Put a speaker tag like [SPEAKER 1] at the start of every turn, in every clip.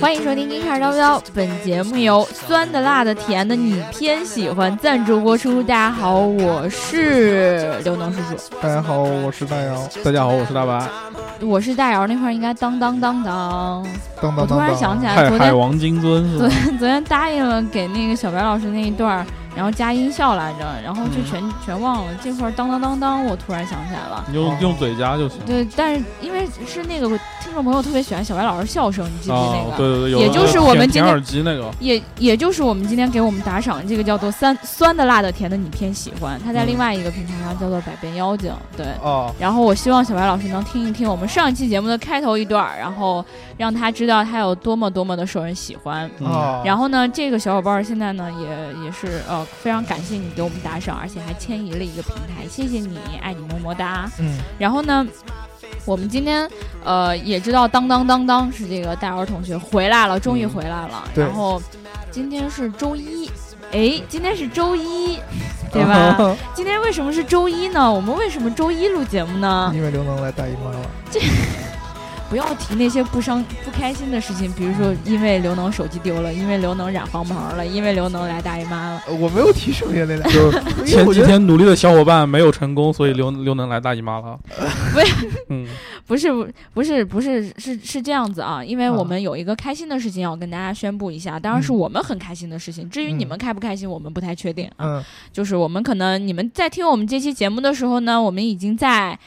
[SPEAKER 1] 欢迎收听《音叉幺幺》，本节目由酸的、辣的、甜的你偏喜欢赞助播出。大家好，我是刘能叔叔。
[SPEAKER 2] 大家好，我是大姚。大家好，我是大白。
[SPEAKER 1] 我是大姚那块儿应该当当当当。
[SPEAKER 2] 当
[SPEAKER 1] 我
[SPEAKER 2] 当当当。
[SPEAKER 1] 突然想起来，
[SPEAKER 3] 海
[SPEAKER 1] 昨
[SPEAKER 3] 哎海
[SPEAKER 1] 天
[SPEAKER 3] 王金尊是
[SPEAKER 1] 昨
[SPEAKER 3] 吧？
[SPEAKER 1] 天昨天答应了给那个小白老师那一段儿，然后加音效来着，然后就全、全忘了。这块儿当当当当，我突然想起来了。
[SPEAKER 3] 你用用嘴夹就行。
[SPEAKER 1] 对，但是因为是那个听众朋友特别喜欢小白老师笑声，你记不记
[SPEAKER 3] 啊
[SPEAKER 1] 那个？，
[SPEAKER 3] 对对对，有
[SPEAKER 1] 也
[SPEAKER 3] 那
[SPEAKER 1] 就
[SPEAKER 3] 个
[SPEAKER 1] 是我们
[SPEAKER 3] 舔
[SPEAKER 1] 今
[SPEAKER 3] 舔
[SPEAKER 1] 天
[SPEAKER 3] 耳机那个，
[SPEAKER 1] 也也就是我们今天给我们打赏这个叫做酸“酸的、辣的、甜的，你偏喜欢”，它在另外一个平台上叫做“百变妖精”。对，
[SPEAKER 2] 哦，
[SPEAKER 1] 然后我希望小白老师能听一听我们上一期节目的开头一段儿，然后让他知道他有多么多么的受人喜欢。
[SPEAKER 3] 嗯，
[SPEAKER 2] 哦，
[SPEAKER 1] 然后呢，这个小伙伴儿现在呢也也是呃非常感谢你给我们打赏，而且还迁移了一个平台，谢谢你，爱你么么哒。
[SPEAKER 2] 嗯，
[SPEAKER 1] 然后呢，我们今天呃也知道当当当当是这个戴尔同学回来了，终于回来了。
[SPEAKER 2] 对
[SPEAKER 1] 然后今天是周一，哎，今天是周一，对吧？？
[SPEAKER 2] 哦
[SPEAKER 1] 今天为什么是周一呢？我们为什么周一录节目 呢？
[SPEAKER 2] 因为刘能来大姨妈了。
[SPEAKER 1] 不要提那些不伤不开心的事情，比如说因为刘能手机丢了，因为刘能染黄毛了，因为刘能来大姨妈了。
[SPEAKER 2] 呃我没有提剩下那 俩，
[SPEAKER 3] 就
[SPEAKER 2] 因为
[SPEAKER 3] 前
[SPEAKER 2] 我
[SPEAKER 3] 几
[SPEAKER 1] 啊
[SPEAKER 2] 觉得
[SPEAKER 3] 天努力的小伙伴没有成功，所以刘刘能来大姨 妈了。 嗯，
[SPEAKER 1] 不是不不是不是是是这样子啊，因为
[SPEAKER 2] 啊
[SPEAKER 1] 我们有一个开心的事情要跟大家宣布一下，当然是
[SPEAKER 2] 嗯
[SPEAKER 1] 我们很开心的事情。至于你们开不开心，我们不太确定啊。
[SPEAKER 2] 嗯，
[SPEAKER 1] 就是我们可能你们在听我们这期节目的时候呢，我们已经在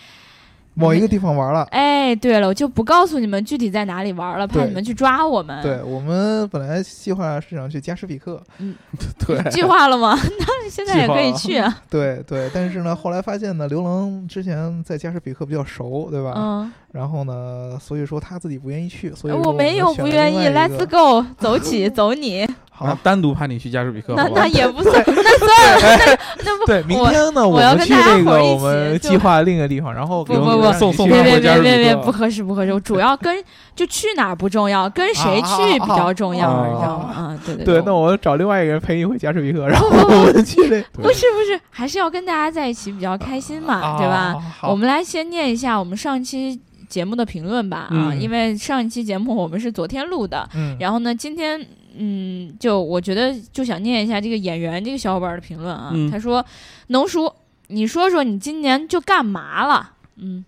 [SPEAKER 2] 某一个地方玩了。
[SPEAKER 1] 哎，对了，我就不告诉你们具体在哪里玩了，怕
[SPEAKER 2] 对
[SPEAKER 1] 你们去抓我们。
[SPEAKER 2] 对，我们本来计划是想去加什比克，
[SPEAKER 1] 嗯
[SPEAKER 3] 对，
[SPEAKER 1] 计划了吗？ 那现在也可以去啊。
[SPEAKER 2] 对对，但是呢，后来发现呢，刘能之前在加什比克比较熟，对吧？
[SPEAKER 1] 嗯，
[SPEAKER 2] 然后呢，所以说他自己不愿意去，所以说
[SPEAKER 1] 我没有
[SPEAKER 2] 们选
[SPEAKER 1] 不
[SPEAKER 2] 了
[SPEAKER 1] 愿
[SPEAKER 2] 另
[SPEAKER 1] 意
[SPEAKER 2] 外一
[SPEAKER 1] ，Let's
[SPEAKER 2] 个
[SPEAKER 1] go，走起，走 你。
[SPEAKER 3] 那
[SPEAKER 2] 好，
[SPEAKER 3] 单独派你去加士比克，
[SPEAKER 1] 那
[SPEAKER 3] 好吧
[SPEAKER 1] 那也不 算，那算了，那 那不
[SPEAKER 2] 对，明
[SPEAKER 1] 我
[SPEAKER 2] 天呢，
[SPEAKER 1] 我要
[SPEAKER 2] 们
[SPEAKER 1] 跟
[SPEAKER 2] 去
[SPEAKER 1] 大家
[SPEAKER 2] 那
[SPEAKER 1] 伙儿
[SPEAKER 2] 个
[SPEAKER 1] 一
[SPEAKER 2] 我
[SPEAKER 1] 起
[SPEAKER 2] 们
[SPEAKER 1] 就
[SPEAKER 2] 计划另一个地方，然后
[SPEAKER 1] 不
[SPEAKER 2] 刘
[SPEAKER 1] 不
[SPEAKER 2] 能
[SPEAKER 1] 不
[SPEAKER 2] 让你
[SPEAKER 3] 送
[SPEAKER 2] 去
[SPEAKER 3] 送
[SPEAKER 1] 别
[SPEAKER 3] 他
[SPEAKER 1] 别
[SPEAKER 3] 回家
[SPEAKER 1] 别
[SPEAKER 3] 是
[SPEAKER 1] 别
[SPEAKER 3] 比
[SPEAKER 1] 别，
[SPEAKER 3] 较
[SPEAKER 1] 不合适不合适，我主要跟就去哪儿不重要，跟谁
[SPEAKER 2] 啊啊
[SPEAKER 1] 去比
[SPEAKER 2] 啊
[SPEAKER 1] 较重要，
[SPEAKER 3] 啊
[SPEAKER 1] 你知道吗？啊，对对对，
[SPEAKER 2] 我找另外一个人陪你回加士比克，然后
[SPEAKER 1] 不不
[SPEAKER 2] 我们去那
[SPEAKER 1] 不是不是，还是要跟大家在一起比较开心嘛，
[SPEAKER 2] 啊
[SPEAKER 1] 对吧？？我们来先念一下我们上一期节目的评论吧，啊，
[SPEAKER 3] 嗯
[SPEAKER 1] 因为上一期节目我们是昨天录的，
[SPEAKER 2] 嗯，
[SPEAKER 1] 然后呢，今天嗯，就我觉得就想念一下这个演员这个小伙伴的评论啊，
[SPEAKER 3] 嗯
[SPEAKER 1] 他说：“农叔，你说说你今年就干嘛了？嗯，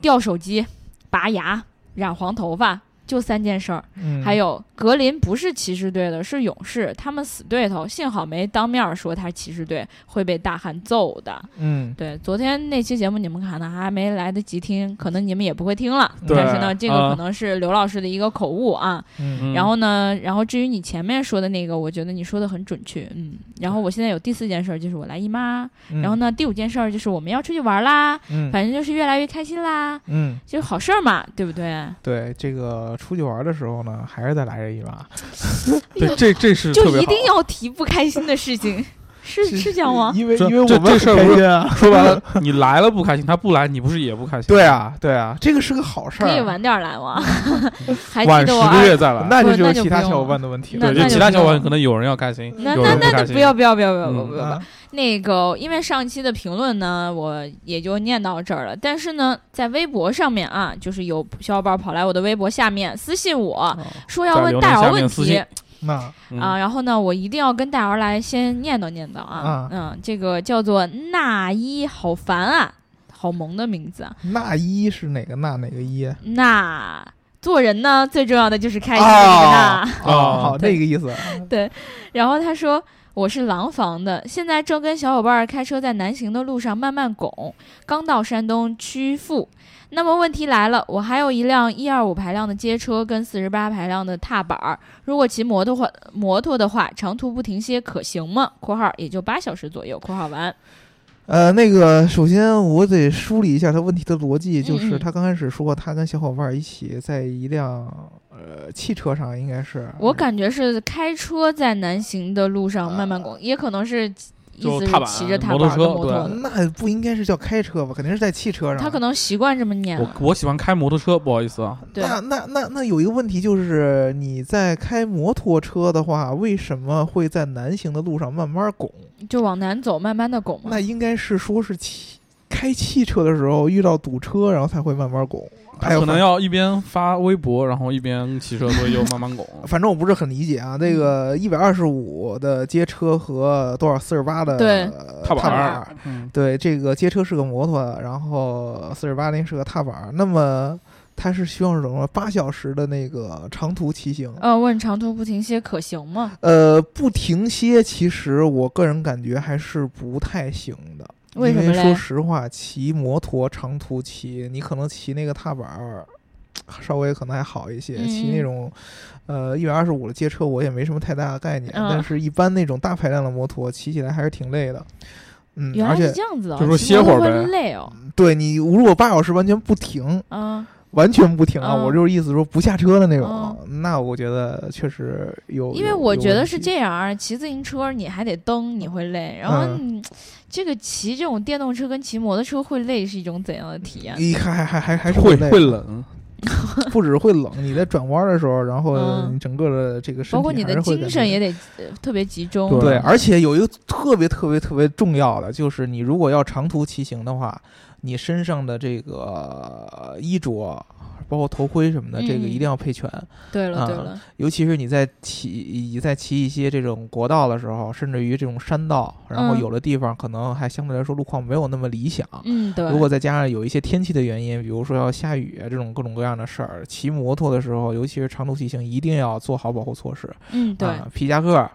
[SPEAKER 1] 掉手机、拔牙、染黄头发，就三件事儿。
[SPEAKER 2] 嗯
[SPEAKER 1] 还有格林不是骑士队的，是勇士，他们死对头，幸好没当面儿说他是骑士队，会被大汉揍的。”
[SPEAKER 2] 嗯，
[SPEAKER 1] 对，昨天那期节目你们可能还没来得及听，可能你们也不会听了。
[SPEAKER 2] 对
[SPEAKER 1] 但是呢，这个
[SPEAKER 3] 啊
[SPEAKER 1] 可能是刘老师的一个口误啊。
[SPEAKER 2] 嗯
[SPEAKER 3] 嗯
[SPEAKER 1] 然后呢，然后至于你前面说的那个，我觉得你说的很准确，嗯。然后我现在有第四件事儿就是我来姨妈，
[SPEAKER 3] 嗯
[SPEAKER 1] 然后，呢，第五件事儿就是我们要出去玩啦，
[SPEAKER 2] 嗯嗯
[SPEAKER 1] 反正就是越来越开心啦，
[SPEAKER 2] 嗯，
[SPEAKER 1] 就是好事儿嘛，对不对？
[SPEAKER 2] 对，这个出去玩的时候呢，还是再来这一把，
[SPEAKER 3] 对这这是
[SPEAKER 1] 就
[SPEAKER 3] 特别
[SPEAKER 1] 一
[SPEAKER 3] 好
[SPEAKER 1] 定要提不开心的事 情， 是是这样吗？
[SPEAKER 2] 因为
[SPEAKER 3] 这
[SPEAKER 2] 因为我
[SPEAKER 3] 这
[SPEAKER 2] 们
[SPEAKER 3] 这事儿
[SPEAKER 2] 很
[SPEAKER 3] 不
[SPEAKER 2] 开
[SPEAKER 3] 是
[SPEAKER 2] 心 啊，
[SPEAKER 3] 说白了，你来了不开心，他不来你不是也不开心？
[SPEAKER 2] 对，啊，对啊，这个是个好事儿。
[SPEAKER 1] 可以晚点儿来吗？ 还
[SPEAKER 3] 晚
[SPEAKER 1] 记
[SPEAKER 3] 十
[SPEAKER 1] 得我
[SPEAKER 3] 个
[SPEAKER 1] 二
[SPEAKER 3] 月再来。
[SPEAKER 2] 那
[SPEAKER 1] 不
[SPEAKER 2] 这就
[SPEAKER 1] 那
[SPEAKER 2] 是
[SPEAKER 1] 就
[SPEAKER 2] 其
[SPEAKER 1] 不
[SPEAKER 2] 他
[SPEAKER 1] 用
[SPEAKER 2] 小伙
[SPEAKER 1] 了
[SPEAKER 2] 伴的问题
[SPEAKER 1] 那
[SPEAKER 2] 了。
[SPEAKER 3] 对，就
[SPEAKER 1] 那
[SPEAKER 3] 其
[SPEAKER 1] 就
[SPEAKER 3] 他
[SPEAKER 1] 不
[SPEAKER 3] 小伙伴
[SPEAKER 1] 用
[SPEAKER 3] 可能有人要开心，
[SPEAKER 1] 那
[SPEAKER 3] 有
[SPEAKER 1] 那
[SPEAKER 3] 人
[SPEAKER 1] 那
[SPEAKER 3] 开
[SPEAKER 1] 就
[SPEAKER 3] 心。嗯
[SPEAKER 1] 不要不要不要不要不要不要！
[SPEAKER 2] 啊
[SPEAKER 1] 那个，因为上期的评论呢，我也就念到这儿了。但是呢，在微博上面啊，就是有小伙伴跑来我的微博下面私信我，
[SPEAKER 3] 哦
[SPEAKER 1] 说要问
[SPEAKER 3] 在留言
[SPEAKER 1] 大姚
[SPEAKER 3] 下面
[SPEAKER 1] 问
[SPEAKER 3] 私
[SPEAKER 1] 题
[SPEAKER 3] 信
[SPEAKER 2] 那
[SPEAKER 3] 嗯
[SPEAKER 1] 啊，然后呢，我一定要跟大姚来先念叨念叨啊
[SPEAKER 2] 啊，
[SPEAKER 1] 嗯，这个叫做纳伊，好烦啊，好萌的名字啊，
[SPEAKER 2] 那一是哪个那哪个一？
[SPEAKER 1] 那。做人呢，最重要的就是开心那个纳。
[SPEAKER 2] 哦
[SPEAKER 3] 啊
[SPEAKER 2] 好，
[SPEAKER 1] 对
[SPEAKER 2] 那个意思。啊
[SPEAKER 1] 然后他说：“我是廊坊的，现在正跟小伙伴儿开车在南行的路上慢慢拱，刚到山东曲阜。那么问题来了，我还有一辆一二五排量的街车跟四十八排量的踏板儿，如果骑摩托话摩托的话，长途不停歇可行吗？（括号也就八小时左右。）（括号
[SPEAKER 3] 嗯
[SPEAKER 1] 完
[SPEAKER 2] 呃，那个，首先我得梳理一下他问题的逻辑，就
[SPEAKER 1] 嗯
[SPEAKER 2] 是
[SPEAKER 1] 嗯
[SPEAKER 2] 他刚开始说他跟小伙伴儿一起在一辆呃汽车上，应该是）
[SPEAKER 1] 我感觉是开车在南行的路上慢慢拱，也可能是意
[SPEAKER 3] 啊就
[SPEAKER 1] 思
[SPEAKER 3] 踏
[SPEAKER 1] 是
[SPEAKER 3] 板
[SPEAKER 1] 骑着踏
[SPEAKER 3] 摩
[SPEAKER 1] 板儿
[SPEAKER 3] 托
[SPEAKER 1] 跟
[SPEAKER 3] 车
[SPEAKER 1] 摩
[SPEAKER 3] 对啊
[SPEAKER 1] 托的，
[SPEAKER 2] 呃那不应该是叫开车吧？肯定是在汽车上。
[SPEAKER 1] 他可能习惯这么念
[SPEAKER 3] 我
[SPEAKER 1] 了。
[SPEAKER 3] 我喜欢开摩托车，不好意思啊，
[SPEAKER 1] 对
[SPEAKER 2] 那那那那有一个问题就是，你在开摩托车的话，为什么会在南行的路上慢慢拱？
[SPEAKER 1] 就往南走，慢慢的拱嘛。
[SPEAKER 2] 那应该是说是汽开汽车的时候遇到堵车，然后才会慢慢拱。还有
[SPEAKER 3] 可能
[SPEAKER 2] 反
[SPEAKER 3] 要一边发微博，然后一边骑车，所以就慢 慢拱。
[SPEAKER 2] 反正我不是很理解啊，那个一百二十五的街车和多少四十八的
[SPEAKER 1] 对
[SPEAKER 2] 呃
[SPEAKER 3] 踏板
[SPEAKER 2] 板
[SPEAKER 3] 儿
[SPEAKER 2] 儿，
[SPEAKER 3] 嗯，
[SPEAKER 2] 对，这个街车是个摩托，然后四十八那是个踏板儿。那么它是需要什么八小时的那个长途骑行？
[SPEAKER 1] 呃，问长途不停歇可行吗？
[SPEAKER 2] 呃，不停歇，其实我个人感觉还是不太行的。
[SPEAKER 1] 为什么
[SPEAKER 2] 因为说
[SPEAKER 1] 嘞
[SPEAKER 2] 实话，骑摩托长途骑，你可能骑那个踏板儿，稍微可能还好一些。
[SPEAKER 1] 嗯
[SPEAKER 2] 骑那种，呃，一百二十五的街车，我也没什么太大的概念。
[SPEAKER 1] 嗯
[SPEAKER 2] 但是，一般那种大排量的摩托，骑起来还是挺累的。嗯，
[SPEAKER 1] 原
[SPEAKER 2] 而
[SPEAKER 1] 来是
[SPEAKER 2] 且
[SPEAKER 1] 这样子的、哦，
[SPEAKER 3] 就说
[SPEAKER 1] 骑
[SPEAKER 3] 歇
[SPEAKER 1] 摩
[SPEAKER 3] 会儿
[SPEAKER 1] 托
[SPEAKER 3] 呗
[SPEAKER 1] 累哦，
[SPEAKER 2] 对你如果八小时完全不停，
[SPEAKER 1] 啊，
[SPEAKER 2] 完全不停啊，
[SPEAKER 1] 嗯
[SPEAKER 2] 我就是意思说不下车的那种，那我觉得确实有。
[SPEAKER 1] 因为
[SPEAKER 2] 有
[SPEAKER 1] 我觉得是，
[SPEAKER 2] 有问题
[SPEAKER 1] 这样啊，骑自行车你还得蹬，你会累，然后
[SPEAKER 2] 嗯
[SPEAKER 1] 你、这个骑这种电动车跟骑摩托车会累是一种怎样的体验？
[SPEAKER 2] 你还还还还还是
[SPEAKER 3] 会
[SPEAKER 2] 累
[SPEAKER 3] 会，冷，
[SPEAKER 2] 不只是会冷，你在转弯的时候，然后
[SPEAKER 1] 嗯
[SPEAKER 2] 你整个的这个身体
[SPEAKER 1] 包括你
[SPEAKER 2] 还
[SPEAKER 1] 的
[SPEAKER 2] 是会
[SPEAKER 1] 精
[SPEAKER 2] 感
[SPEAKER 1] 神
[SPEAKER 2] 觉
[SPEAKER 1] 也得、呃特别集中。啊
[SPEAKER 2] 对，
[SPEAKER 3] 对
[SPEAKER 2] 而且有一个特别特别特别重要的，就是你如果要长途骑行的话，你身上的这个衣着，包括头盔什么的，这个
[SPEAKER 1] 嗯
[SPEAKER 2] 一定要配全。
[SPEAKER 1] 对了
[SPEAKER 2] 啊
[SPEAKER 1] 对了，
[SPEAKER 2] 尤其是你在骑你在骑一些这种国道的时候，甚至于这种山道，然后
[SPEAKER 1] 嗯
[SPEAKER 2] 有的地方可能还相对来说路况没有那么理想。
[SPEAKER 1] 嗯，对。
[SPEAKER 2] 如果再加上有一些天气的原因，比如说要下雨啊这种各种各样的事儿，骑摩托的时候，尤其是长途骑行，一定要做好保护措施。
[SPEAKER 1] 嗯对，
[SPEAKER 2] 啊、皮夹克，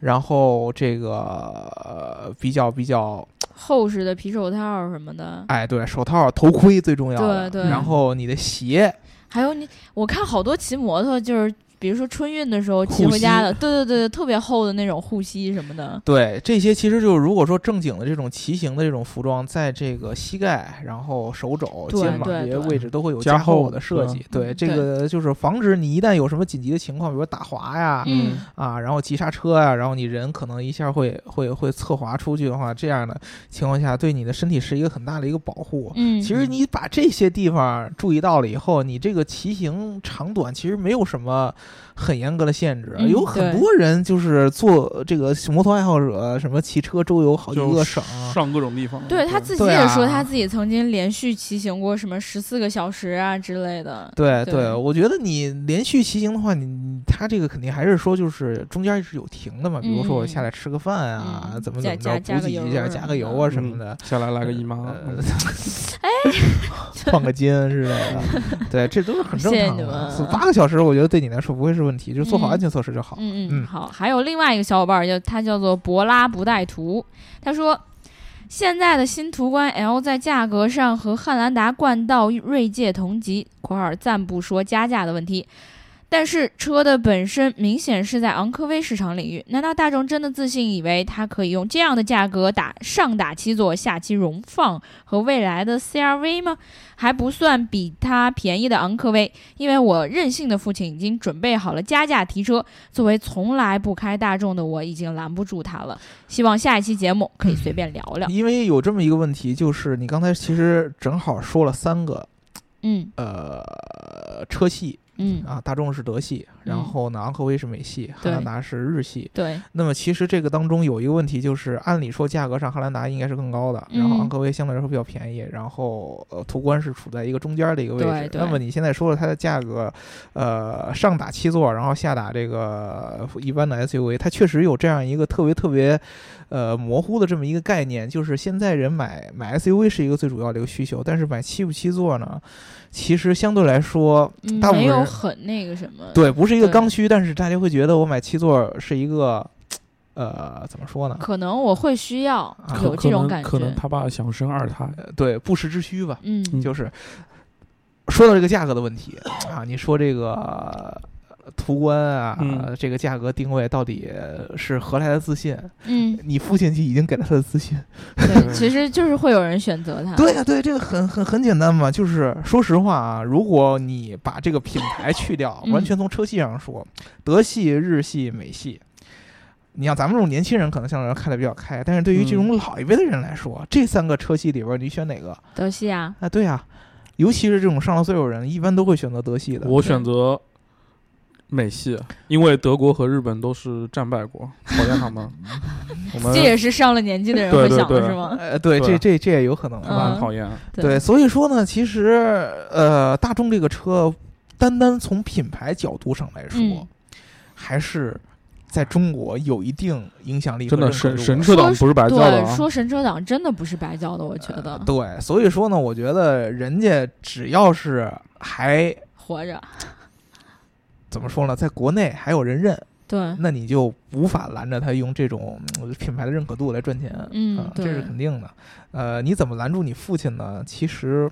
[SPEAKER 2] 然后这个、呃比较比较，
[SPEAKER 1] 厚实的皮手套什么的，
[SPEAKER 2] 哎，对，手套、头盔最重要的
[SPEAKER 1] 对对
[SPEAKER 2] 然后你的鞋，
[SPEAKER 1] 还有你，我看好多骑摩托就是。比如说春运的时候骑
[SPEAKER 2] 护
[SPEAKER 1] 回家
[SPEAKER 2] 膝
[SPEAKER 1] 的，对对对，特别厚的那种护膝什么的，
[SPEAKER 2] 对，这些其实就是如果说正经的这种骑行的这种服装，在这个膝盖、然后手肘、
[SPEAKER 1] 对
[SPEAKER 2] 肩膀
[SPEAKER 1] 对
[SPEAKER 2] 这些
[SPEAKER 1] 对
[SPEAKER 2] 位置都会有
[SPEAKER 3] 加
[SPEAKER 2] 加
[SPEAKER 3] 厚
[SPEAKER 2] 厚的设计。对，
[SPEAKER 1] 嗯
[SPEAKER 2] 这个就是防止你一旦有什么紧急的情况，比如说打滑呀。
[SPEAKER 1] 嗯
[SPEAKER 2] 啊，然后急刹车呀、然后你人可能一下会会会侧滑出去的话，这样的情况下对你的身体是一个很大的一个保护。
[SPEAKER 1] 嗯，
[SPEAKER 2] 其实你把这些地方注意到了以后，你这个骑行长短其实没有什么很严格的限制。
[SPEAKER 1] 嗯
[SPEAKER 2] 有很多人就是做这个摩托爱好者，什么骑车周游好几
[SPEAKER 3] 就
[SPEAKER 2] 个省。
[SPEAKER 3] 上各种地方。
[SPEAKER 1] 嗯
[SPEAKER 3] 嗯
[SPEAKER 1] 对他自己
[SPEAKER 2] 对
[SPEAKER 1] 也说，
[SPEAKER 2] 啊
[SPEAKER 1] 他自己曾经连续骑行过什么十四个小时啊之类的。
[SPEAKER 2] 对
[SPEAKER 1] 对
[SPEAKER 2] 我觉得你连续骑行的话，你你他这个肯定还是说就是中间是有停的嘛，比如说我下来吃个饭啊，
[SPEAKER 1] 嗯
[SPEAKER 2] 怎么怎
[SPEAKER 1] 再
[SPEAKER 2] 么着
[SPEAKER 1] 加
[SPEAKER 2] 补给一下，
[SPEAKER 1] 加
[SPEAKER 2] 加
[SPEAKER 1] 个
[SPEAKER 2] 个
[SPEAKER 1] 油
[SPEAKER 2] 油啊
[SPEAKER 3] 什
[SPEAKER 2] 什么
[SPEAKER 3] 么
[SPEAKER 2] 的。
[SPEAKER 3] 的，下来来个姨妈，
[SPEAKER 2] 呃
[SPEAKER 3] 嗯，
[SPEAKER 2] 放个筋之类的， 对，这都是很正
[SPEAKER 1] 谢谢
[SPEAKER 2] 常
[SPEAKER 1] 你
[SPEAKER 2] 的。
[SPEAKER 1] 们
[SPEAKER 2] 所以八个小时，我觉得对你来说不会是问题，就做好
[SPEAKER 1] 嗯
[SPEAKER 2] 安全措施就好。
[SPEAKER 1] 嗯嗯，
[SPEAKER 2] 嗯
[SPEAKER 1] 好。还有另外一个小伙伴儿叫他叫做博拉不带图，他说现在的新途观 L 在价格上和汉兰达冠道、锐界同级（括号暂不说加价的问题）。但是车的本身明显是在昂科威市场领域，难道大众真的自信以为它可以用这样的价格打上打七座、下七荣放和未来的 CRV 吗？还不算比它便宜的昂科威，因为我任性的父亲已经准备好了加价提车，作为从来不开大众的我，已经拦不住他了。希望下一期节目可以随便聊聊。
[SPEAKER 2] 因为有这么一个问题，就是你刚才其实正好说了三个
[SPEAKER 1] 嗯
[SPEAKER 2] 呃车系
[SPEAKER 1] 嗯，
[SPEAKER 2] 啊，大众是德系，然后呢昂科威是美系，
[SPEAKER 1] 对
[SPEAKER 2] 汉兰达是日系。
[SPEAKER 1] 对，
[SPEAKER 2] 那么其实这个当中有一个问题，就是按理说价格上汉兰达应该是更高的，
[SPEAKER 1] 嗯
[SPEAKER 2] 然后昂科威相对来说比较便宜，然后呃途观是处在一个中间的一个位
[SPEAKER 1] 对
[SPEAKER 2] 置。
[SPEAKER 1] 对
[SPEAKER 2] 那么你现在说了它的价格，呃上打七座，然后下打这个呃一般的 SUV，它确实有这样一个特别特别呃模糊的这么一个概念，就是现在人买买 SUV 是一个最主要的一个需求，但是买七不七座呢，其实相对来说
[SPEAKER 1] 嗯
[SPEAKER 2] 大部
[SPEAKER 1] 没
[SPEAKER 2] 分
[SPEAKER 1] 有
[SPEAKER 2] 人
[SPEAKER 1] 很那个什么。
[SPEAKER 2] 对不是一个
[SPEAKER 1] 对
[SPEAKER 2] 刚需，但是大家会觉得我买七座是一个呃怎么说呢？
[SPEAKER 1] 可能我会需要
[SPEAKER 2] 啊
[SPEAKER 1] 有这种感
[SPEAKER 3] 可能
[SPEAKER 1] 觉。
[SPEAKER 3] 他爸想生二胎，
[SPEAKER 2] 呃对不时之需吧，
[SPEAKER 1] 嗯，
[SPEAKER 3] 嗯
[SPEAKER 2] 就是说到这个价格的问题啊，你说这个。呃途观啊，
[SPEAKER 3] 嗯
[SPEAKER 2] 这个价格定位到底是何来的自信？
[SPEAKER 1] 嗯，
[SPEAKER 2] 你父亲就已经给了他的自信，
[SPEAKER 1] 对，其实就是会有人选择它。
[SPEAKER 2] 对呀、啊对，这个很很很简单嘛，就是说实话啊，如果你把这个品牌 去掉，
[SPEAKER 1] 嗯
[SPEAKER 2] 完全从车系上说，德系、日系、美系。你像咱们这种年轻人，可能相对来说开的比较开，但是对于这
[SPEAKER 1] 嗯
[SPEAKER 2] 种老一辈的人来说，这三个车系里边，你选哪个？
[SPEAKER 1] 德系啊，
[SPEAKER 2] 啊，对啊，尤其是这种上了岁数人，一般都会选择德系的。
[SPEAKER 3] 我选择美系，因为德国和日本都是战败国，讨厌他们。我们
[SPEAKER 1] 这也是上了年纪的人
[SPEAKER 3] 对
[SPEAKER 1] 会
[SPEAKER 3] 对
[SPEAKER 1] 想
[SPEAKER 3] 对
[SPEAKER 1] 的是吗？
[SPEAKER 2] 呃，对，这
[SPEAKER 3] 对
[SPEAKER 2] 这这也有可能
[SPEAKER 1] 嗯
[SPEAKER 2] 吧
[SPEAKER 3] 很。讨厌，
[SPEAKER 2] 对，所以说呢，其实呃，大众这个车，单单从品牌角度上来说，
[SPEAKER 1] 嗯
[SPEAKER 2] 还是在中国有一定影响力和
[SPEAKER 3] 真的
[SPEAKER 2] 认可
[SPEAKER 3] 神
[SPEAKER 2] 度
[SPEAKER 3] 神车党不是白交的
[SPEAKER 1] 对，
[SPEAKER 3] 啊。呃
[SPEAKER 1] 说神车党真的不是白教的，我觉得
[SPEAKER 2] 对，所以说呢，我觉得人家只要是还
[SPEAKER 1] 活着
[SPEAKER 2] 怎么说呢，在国内还有人认，
[SPEAKER 1] 对，
[SPEAKER 2] 那你就无法拦着他用这种嗯品牌的认可度来赚钱，
[SPEAKER 1] 嗯
[SPEAKER 2] 啊这
[SPEAKER 1] 对
[SPEAKER 2] 是肯定的。呃，你怎么拦住你父亲呢？其实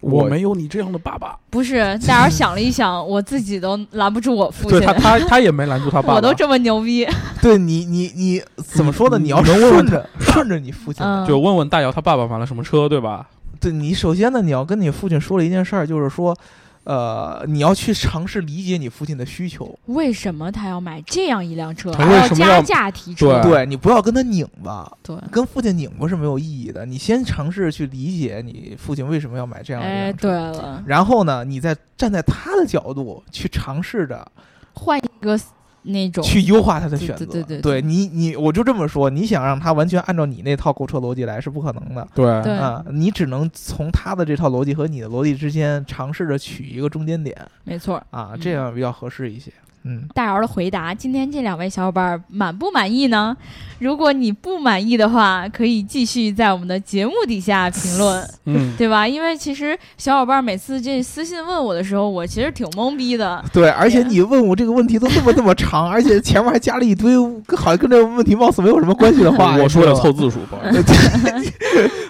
[SPEAKER 3] 我没有你这样的爸爸。
[SPEAKER 1] 不是大家想了一想，我自己都拦不住我父
[SPEAKER 3] 对
[SPEAKER 1] 亲，
[SPEAKER 3] 他，他他也没拦 住他爸爸。
[SPEAKER 1] 我都这么牛 逼，
[SPEAKER 2] 对你，你你怎么说呢？
[SPEAKER 3] 你
[SPEAKER 2] 你要
[SPEAKER 3] 能问问
[SPEAKER 2] 顺着顺着你父亲的，
[SPEAKER 1] 嗯，
[SPEAKER 3] 就问问大姚他爸爸买了什么车，对吧？
[SPEAKER 2] 对你首先呢，你要跟你父亲说了一件事儿，就是说，呃，你要去尝试理解你父亲的需求，
[SPEAKER 1] 为什么他要买这样一辆车，
[SPEAKER 3] 他
[SPEAKER 1] 还
[SPEAKER 3] 为什么
[SPEAKER 1] 加
[SPEAKER 3] 要
[SPEAKER 1] 价提车？
[SPEAKER 3] 对
[SPEAKER 2] 对你不要跟他拧巴，
[SPEAKER 1] 对，
[SPEAKER 2] 跟父亲拧巴是没有意义的。你先尝试去理解你父亲为什么要买这样的一
[SPEAKER 1] 哎，
[SPEAKER 2] 辆
[SPEAKER 1] 对
[SPEAKER 2] 车，
[SPEAKER 1] 了，
[SPEAKER 2] 然后呢，你再站在他的角度去尝试着
[SPEAKER 1] 换一个那种，
[SPEAKER 2] 去优化他的
[SPEAKER 1] 对
[SPEAKER 2] 选择。
[SPEAKER 1] 对对对对
[SPEAKER 2] 你你我就这么说，你想让他完全按照你那套购车逻辑来是不可能的。
[SPEAKER 3] 对
[SPEAKER 1] 对
[SPEAKER 2] 啊、你只能从他的这套逻辑和你的逻辑之间尝试着取一个中间点
[SPEAKER 1] 没错。
[SPEAKER 2] 啊，
[SPEAKER 1] 嗯
[SPEAKER 2] 这样比较合适一些。嗯，
[SPEAKER 1] 大姚的回答，今天这两位小伙伴儿满不满意呢？如果你不满意的话，可以继续在我们的节目底下评论。
[SPEAKER 3] 嗯，
[SPEAKER 1] 对吧？因为其实小伙伴每次这私信问我的时候，我其实挺懵逼的。
[SPEAKER 2] 对，而
[SPEAKER 1] 啊
[SPEAKER 2] 且你问我这个问题都那么那么长，而且前面还加了一堆跟好像跟这个问题貌似没有什么关系的话，
[SPEAKER 3] 我说
[SPEAKER 2] 了
[SPEAKER 3] 了凑字数吧。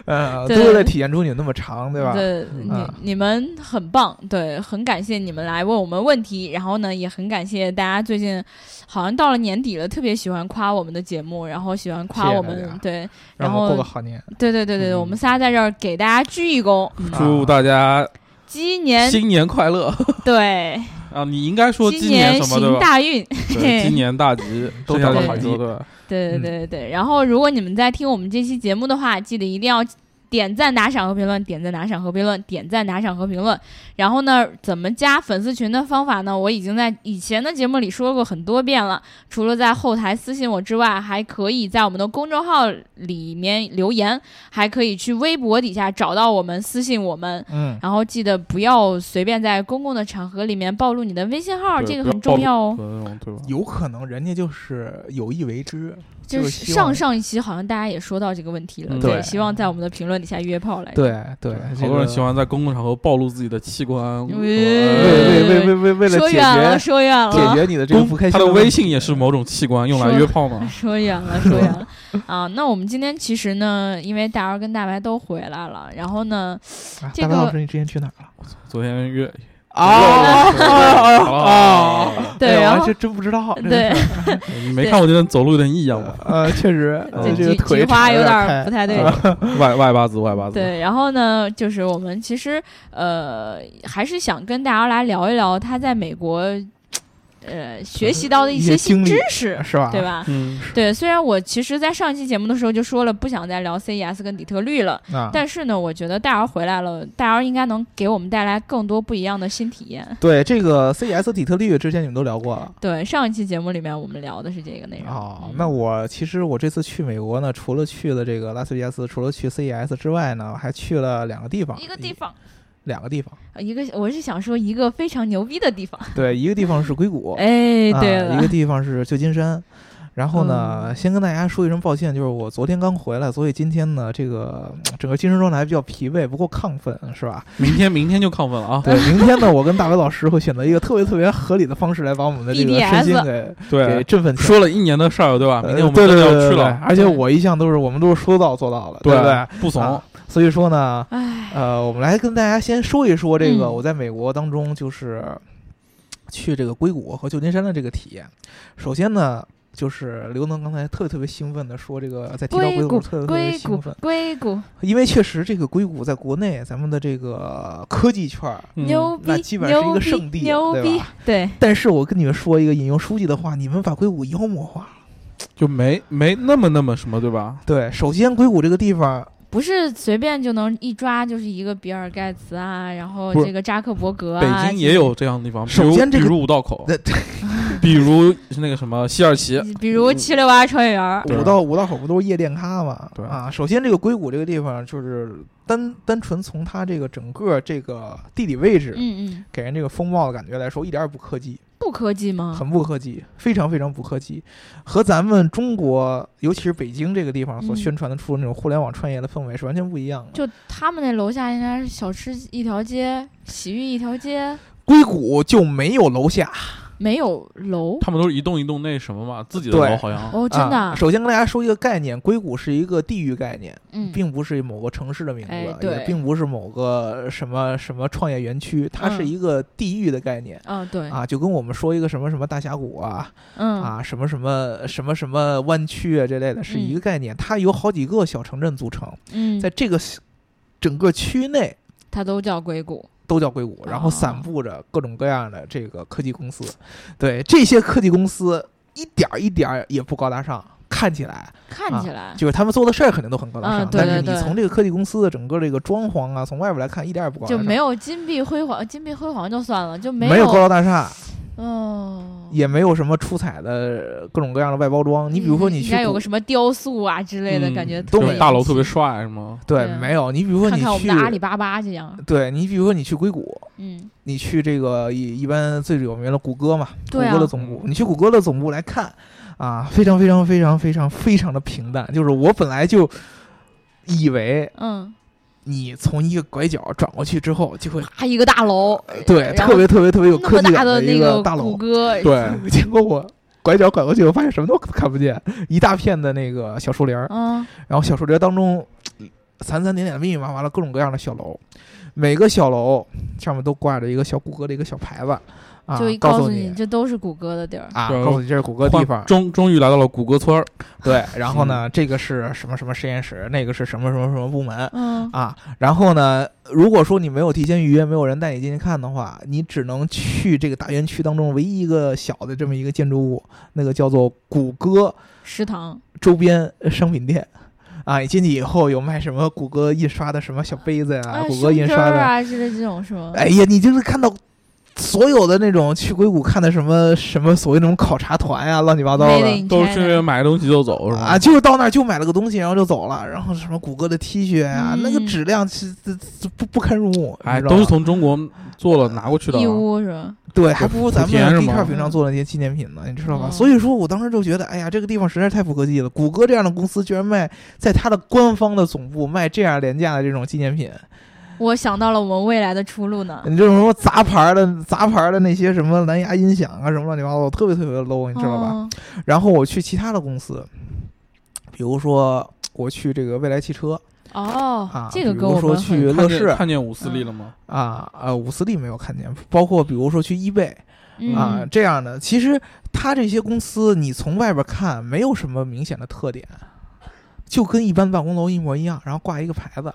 [SPEAKER 2] 呃，
[SPEAKER 1] 对
[SPEAKER 2] 都为了体现出你那么长，对吧？
[SPEAKER 1] 对，
[SPEAKER 2] 嗯
[SPEAKER 1] 你你们很棒，对，很感谢你们来问我们问题，然后呢，也很感谢大家最近好像到了年底了，特别喜欢夸我们的节目，然后喜欢夸
[SPEAKER 2] 谢谢
[SPEAKER 1] 我们
[SPEAKER 2] 大家，
[SPEAKER 1] 对，
[SPEAKER 2] 让
[SPEAKER 1] 然
[SPEAKER 2] 我
[SPEAKER 1] 后
[SPEAKER 2] 过个好年，
[SPEAKER 1] 对对对对对，
[SPEAKER 3] 嗯
[SPEAKER 1] 我们仨在这儿给大家鞠一躬，嗯
[SPEAKER 3] 祝大家
[SPEAKER 1] 鸡年
[SPEAKER 3] 新年快乐
[SPEAKER 1] 对，
[SPEAKER 3] 啊！你应该说
[SPEAKER 1] 鸡
[SPEAKER 3] 年什么对
[SPEAKER 1] 行
[SPEAKER 3] 吧？
[SPEAKER 1] 大运，
[SPEAKER 3] 对，今年大吉，
[SPEAKER 2] 都
[SPEAKER 3] 生下
[SPEAKER 2] 找
[SPEAKER 3] 的
[SPEAKER 1] 到
[SPEAKER 3] 好
[SPEAKER 2] 机
[SPEAKER 3] 车对。
[SPEAKER 1] 对对对
[SPEAKER 3] 嗯
[SPEAKER 1] 对对。然后，如果你们在听我们这期节目的话，记得一定要点赞、打赏和评论，点赞、打赏和评论，点赞、打赏和评论。然后呢，怎么加粉丝群的方法呢？我已经在以前的节目里说过很多遍了。除了在后台私信我之外，还可以在我们的公众号里面留言，还可以去微博底下找到我们，私信我们。
[SPEAKER 2] 嗯，
[SPEAKER 1] 然后记得不要随便在公共的场合里面暴露你的微信号，
[SPEAKER 3] 对
[SPEAKER 1] 这个
[SPEAKER 3] 不要
[SPEAKER 1] 很
[SPEAKER 3] 暴
[SPEAKER 1] 重
[SPEAKER 3] 露
[SPEAKER 1] 要哦。
[SPEAKER 3] 嗯对吧？
[SPEAKER 2] 有可能人家就是有意为之，
[SPEAKER 1] 就
[SPEAKER 2] 就是希望
[SPEAKER 1] 上上一期好像大家也说到这个问题了，
[SPEAKER 3] 嗯
[SPEAKER 2] 对
[SPEAKER 1] 希望在我们的评论底下约炮来。，
[SPEAKER 2] 对对，
[SPEAKER 3] 好多人喜
[SPEAKER 2] 欢。
[SPEAKER 3] 欢在公共场合暴露自己的器官，
[SPEAKER 1] 喂
[SPEAKER 2] 为为为为为为了
[SPEAKER 1] 说
[SPEAKER 2] 解
[SPEAKER 1] 远了，
[SPEAKER 2] 决
[SPEAKER 1] 说远
[SPEAKER 2] 解
[SPEAKER 1] 了，
[SPEAKER 2] 决你嗯的这个
[SPEAKER 3] 公
[SPEAKER 2] 不开心，
[SPEAKER 3] 他的微信也是某种器官用来约 炮嘛。
[SPEAKER 1] 说远了，说远了啊！那我们今天其实呢，因为大姚跟大白都回来了，然后呢，
[SPEAKER 2] 啊
[SPEAKER 1] 这
[SPEAKER 2] 大白
[SPEAKER 1] 个
[SPEAKER 2] 老师，你之前去哪儿了？
[SPEAKER 3] 昨天约
[SPEAKER 2] 啊啊！
[SPEAKER 1] 对
[SPEAKER 2] 哎
[SPEAKER 1] 然
[SPEAKER 2] 我还
[SPEAKER 1] 后
[SPEAKER 2] 真真不知道。这个
[SPEAKER 1] 对
[SPEAKER 2] 事儿
[SPEAKER 3] 你 没看我今天走路有点异样吗？
[SPEAKER 2] 呃，确 实，
[SPEAKER 1] 这
[SPEAKER 2] 呃这个
[SPEAKER 1] 菊
[SPEAKER 2] 腿
[SPEAKER 1] 菊花
[SPEAKER 2] 长
[SPEAKER 1] 有
[SPEAKER 2] 点
[SPEAKER 1] 点
[SPEAKER 2] 儿
[SPEAKER 1] 儿
[SPEAKER 2] 开嗯
[SPEAKER 1] 不太对
[SPEAKER 3] 啊外外八字，外八字。
[SPEAKER 1] 对，然后呢，就是我们其实呃，还是想跟大家来聊一聊他在美国呃学习到的一
[SPEAKER 2] 一些
[SPEAKER 1] 些新
[SPEAKER 2] 经历
[SPEAKER 1] 知识，
[SPEAKER 2] 是吧？
[SPEAKER 1] 对？吧？
[SPEAKER 3] 嗯，
[SPEAKER 1] 对，虽然我其实，在上一期节目的时候就说了，不想再聊 CES 跟底特律了。
[SPEAKER 2] 啊，
[SPEAKER 1] 但是呢，我觉得大姚回来了，大姚应该能给我们带来更多不一样的新体验。
[SPEAKER 2] 对这 个 CES 底特律之前你们都聊过了。
[SPEAKER 1] 对，上一期节目里面我们聊的是这个内容。
[SPEAKER 2] 哦
[SPEAKER 1] 嗯，
[SPEAKER 2] 那我其实我这次去美国呢，除了去了这个拉斯维加斯，除了去 CES 之外呢，我还去了两个地方，
[SPEAKER 1] 一个地
[SPEAKER 2] 嗯
[SPEAKER 1] 方，
[SPEAKER 2] 两个 地方，
[SPEAKER 1] 呃一个我是想说一个非常牛逼的地方。
[SPEAKER 2] 对，一个地方是硅谷，
[SPEAKER 1] 哎，对
[SPEAKER 2] 啊，
[SPEAKER 1] 了，嗯
[SPEAKER 2] 一个地方是旧金山。然后呢，先跟大家说一声抱歉，就是我昨天刚回来，所以今天呢，这个嗯整个精神状态比较疲惫，不够亢奋，是吧？
[SPEAKER 3] 明天明天就亢奋了啊！
[SPEAKER 2] 对，明天呢，我跟大伟老师会选择一个特别特别合理的方式来把我们的这个
[SPEAKER 1] BTS
[SPEAKER 2] 身心给给
[SPEAKER 3] 对，
[SPEAKER 2] 振奋起来。
[SPEAKER 3] 说了一年的事儿，对吧？
[SPEAKER 2] 呃
[SPEAKER 3] 明天我们
[SPEAKER 2] 对
[SPEAKER 3] 真
[SPEAKER 2] 对
[SPEAKER 3] 的要
[SPEAKER 2] 对
[SPEAKER 3] 去
[SPEAKER 2] 对对
[SPEAKER 3] 了，
[SPEAKER 2] 而且我一向都是我们都是说到做到的，对不对？
[SPEAKER 3] 不怂
[SPEAKER 2] 啊，所以说呢，
[SPEAKER 1] 哎，
[SPEAKER 2] 呃，我们来跟大家先说一说这个
[SPEAKER 1] 嗯
[SPEAKER 2] 我在美国当中就是去这个硅谷和旧金山的这个体验。首先呢，就是刘能刚才特别特别兴奋的说，这个在提到
[SPEAKER 1] 硅
[SPEAKER 2] 硅
[SPEAKER 1] 谷，
[SPEAKER 2] 谷特别特别
[SPEAKER 1] 硅
[SPEAKER 2] 兴
[SPEAKER 1] 谷
[SPEAKER 2] 奋，，
[SPEAKER 1] 硅谷，
[SPEAKER 2] 因为确实这个硅谷在国内咱们的这个科技圈儿，
[SPEAKER 3] 嗯
[SPEAKER 1] 牛
[SPEAKER 2] 那
[SPEAKER 1] 逼，
[SPEAKER 2] 基本上是一
[SPEAKER 1] 牛
[SPEAKER 2] 个
[SPEAKER 1] 逼
[SPEAKER 2] 圣地
[SPEAKER 1] 牛
[SPEAKER 2] 对
[SPEAKER 1] 逼
[SPEAKER 2] 吧，
[SPEAKER 1] 对，
[SPEAKER 2] 但是我跟你们说一个引用书记的话，你们把硅谷妖魔化了。
[SPEAKER 3] 就没没那么那么什么，对吧？
[SPEAKER 2] 对，首先硅谷这个地方
[SPEAKER 1] 不是随便就能一抓就是一个比尔盖茨啊，然后
[SPEAKER 3] 不是
[SPEAKER 1] 这个扎克伯格
[SPEAKER 3] 北
[SPEAKER 1] 啊，
[SPEAKER 3] 京也有这样的地方，比
[SPEAKER 2] 首
[SPEAKER 3] 如
[SPEAKER 2] 先这个
[SPEAKER 3] 比如五道口
[SPEAKER 2] 那，
[SPEAKER 3] 比如是那个什么西 二
[SPEAKER 2] 呃
[SPEAKER 3] 旗，
[SPEAKER 1] 比
[SPEAKER 2] 嗯
[SPEAKER 1] 如七六八川园，
[SPEAKER 3] 对
[SPEAKER 2] 五道五道口不都是夜店咖嘛？
[SPEAKER 3] 对
[SPEAKER 2] 啊，首先这个硅谷这个地方，就是单单纯从它这个整个这个地理位置
[SPEAKER 1] 嗯嗯，
[SPEAKER 2] 给人这个风貌的感觉来说，一点儿也不科技，
[SPEAKER 1] 不科技吗？
[SPEAKER 2] 很不科技，非常非常不科技，和咱们中国，尤其是北京这个地方所
[SPEAKER 1] 嗯
[SPEAKER 2] 宣传的出的那种互联网创业的氛围是完全不一样的。
[SPEAKER 1] 就他们那楼下应该是小吃一条街，洗浴一条街，
[SPEAKER 2] 硅谷就没有楼下，
[SPEAKER 1] 没有楼
[SPEAKER 3] 他们都是一栋一栋那什么嘛，自己的
[SPEAKER 2] 对
[SPEAKER 3] 楼好像。
[SPEAKER 1] 哦，真的啊，
[SPEAKER 2] 啊首先跟大家说一个概念，硅谷是一个地域概念，
[SPEAKER 1] 嗯，
[SPEAKER 2] 并不是某个城市的名字，
[SPEAKER 1] 哎
[SPEAKER 2] 也
[SPEAKER 1] 对
[SPEAKER 2] 并不是某个什么什么创业园区，它是
[SPEAKER 1] 嗯
[SPEAKER 2] 一个地域的概念。
[SPEAKER 1] 啊对，
[SPEAKER 2] 啊，就跟我们说一个什么什么大峡谷啊，
[SPEAKER 1] 嗯，
[SPEAKER 2] 啊，什么什么什么什么湾区啊之类的，是一个概念。它由好几个小城镇组成，
[SPEAKER 1] 嗯，
[SPEAKER 2] 在这个整个区内
[SPEAKER 1] 它都叫硅谷，
[SPEAKER 2] 都叫硅谷，然后散
[SPEAKER 1] 哦
[SPEAKER 2] 布着各种各样的这个科技公司。对这些科技公司，一点儿一点儿也不高大上，看起来
[SPEAKER 1] 看起来
[SPEAKER 2] 就是他们做的事儿肯定都很高大
[SPEAKER 1] 嗯
[SPEAKER 2] 上，
[SPEAKER 1] 对
[SPEAKER 2] 但
[SPEAKER 1] 对
[SPEAKER 2] 是你
[SPEAKER 1] 对
[SPEAKER 2] 从这个科技公司的整个这个装潢啊，从外边来看一点儿也不高大
[SPEAKER 1] 就
[SPEAKER 2] 上，
[SPEAKER 1] 没有金碧辉煌，金碧辉煌就算了，就没
[SPEAKER 2] 没有高大上，
[SPEAKER 1] 哦，
[SPEAKER 2] 也没有什么出彩的各种各样的外包装。你比如说
[SPEAKER 1] 嗯
[SPEAKER 2] 你
[SPEAKER 1] 应
[SPEAKER 2] 去
[SPEAKER 1] 该有
[SPEAKER 2] 古
[SPEAKER 1] 个什么雕塑啊之类的
[SPEAKER 3] 嗯
[SPEAKER 1] 感觉特
[SPEAKER 2] 东
[SPEAKER 1] 别有
[SPEAKER 2] 北
[SPEAKER 3] 就
[SPEAKER 1] 意思，
[SPEAKER 3] 大楼特别帅是吗？
[SPEAKER 2] 对
[SPEAKER 1] 对，
[SPEAKER 2] 没有。你比如说
[SPEAKER 1] 看
[SPEAKER 2] 你
[SPEAKER 1] 看我们
[SPEAKER 2] 去
[SPEAKER 1] 的，阿里巴巴这样，
[SPEAKER 2] 对你比如说你去硅谷，
[SPEAKER 1] 嗯，
[SPEAKER 2] 你去这个一一般最有名的谷歌嘛，谷
[SPEAKER 1] 对啊
[SPEAKER 2] 歌的总部，你去谷歌的总部来看，啊，非常非常非常非常非常的平淡。就是我本来就以为
[SPEAKER 1] 嗯，
[SPEAKER 2] 你从一个拐角转过去之后就会。
[SPEAKER 1] 啊，一个大楼，
[SPEAKER 2] 对，
[SPEAKER 1] 然
[SPEAKER 2] 特
[SPEAKER 1] 后
[SPEAKER 2] 别特别特别有
[SPEAKER 1] 那
[SPEAKER 2] 科
[SPEAKER 1] 么
[SPEAKER 2] 技
[SPEAKER 1] 大
[SPEAKER 2] 感一
[SPEAKER 1] 那
[SPEAKER 2] 个
[SPEAKER 1] 个
[SPEAKER 2] 大
[SPEAKER 1] 谷
[SPEAKER 2] 楼，
[SPEAKER 1] 歌，
[SPEAKER 2] 对， 结果我拐角拐过去，我发现什么都看不见， 一大片的那个小树林儿，
[SPEAKER 1] 嗯，
[SPEAKER 2] 然后小树林儿当中散散点点、密密麻麻的各种各样的小楼，每个小楼上面都挂着一个小谷歌的一个小牌子，啊
[SPEAKER 1] 就一，
[SPEAKER 2] 告
[SPEAKER 1] 诉
[SPEAKER 2] 你
[SPEAKER 1] 这都是谷歌的地儿，
[SPEAKER 2] 啊，
[SPEAKER 3] 对
[SPEAKER 2] 告诉你这是谷歌地方，
[SPEAKER 3] 终终于来到了谷歌村儿，
[SPEAKER 2] 对，然后呢，这个是什么什么实验室，那个是什么什么什么部门。
[SPEAKER 1] 嗯，
[SPEAKER 2] 啊，然后呢？如果说你没有提前预约，没有人带你进去看的话，你只能去这个大园区当中唯一一个小的这么一个建筑物，那个叫做谷歌
[SPEAKER 1] 食堂，
[SPEAKER 2] 周边商品店啊。你进去以后有卖什么谷歌印刷的什么小杯子呀、
[SPEAKER 1] 哎
[SPEAKER 2] 谷歌印
[SPEAKER 1] 胸针
[SPEAKER 2] 刷
[SPEAKER 1] 儿
[SPEAKER 2] 的，
[SPEAKER 1] 啊之类这种是吗？
[SPEAKER 2] 哎呀，你就是看到所有的那种去硅谷看的什么什么所谓那种考察团呀、乱七八糟
[SPEAKER 1] Made
[SPEAKER 2] 的。
[SPEAKER 1] in
[SPEAKER 3] 都是
[SPEAKER 1] China
[SPEAKER 3] 顺便买个东西就走是
[SPEAKER 2] 啊，
[SPEAKER 3] 吗？
[SPEAKER 2] 就是到那儿就买了个东西，然后就走了，然后什么谷歌的 T 恤啊，那个
[SPEAKER 1] 嗯
[SPEAKER 2] 质量是这这不不堪入目，
[SPEAKER 3] 哎，
[SPEAKER 2] 你知道吗
[SPEAKER 3] 都是从中国做了拿过去的啊
[SPEAKER 1] 义。乌是吧？
[SPEAKER 2] 对，还不如咱
[SPEAKER 3] 莆田
[SPEAKER 2] 们
[SPEAKER 3] 是
[SPEAKER 2] D
[SPEAKER 3] 吗
[SPEAKER 2] 块平常做的那些纪念品呢，你知道吧？
[SPEAKER 1] 哦
[SPEAKER 2] 所以说我当时就觉得，哎呀，这个地方实在是太不科技了。谷歌这样的公司居然卖在它的官方的总部卖这样廉价的这种纪念品，
[SPEAKER 1] 我想到了我们未来的出路呢。
[SPEAKER 2] 你这种什么杂牌儿的杂牌儿的那些什么蓝牙音响啊，什么乱七八糟，特别特别的 low，你知嗯道吧？
[SPEAKER 1] 哦？
[SPEAKER 2] 然后我去其他的公司，比如说我去这个未来汽车
[SPEAKER 1] 哦
[SPEAKER 2] 啊，，
[SPEAKER 1] 这个
[SPEAKER 2] 比
[SPEAKER 1] 跟
[SPEAKER 2] 如
[SPEAKER 1] 我
[SPEAKER 2] 说
[SPEAKER 1] 们很
[SPEAKER 2] 去乐
[SPEAKER 3] 看见
[SPEAKER 2] 视
[SPEAKER 3] 看见五四力了吗？
[SPEAKER 2] 啊，呃，五四力没有看见，包括比如说去 eBay 啊、
[SPEAKER 1] 嗯
[SPEAKER 2] 这样的，其实它这些公司你从外边看没有什么明显的特点，就跟一般办公楼一模一样，然后挂一个牌子。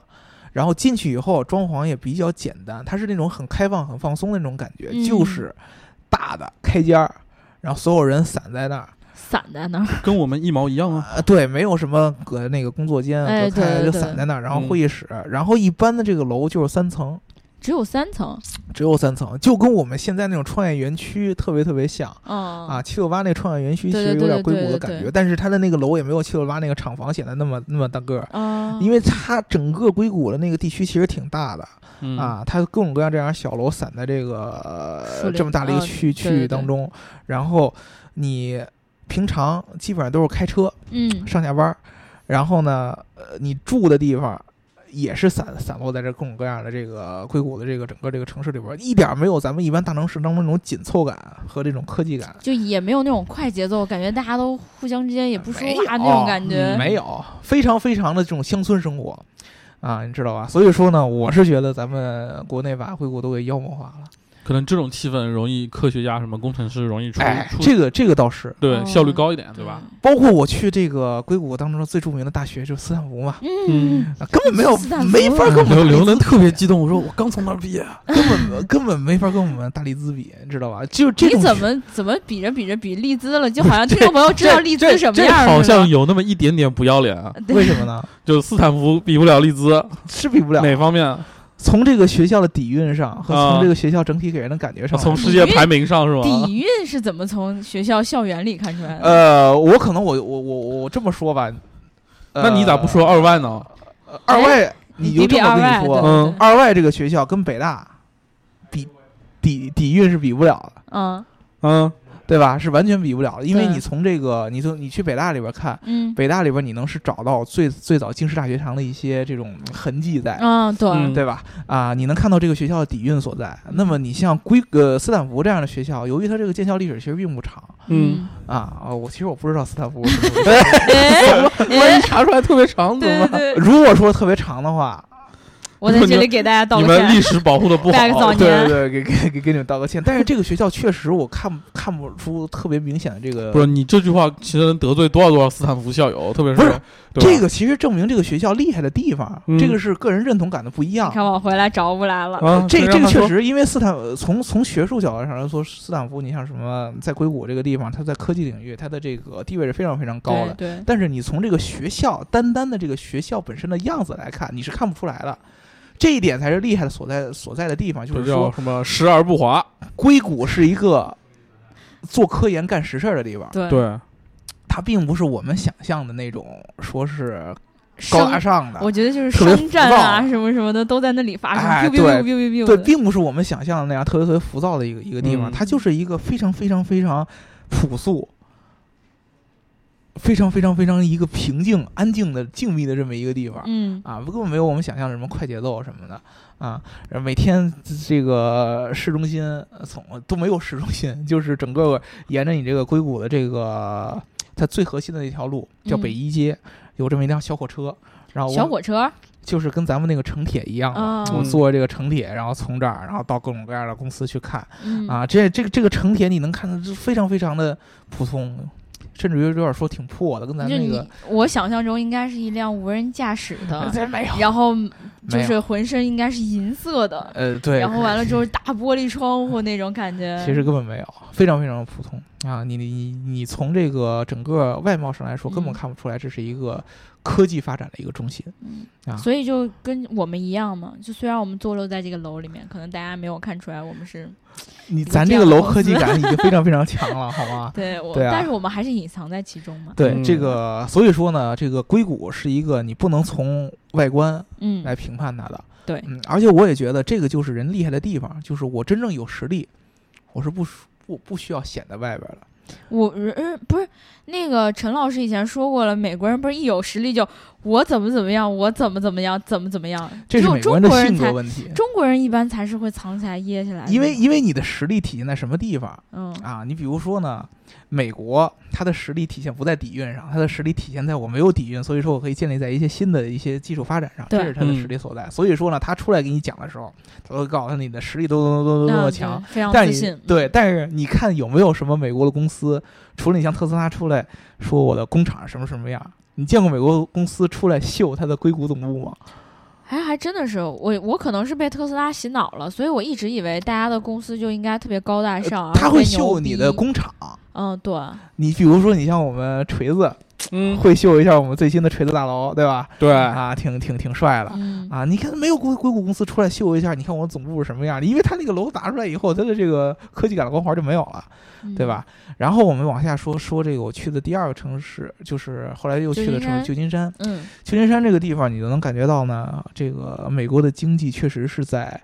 [SPEAKER 2] 然后进去以后，装潢也比较简单，它是那种很开放、很放松的那种感觉，
[SPEAKER 1] 嗯
[SPEAKER 2] 就是大的开间儿，然后所有人散在那儿，
[SPEAKER 1] 散在那儿，
[SPEAKER 3] 跟我们一毛一样啊。
[SPEAKER 2] 啊，对，没有什么隔那个工作间啊
[SPEAKER 1] 哎
[SPEAKER 2] 隔开
[SPEAKER 1] 对
[SPEAKER 2] 就
[SPEAKER 1] 对
[SPEAKER 2] 散在那儿，然后
[SPEAKER 3] 嗯
[SPEAKER 2] 会议室，然后一般的这个楼就是三层，
[SPEAKER 1] 只有三层。
[SPEAKER 2] 只有三层，就跟我们现在那种创业园区特别特别像。
[SPEAKER 1] 嗯
[SPEAKER 2] 啊，，七六八那个创业园区其
[SPEAKER 1] 对对
[SPEAKER 2] 实有
[SPEAKER 1] 对对
[SPEAKER 2] 点硅
[SPEAKER 1] 对
[SPEAKER 2] 谷的
[SPEAKER 1] 对
[SPEAKER 2] 感
[SPEAKER 1] 对
[SPEAKER 2] 觉，但是它的那个楼也没有七六八那个厂房显得那么那么大个儿，
[SPEAKER 1] 啊，
[SPEAKER 2] 因为它整个硅谷的那个地区其实挺大的
[SPEAKER 3] 嗯，
[SPEAKER 2] 啊，它各种各样这样小楼散在这个
[SPEAKER 1] 树
[SPEAKER 2] 呃
[SPEAKER 1] 林
[SPEAKER 2] 这么大的一个
[SPEAKER 1] 嗯对
[SPEAKER 2] 区区
[SPEAKER 1] 对
[SPEAKER 2] 域
[SPEAKER 1] 对
[SPEAKER 2] 当中，然后你平常基本上都是开车，
[SPEAKER 1] 嗯
[SPEAKER 2] 上下班儿，然后呢，呃，你住的地方也是散散落在这各种各样的这个硅谷的这个整个这个城市里边儿，一点儿没有咱们一般大城市当中那种紧凑感和这种科技感，
[SPEAKER 1] 就也没有那种快节奏，感觉大家都互相之间也不说
[SPEAKER 2] 没
[SPEAKER 1] 话
[SPEAKER 2] 有
[SPEAKER 1] 那种感觉
[SPEAKER 3] 嗯。
[SPEAKER 2] 没有，非常非常的这种乡村生活。啊，你知道吧？所以说呢，我是觉得咱们国内把硅谷都给妖魔化了。
[SPEAKER 3] 可能这种气氛容易科学家什么工程师容易出
[SPEAKER 2] 哎，
[SPEAKER 3] 出
[SPEAKER 2] 这个这个倒是，
[SPEAKER 3] 对
[SPEAKER 1] 哦
[SPEAKER 3] 效率高一点，对吧？？
[SPEAKER 2] 包括我去这个硅谷当中最著名的大学就是斯坦福嘛，
[SPEAKER 1] 嗯，
[SPEAKER 2] 啊根本没有
[SPEAKER 1] 斯坦福
[SPEAKER 2] 没法跟我
[SPEAKER 3] 刘
[SPEAKER 2] 们
[SPEAKER 3] 刘能特别激动，我说我刚从那儿毕业，
[SPEAKER 2] 根本根本没法跟我们大力兹比，你知道吧？就这
[SPEAKER 1] 你
[SPEAKER 2] 种
[SPEAKER 1] 怎么怎么比着比着比利兹 了？就好像听众朋友知道利兹什么
[SPEAKER 3] 这
[SPEAKER 1] 样
[SPEAKER 3] 好
[SPEAKER 1] 儿似的，
[SPEAKER 3] 像有那么一点点不要脸啊，
[SPEAKER 1] 对
[SPEAKER 2] 为什么呢？
[SPEAKER 3] 就斯坦福比不了利兹，
[SPEAKER 2] 是比不了。
[SPEAKER 3] 哪方面？
[SPEAKER 2] 从这个学校的底蕴上和
[SPEAKER 3] 啊
[SPEAKER 2] 从这个学校整体给人的感觉上来
[SPEAKER 1] 嗯
[SPEAKER 2] 说，
[SPEAKER 3] 从世界排名上是吧？
[SPEAKER 1] 底蕴是怎么从学校校园里看出来的？
[SPEAKER 2] 啊呃，我可能我我我我这么说吧，呃
[SPEAKER 3] 那你咋不说二外呢？
[SPEAKER 2] 呃二外？你就
[SPEAKER 1] 比比
[SPEAKER 2] 这
[SPEAKER 1] 二
[SPEAKER 2] 么跟
[SPEAKER 1] 外，
[SPEAKER 2] 你
[SPEAKER 1] 对
[SPEAKER 2] 说，
[SPEAKER 1] 对对
[SPEAKER 2] 二外这个学校跟北大比底底蕴是比不了的，
[SPEAKER 1] 嗯
[SPEAKER 3] 嗯，
[SPEAKER 2] 对吧？是完全比不了的，因为
[SPEAKER 1] 对
[SPEAKER 2] 你从这个，你从你去北大里边看，
[SPEAKER 1] 嗯
[SPEAKER 2] 北大里边你能是找到最最早京师大学堂的一些这种痕迹在，
[SPEAKER 1] 嗯，对，
[SPEAKER 3] 嗯
[SPEAKER 2] 对吧？啊，你能看到这个学校的底蕴所在。那么你像硅呃斯坦福这样的学校，由于它这个建校历史其实并不长
[SPEAKER 3] 嗯，
[SPEAKER 2] 啊，啊我其实我不知道斯坦福是什么回事
[SPEAKER 1] 哎
[SPEAKER 3] 万一查出来特别长怎
[SPEAKER 1] 对
[SPEAKER 3] 么
[SPEAKER 1] 对
[SPEAKER 3] 办？
[SPEAKER 1] 对，
[SPEAKER 2] 如果说特别长的话，
[SPEAKER 1] 我在这里给大家道
[SPEAKER 3] 你
[SPEAKER 1] 个
[SPEAKER 3] 们历
[SPEAKER 1] 歉。
[SPEAKER 3] 史保护的不
[SPEAKER 1] 拜个早，
[SPEAKER 3] 好
[SPEAKER 2] 对对对，给给给给你们道个歉。但是这个学校确实我看看不出特别明显的这个，
[SPEAKER 3] 不是你这句话其实能得罪多少多少斯坦福校友，特别
[SPEAKER 2] 不是
[SPEAKER 3] 对吧
[SPEAKER 2] 这个，其实证明这个学校厉害的地方，
[SPEAKER 3] 嗯
[SPEAKER 2] 这个是个人认同感的不一样
[SPEAKER 1] 你。看我回来找不来了，
[SPEAKER 3] 啊，
[SPEAKER 2] 这这
[SPEAKER 3] 能让
[SPEAKER 2] 个
[SPEAKER 3] 他
[SPEAKER 2] 确
[SPEAKER 3] 说
[SPEAKER 2] 实，因为斯坦呃从从学术角度上来说，斯坦福，你像什么在硅谷这个地方，它在科技领域它的这个地位是非常非常高的。
[SPEAKER 1] 对，对
[SPEAKER 2] 但是你从这个学校单单的这个学校本身的样子来看，你是看不出来的。这一点才是厉害的所在所在的地方，就
[SPEAKER 3] 这
[SPEAKER 2] 是
[SPEAKER 3] 叫
[SPEAKER 2] 说
[SPEAKER 3] 什么时而不华，
[SPEAKER 2] 硅谷是一个做科研干实事儿的地方，
[SPEAKER 1] 对
[SPEAKER 3] 对，
[SPEAKER 2] 它并不是我们想象的那种说是
[SPEAKER 1] 生
[SPEAKER 2] 高大上的，
[SPEAKER 1] 我觉得就是
[SPEAKER 2] 特别浮
[SPEAKER 1] 商战啊
[SPEAKER 2] 躁
[SPEAKER 1] 什么什么的都在那里发
[SPEAKER 2] 哎
[SPEAKER 1] 生，
[SPEAKER 2] 对
[SPEAKER 1] biu biu biu biu biu
[SPEAKER 2] 对，
[SPEAKER 1] 的
[SPEAKER 2] 并不是我们想象的那样特别特别浮躁的一个一个地方，
[SPEAKER 3] 嗯
[SPEAKER 2] 它就是一个非常非常非常朴素。非常非常非常一个平静、安静的、静谧的这么一个地方，
[SPEAKER 1] 嗯
[SPEAKER 2] 啊，根本没有我们想象的什么快节奏什么的啊。然后每天这个市中心呃从都没有市中心，就是整个沿着你这个硅谷的这个它最核心的那条路叫北
[SPEAKER 1] 嗯
[SPEAKER 2] 一街，有这么一辆小火车，然啊后我
[SPEAKER 1] 小火车，
[SPEAKER 2] 就是跟咱们那个城铁一样嘛。
[SPEAKER 1] 啊
[SPEAKER 2] 我
[SPEAKER 3] 嗯
[SPEAKER 2] 坐这个城铁，然后从这儿，然后到各种各样的公司去看
[SPEAKER 1] 嗯
[SPEAKER 2] 啊，这这个这个城铁你能看到，就非常非常的普通，甚至于有点说挺破的，跟咱
[SPEAKER 1] 就
[SPEAKER 2] 那
[SPEAKER 1] 你
[SPEAKER 2] 个
[SPEAKER 1] 我想象中应该是一辆无人驾驶 的，
[SPEAKER 2] 咱没有，
[SPEAKER 1] 呃然后就
[SPEAKER 2] 没有
[SPEAKER 1] 是浑身应该是银色的，
[SPEAKER 2] 呃对，
[SPEAKER 1] 然后完了 之后大玻璃窗户那种感觉。
[SPEAKER 2] 其实根本没有，非常非常普通啊！你你你从这个整个外貌上来说，根本
[SPEAKER 1] 嗯
[SPEAKER 2] 看不出来这是一个科技发展的一个中心。啊
[SPEAKER 1] 所以就跟我们一样嘛，就虽然我们坐落在这个楼里面，可能大家没有看出来我们是
[SPEAKER 2] 你
[SPEAKER 1] 个
[SPEAKER 2] 咱
[SPEAKER 1] 这
[SPEAKER 2] 这
[SPEAKER 1] 样
[SPEAKER 2] 个
[SPEAKER 1] 的
[SPEAKER 2] 楼
[SPEAKER 1] 公
[SPEAKER 2] 科 技
[SPEAKER 1] 司
[SPEAKER 2] 感已经非常非常强了，好吗？
[SPEAKER 1] 对我，
[SPEAKER 2] 对啊
[SPEAKER 1] 但是我们还是隐藏在其中嘛。
[SPEAKER 2] 对、这
[SPEAKER 3] 嗯
[SPEAKER 2] 个，所以说呢，这个硅谷是一个你不能从外观
[SPEAKER 1] 嗯，
[SPEAKER 2] 来评判它的。
[SPEAKER 1] 对
[SPEAKER 2] 嗯，而且我也觉得这个就是人厉害的地方，就是我真正有实力，我是不需不不需要显在外边的。
[SPEAKER 1] 我嗯不是那个陈老师以前说过了，美国人不是一有实力就我怎么怎么样，我怎么怎么样，怎么怎么样，
[SPEAKER 2] 这
[SPEAKER 1] 只
[SPEAKER 2] 是
[SPEAKER 1] 有
[SPEAKER 2] 美
[SPEAKER 1] 中
[SPEAKER 2] 国人的
[SPEAKER 1] 国
[SPEAKER 2] 性
[SPEAKER 1] 人才
[SPEAKER 2] 格，问题，
[SPEAKER 1] 中国人一般才是会藏起来掖起来的，
[SPEAKER 2] 因为因为你的实力体现在什么地方？
[SPEAKER 1] 嗯
[SPEAKER 2] 啊，你比如说呢，美国它的实力体现不在底蕴上，它的实力体现在我没有底蕴，所以说我可以建立在一些新的一些技术发展上，这
[SPEAKER 1] 对
[SPEAKER 2] 是它的
[SPEAKER 3] 嗯
[SPEAKER 2] 实力所在。所以说呢，他出来给你讲的时候，他会告诉你的实力多多多多多
[SPEAKER 1] 那
[SPEAKER 2] 多
[SPEAKER 1] 对
[SPEAKER 2] 强。
[SPEAKER 1] 非常
[SPEAKER 2] 但
[SPEAKER 1] 自
[SPEAKER 2] 是
[SPEAKER 1] 信嗯
[SPEAKER 2] 你，对，但是你看有没有什么美国的公司，除了你像特斯拉出来说我的工厂是什么什么样，你见过美国公司出来秀它的硅谷总部吗？
[SPEAKER 1] 哎，还真的是我，我可能是被特斯拉洗脑了，所以我一直以为大家的公司就应该特别高大上，
[SPEAKER 2] 呃他
[SPEAKER 1] 然后
[SPEAKER 2] 会
[SPEAKER 1] 特啊别牛
[SPEAKER 2] 秀你的
[SPEAKER 1] 逼，
[SPEAKER 2] 工厂，
[SPEAKER 1] 嗯，对，
[SPEAKER 2] 你比如说你像我们锤子，
[SPEAKER 3] 嗯，
[SPEAKER 2] 会秀一下我们最新的锤子大楼，对吧？
[SPEAKER 3] 对，
[SPEAKER 2] 啊，挺挺挺帅的。
[SPEAKER 1] 嗯，
[SPEAKER 2] 啊，你看没有硅硅谷公司出来秀一下，你看我总部是什么样的？因为它那个楼打出来以后，它的这个科技感的光环就没有了，
[SPEAKER 1] 嗯
[SPEAKER 2] 对？吧？然后我们往下说说这个我去的第二个城市，就是后来又去的城市
[SPEAKER 1] 旧
[SPEAKER 2] 旧金山。
[SPEAKER 1] 嗯，
[SPEAKER 2] 旧金山这个地方，你就能感觉到呢，这个美国的经济确实是在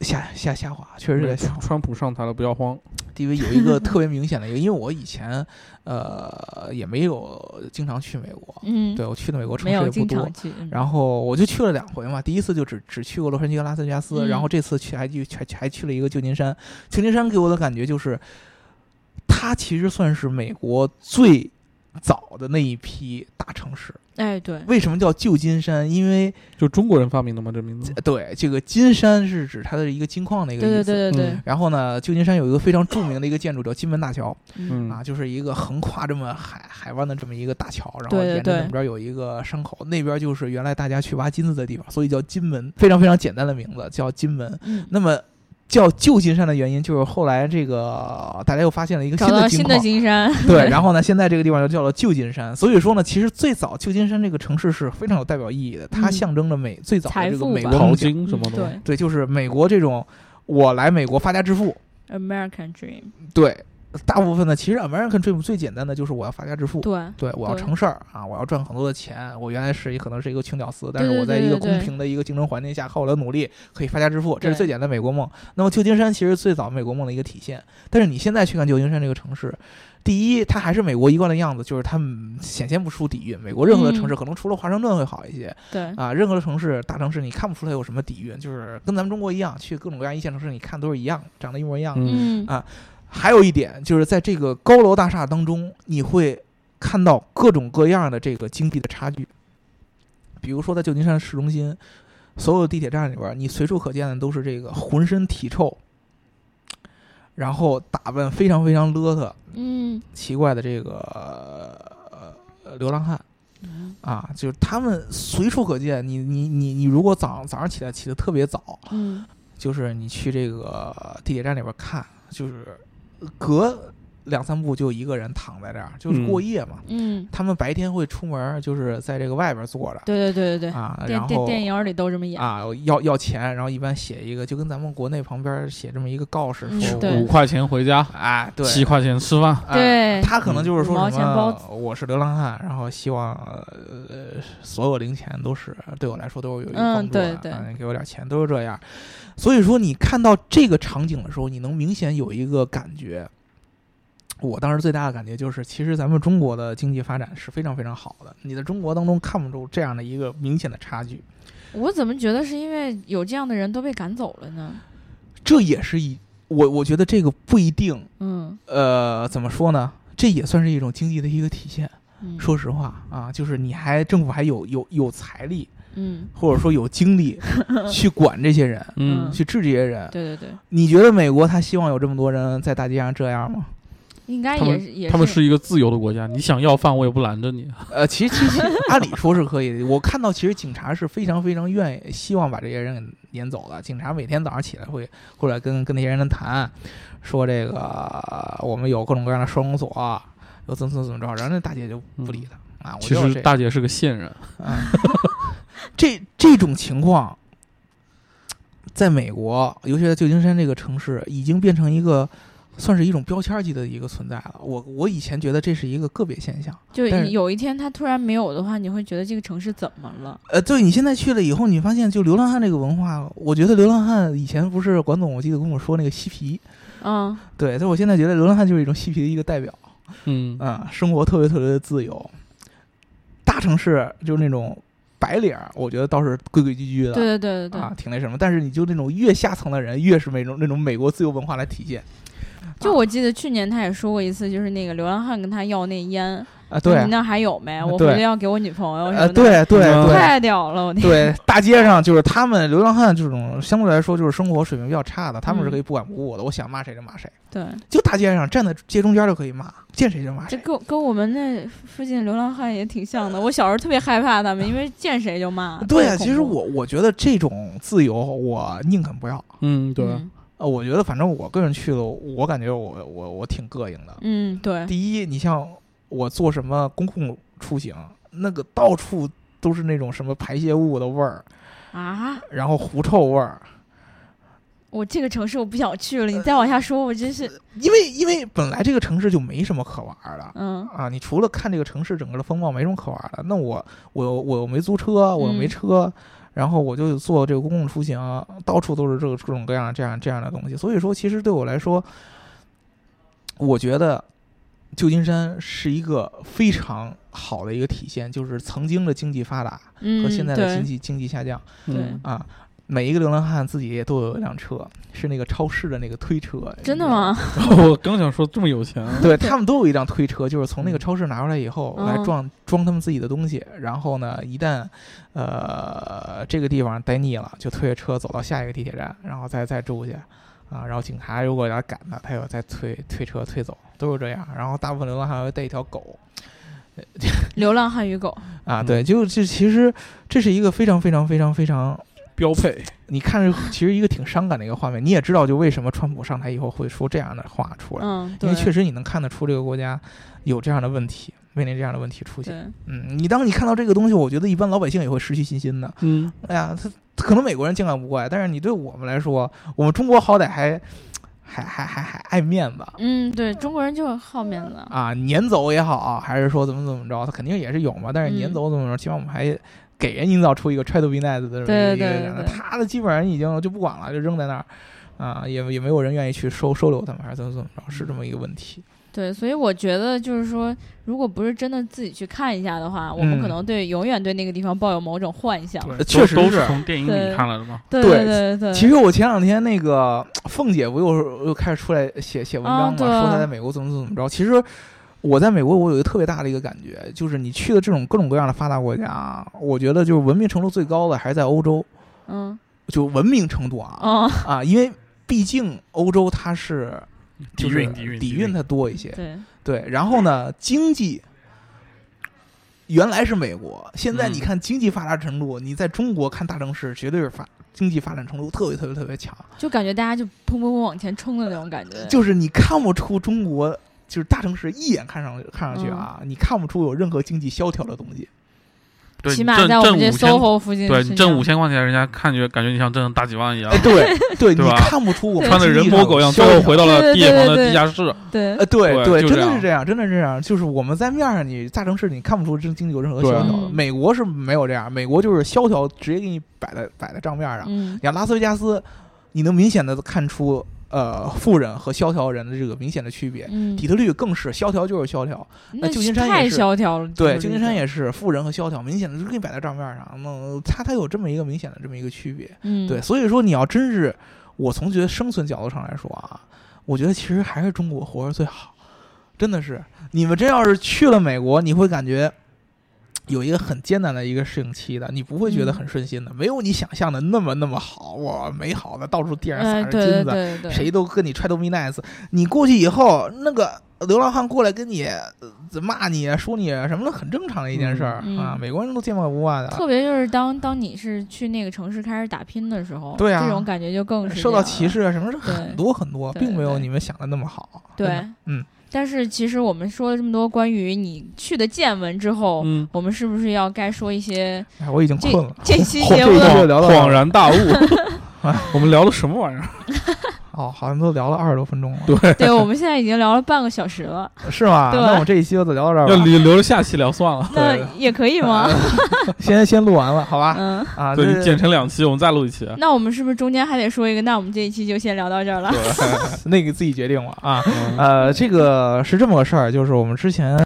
[SPEAKER 2] 下下下滑，确实是在下滑。
[SPEAKER 3] 川普上台了，不要慌。
[SPEAKER 2] 因为有一 个特别明显的一个，因为我以前呃也没有经常去美国，
[SPEAKER 1] 嗯，
[SPEAKER 2] 对我去的美国城
[SPEAKER 1] 没
[SPEAKER 2] 市
[SPEAKER 1] 有
[SPEAKER 2] 也不
[SPEAKER 1] 经
[SPEAKER 2] 多
[SPEAKER 1] 常。去，嗯
[SPEAKER 2] 然后我就去了两回嘛，第一次就只只去过洛杉矶和拉斯维加斯，
[SPEAKER 1] 嗯
[SPEAKER 2] 然后这次去还去还还去了一个旧金山。旧金山给我的感觉就是，它其实算是美国最早的那一批大城市，
[SPEAKER 1] 哎，对，
[SPEAKER 2] 为什么叫旧金山？因为
[SPEAKER 3] 就中国人发明的吗？这名字？
[SPEAKER 2] 对这个金山是指它的一个金矿的一
[SPEAKER 1] 对
[SPEAKER 2] 个意思。
[SPEAKER 1] 对对对对
[SPEAKER 3] 嗯，
[SPEAKER 2] 然后呢，旧金山有一个非常著名的一个建筑叫金门大桥
[SPEAKER 1] 嗯
[SPEAKER 3] 嗯
[SPEAKER 2] 啊，就是一个横跨这么海海湾的这么一个大桥，然后
[SPEAKER 1] 对对
[SPEAKER 2] 沿着
[SPEAKER 1] 对
[SPEAKER 2] 两边有一个山口，那边就是原来大家去挖金子的地方，所以叫金门，非常非常简单的名字叫金门。
[SPEAKER 1] 嗯，
[SPEAKER 2] 那么叫旧金山的原因就是后来这个大家又发现了一个
[SPEAKER 1] 找到
[SPEAKER 2] 金
[SPEAKER 1] 新
[SPEAKER 2] 矿
[SPEAKER 1] 的，金山，
[SPEAKER 2] 对，然后呢，现在这个地方就叫做旧金山。所以说呢，其实最早旧金山这个城市是非常有代表意义的，它
[SPEAKER 1] 嗯
[SPEAKER 2] 象征着美最早的
[SPEAKER 1] 财
[SPEAKER 2] 这个
[SPEAKER 1] 富
[SPEAKER 2] 美
[SPEAKER 1] 吧
[SPEAKER 2] 国
[SPEAKER 3] 黄
[SPEAKER 2] 梦想，
[SPEAKER 3] 金什么的吗，
[SPEAKER 1] 对
[SPEAKER 2] 对，就是美国这种我来美国发家致富，
[SPEAKER 1] ，American Dream，
[SPEAKER 2] 对，大部分呢，其实 American Dream 最简单的就是我要发家致富。
[SPEAKER 1] 对，
[SPEAKER 2] 对，我要
[SPEAKER 1] 对
[SPEAKER 2] 成事儿啊！我要赚很多的钱。我原来是一可能是一个穷屌丝，但是
[SPEAKER 1] 对
[SPEAKER 2] 我在一
[SPEAKER 1] 对
[SPEAKER 2] 个
[SPEAKER 1] 对
[SPEAKER 2] 公平的一个竞争环境下，靠我的努力可以发家致富，这是
[SPEAKER 1] 对
[SPEAKER 2] 最简单的美国梦。那么旧金山其实最早美国梦的一个体现。但是你现在去看旧金山这个城市，第一，它还是美国一贯的样子，就是它嗯显现不出底蕴。美国任何的城市，
[SPEAKER 1] 嗯
[SPEAKER 2] 可能除了华盛顿会好一些
[SPEAKER 1] 对，
[SPEAKER 2] 啊，任何的城市大城市你看不出它有什么底蕴，就是跟咱们中国一样，去各种各样一线城市你看都是一样，长得一模一样的。
[SPEAKER 3] 嗯，
[SPEAKER 1] 嗯
[SPEAKER 2] 啊还有一点就是在这个高楼大厦当中，你会看到各种各样的这个经济的差距。比如说在旧金山市中心，所有地铁站里边儿，你随处可见的都是这个浑身体臭，然后打扮非常非常邋遢、
[SPEAKER 1] 嗯，
[SPEAKER 2] 奇怪的这个呃流浪汉。啊，就是他们随处可见。你你你你，如果早早上起来起得特别早，
[SPEAKER 1] 嗯，
[SPEAKER 2] 就是你去这个地铁站里边看，就是隔两三步就有一个人躺在这儿，就是
[SPEAKER 3] 嗯
[SPEAKER 2] 过夜嘛。
[SPEAKER 1] 嗯，
[SPEAKER 2] 他们白天会出门，就是在这个外边坐着
[SPEAKER 1] 对对对对对，
[SPEAKER 2] 啊，然
[SPEAKER 1] 电电
[SPEAKER 2] 后
[SPEAKER 1] 电影里都这么演，
[SPEAKER 2] 啊要要钱，然后一般写一个，就跟咱们国内旁边写这么一个告示
[SPEAKER 1] 嗯
[SPEAKER 2] 说
[SPEAKER 1] 对
[SPEAKER 3] 五块钱回家，
[SPEAKER 2] 啊，对，
[SPEAKER 3] 七块钱吃饭，
[SPEAKER 2] 啊
[SPEAKER 1] 对
[SPEAKER 2] 他可能就是
[SPEAKER 1] 五毛
[SPEAKER 2] 说什
[SPEAKER 1] 钱包
[SPEAKER 2] 么
[SPEAKER 1] 子
[SPEAKER 2] 我是流浪汉，然后希望呃所有零钱都是对我来说都是有一个
[SPEAKER 1] 嗯
[SPEAKER 2] 帮助的，
[SPEAKER 1] 对对
[SPEAKER 2] 啊你给我点钱都是这样。所以说你看到这个场景的时候，你能明显有一个感觉。我当时最大的感觉就是，其实咱们中国的经济发展是非常非常好的。你在中国当中看不出这样的一个明显的差距，
[SPEAKER 1] 我怎么觉得是因为有这样的人都被赶走了呢？
[SPEAKER 2] 这也是一我我觉得这个不一定，
[SPEAKER 1] 嗯，
[SPEAKER 2] 呃，怎么说呢？这也算是一种经济的一个体现。
[SPEAKER 1] 嗯
[SPEAKER 2] 说实话啊，就是你还政府还有有有财力，
[SPEAKER 1] 嗯，
[SPEAKER 2] 或者说有精 力去管这些人，
[SPEAKER 1] 嗯
[SPEAKER 3] 嗯，
[SPEAKER 2] 去治这些人。
[SPEAKER 1] 对对对，
[SPEAKER 2] 你觉得美国他希望有这么多人在大街上这样吗？
[SPEAKER 1] 应该
[SPEAKER 3] 他们
[SPEAKER 1] 也是也
[SPEAKER 3] 他们是一个自由的国家，你想要饭我也不拦着你。
[SPEAKER 2] 呃，其实其 实按理说是可以的。我看到其实警察是非常非常愿意希望把这些人给撵走的。警察每天早上起来会过来跟跟那些人谈，说这个呃我们有各种各样的收容所，有怎么怎么怎么着，然后那大姐就不理他。啊，我
[SPEAKER 3] 其
[SPEAKER 2] 就是
[SPEAKER 3] 实
[SPEAKER 2] 这
[SPEAKER 3] 大姐是个线人，
[SPEAKER 2] 啊， 这这种情况，在美国，尤其在旧金山这个城市，已经变成一个算是一种标签儿级的一个存在了。我我以前觉得这是一个个别现象，
[SPEAKER 1] 就
[SPEAKER 2] 但是
[SPEAKER 1] 有一天他突然没有的话，你会觉得这个城市怎么了？
[SPEAKER 2] 呃，对你现在去了以后，你发现就流浪汉这个文化，我觉得流浪汉以前不是管总，我记得跟我说那个嬉皮，
[SPEAKER 1] 嗯，
[SPEAKER 2] 对，但是我现在觉得流浪汉就是一种嬉皮的一个代表。
[SPEAKER 3] 嗯，
[SPEAKER 2] 嗯，生活特别特别的自由。大城市就是那种白领儿，我觉得倒是规规矩矩的，
[SPEAKER 1] 对对对对对，
[SPEAKER 2] 啊，挺那什么。但是你就那种越下层的人，越是那种那种美国自由文化来体现
[SPEAKER 1] 就我记得去年他也说过一次，就是那个流浪汉跟他要那烟，
[SPEAKER 2] 啊，对
[SPEAKER 1] 说
[SPEAKER 2] 啊
[SPEAKER 1] 哎你，那还有没？我
[SPEAKER 2] 对
[SPEAKER 1] 回去要给我女朋友什
[SPEAKER 2] 呃，
[SPEAKER 1] 么的，
[SPEAKER 2] 对对
[SPEAKER 3] 嗯
[SPEAKER 2] 对
[SPEAKER 1] 太屌了，我天，
[SPEAKER 2] 对，大街上就是他们流浪汉这种相对来说就是生活水平比较差的，他们是
[SPEAKER 1] 嗯
[SPEAKER 2] 可以不管不顾的，我想骂谁就骂谁，
[SPEAKER 1] 对，
[SPEAKER 2] 就大街上站在街中间就可以骂，见谁就骂
[SPEAKER 1] 这
[SPEAKER 2] 谁。
[SPEAKER 1] 跟跟我们那附近流浪汉也挺像的。我小时候特别害怕他们，因为见谁就骂。
[SPEAKER 2] 对
[SPEAKER 1] 特
[SPEAKER 2] 啊，
[SPEAKER 1] 别恐
[SPEAKER 2] 其实
[SPEAKER 1] 怖
[SPEAKER 2] 我我觉得这种自由我宁肯不要。
[SPEAKER 3] 嗯，对，
[SPEAKER 1] 嗯
[SPEAKER 2] 呃，我觉得反正我个人去了，我感觉我我我挺膈应的。
[SPEAKER 1] 嗯对，
[SPEAKER 2] 第一，你像我坐什么公共出行，那个到处都是那种什么排泄物的味儿，
[SPEAKER 1] 啊，
[SPEAKER 2] 然后狐臭味儿。
[SPEAKER 1] 我这个城市我不想去了。你再往下说，我真是
[SPEAKER 2] 因为因为本来这个城市就没什么可玩儿的
[SPEAKER 1] 嗯
[SPEAKER 2] 啊，你除了看这个城市整个的风貌，没什么可玩儿的。那我我我又没租车，我又没
[SPEAKER 1] 嗯
[SPEAKER 2] 车，然后我就坐这个公共出行，到处都是这个各种各样这样这样的东西。所以说，其实对我来说，我觉得旧金山是一个非常好的一个体现，就是曾经的经济发达
[SPEAKER 1] 嗯，
[SPEAKER 2] 和现在的
[SPEAKER 1] 对
[SPEAKER 2] 经济经济下降
[SPEAKER 1] 对
[SPEAKER 3] 嗯
[SPEAKER 2] 啊。每一个流浪汉自己也都有一辆车，是那个超市的那个推车。
[SPEAKER 1] 真的吗？
[SPEAKER 3] 我刚想说这么有钱，
[SPEAKER 2] 对他们都有一辆推车，就是从那个超市拿出来以后，
[SPEAKER 1] 嗯
[SPEAKER 2] 来装装他们自己的东西。然后呢，一旦呃这个地方待腻了，就推着车走到下一个地铁站，然后再再住去啊。然后警察如果要赶他，他又再推推车推走，都是这样。然后大部分流浪汉还会带一条狗
[SPEAKER 1] 流浪汉与狗，
[SPEAKER 2] 啊，
[SPEAKER 3] 嗯
[SPEAKER 2] 对，就这其实这是一个非常非常非常非常。
[SPEAKER 3] 标配。
[SPEAKER 2] 你看着其实一个挺伤感的一个画面，你也知道就为什么川普上台以后会说这样的话出来，
[SPEAKER 1] 嗯，
[SPEAKER 2] 因
[SPEAKER 1] 对，
[SPEAKER 2] 为确实你能看得出这个国家有这样的问题，面临这样的问题出现。
[SPEAKER 1] 对，
[SPEAKER 2] 嗯，你当你看到这个东西，我觉得一般老百姓也会失去信心的。
[SPEAKER 3] 嗯，
[SPEAKER 2] 哎呀，他可能美国人见怪不怪，但是你对我们来说，我们中国好歹还还还还还爱面子
[SPEAKER 1] 嗯，对，中国人就是好面子，
[SPEAKER 2] 啊，撵走也好、还是说怎么怎么着，他肯定也是有嘛。但是撵
[SPEAKER 1] 嗯
[SPEAKER 2] 走怎么怎么着，起码我们还给人营造出一个 try to be nice 的这么一个
[SPEAKER 1] 对对对
[SPEAKER 2] 一个
[SPEAKER 1] 对对
[SPEAKER 2] 他的基本上已经就不管了，就扔在那儿。啊，也也没有人愿意去收收留他们，还是怎么怎么着，是这么一个问题。
[SPEAKER 1] 对，所以我觉得就是说，如果不是真的自己去看一下的话，我们
[SPEAKER 2] 嗯
[SPEAKER 1] 可能对永远对那个地方抱有某种幻想。
[SPEAKER 3] 对
[SPEAKER 2] 呃确实
[SPEAKER 3] 都都
[SPEAKER 2] 是
[SPEAKER 3] 是从电影
[SPEAKER 1] 对
[SPEAKER 3] 里看来的嘛。
[SPEAKER 1] 对
[SPEAKER 2] 对
[SPEAKER 1] 对对，
[SPEAKER 2] 其实我前两天那个凤姐不又又开始出来写写文章
[SPEAKER 1] 啊
[SPEAKER 2] 嘛，
[SPEAKER 1] 对啊
[SPEAKER 2] 说她在美国怎么怎么着。其实我在美国，我有一个特别大的一个感觉，就是你去的这种各种各样的发达国家，我觉得就是文明程度最高的还是在欧洲，
[SPEAKER 1] 嗯
[SPEAKER 2] 就文明程度啊、
[SPEAKER 1] 哦，
[SPEAKER 2] 啊，因为毕竟欧洲它是
[SPEAKER 3] 底
[SPEAKER 2] 就是
[SPEAKER 3] 蕴底蕴
[SPEAKER 2] 底蕴，它多一些，
[SPEAKER 1] 对，
[SPEAKER 2] 对。然后呢，经济。原来是美国，现在
[SPEAKER 3] 嗯
[SPEAKER 2] 你看经济发达程度，你在中国看大城市，绝对是发经济发展程度特别特别特别强。
[SPEAKER 1] 就感觉大家就砰砰砰往前冲的那种感觉。
[SPEAKER 2] 就是你看不出中国就是大城市一眼看上看上去啊，
[SPEAKER 1] 嗯
[SPEAKER 2] 你看不出有任何经济萧条的东西。
[SPEAKER 3] 对
[SPEAKER 1] 起
[SPEAKER 3] 你
[SPEAKER 1] 码
[SPEAKER 3] 挣
[SPEAKER 1] 在我们
[SPEAKER 3] 挣
[SPEAKER 1] 这
[SPEAKER 3] 五千，
[SPEAKER 1] SOHO 附近，
[SPEAKER 3] 对你挣五，千块钱，人家看觉感觉你像挣了大几万一样
[SPEAKER 2] 哎，， 对对，
[SPEAKER 3] 啊对
[SPEAKER 2] 你
[SPEAKER 3] 吧
[SPEAKER 2] 看不出我们
[SPEAKER 3] 穿的人模狗样，
[SPEAKER 2] 经
[SPEAKER 3] 最
[SPEAKER 2] 济上
[SPEAKER 3] 后
[SPEAKER 2] 有萧条
[SPEAKER 3] 回到了
[SPEAKER 1] 对对
[SPEAKER 3] 地铁
[SPEAKER 1] 对
[SPEAKER 3] 房的
[SPEAKER 1] 对
[SPEAKER 3] 地下室。
[SPEAKER 1] 对嗯
[SPEAKER 2] 呃，，对
[SPEAKER 3] 对就
[SPEAKER 2] 真的
[SPEAKER 3] 这样
[SPEAKER 2] 是这样，真的是这样。就是我们在面上，你大城市你看不出这经济有任何
[SPEAKER 3] 对
[SPEAKER 2] 萧
[SPEAKER 3] 啊
[SPEAKER 2] 条的。
[SPEAKER 1] 嗯
[SPEAKER 2] 美国是没有这样，美国就是萧条直接给你摆在摆在账面上。
[SPEAKER 1] 嗯
[SPEAKER 2] 你，看拉斯维加斯，你能明显的看出呃富人和萧条人的这个明显的区别。
[SPEAKER 1] 嗯
[SPEAKER 2] 底特律更是萧条就是萧条，
[SPEAKER 1] 那
[SPEAKER 2] 旧金山也
[SPEAKER 1] 太
[SPEAKER 2] 是
[SPEAKER 1] 萧条了。
[SPEAKER 2] 对，
[SPEAKER 1] 就是
[SPEAKER 2] 旧金山也是富人和萧条，明显的就给你摆在账面上。那它它有这么一个明显的这么一个区别，
[SPEAKER 1] 嗯，
[SPEAKER 2] 对，所以说你要真是，我从觉得生存角度上来说啊，我觉得其实还是中国活着最好，真的是。你们真要是去了美国，你会感觉有一个很艰难的一个适应期的，你不会觉
[SPEAKER 1] 嗯
[SPEAKER 2] 得很顺心的，没有你想象的那么那么好，哇，美好的到处地上
[SPEAKER 1] 哎，
[SPEAKER 2] 撒着金
[SPEAKER 1] 对对
[SPEAKER 2] 子，
[SPEAKER 1] 对对，
[SPEAKER 2] 谁都跟你 try to be nice。你过去以后，那个流浪汉过来跟你呃骂你、说你啊什么的，很正常的一件事儿、
[SPEAKER 1] 嗯
[SPEAKER 2] 啊
[SPEAKER 1] 嗯。
[SPEAKER 2] 美国人都见怪不怪的，
[SPEAKER 1] 特别就是当当你是去那个城市开始打拼的时候，
[SPEAKER 2] 对啊
[SPEAKER 1] 这种感觉就更是
[SPEAKER 2] 受
[SPEAKER 1] 这
[SPEAKER 2] 到
[SPEAKER 1] 样
[SPEAKER 2] 歧
[SPEAKER 1] 了。
[SPEAKER 2] 视啊，什么是很多很多，
[SPEAKER 1] 对
[SPEAKER 2] 并没有
[SPEAKER 1] 对
[SPEAKER 2] 你们想的那么好。
[SPEAKER 1] 对
[SPEAKER 2] 真的，嗯，
[SPEAKER 1] 但是其实我们说了这么多关于你去的见闻之后，
[SPEAKER 3] 嗯，
[SPEAKER 1] 我们是不是要该说一些
[SPEAKER 2] 哎，我已经
[SPEAKER 1] 这
[SPEAKER 2] 困了。
[SPEAKER 1] 这期
[SPEAKER 2] 嚯
[SPEAKER 1] 节
[SPEAKER 2] 这
[SPEAKER 1] 目的
[SPEAKER 2] 一段
[SPEAKER 3] 恍
[SPEAKER 2] 聊到
[SPEAKER 3] 恍然大悟，我们聊的什么玩意儿？
[SPEAKER 2] 哦，好像都聊了二十多分钟了，
[SPEAKER 1] 对，我们现在已经聊了半个小时 了，
[SPEAKER 2] 是吗？
[SPEAKER 1] 对
[SPEAKER 2] 那我们这一期就聊到这儿
[SPEAKER 3] 要
[SPEAKER 2] 吧，
[SPEAKER 3] 留留着下期聊算了。
[SPEAKER 1] 那
[SPEAKER 2] 对
[SPEAKER 1] 也可以吗？
[SPEAKER 2] 先先录完了，好吧？
[SPEAKER 1] 嗯，
[SPEAKER 2] 啊，
[SPEAKER 3] 对
[SPEAKER 2] 这
[SPEAKER 3] 你剪成两期，我们再录一期。
[SPEAKER 1] 那我们是不是中间还得说一个？那我们这一期就先聊到这儿了。
[SPEAKER 2] 那个自己决定了啊。
[SPEAKER 3] 嗯
[SPEAKER 2] 呃，这个是这么个事儿，就是我们之前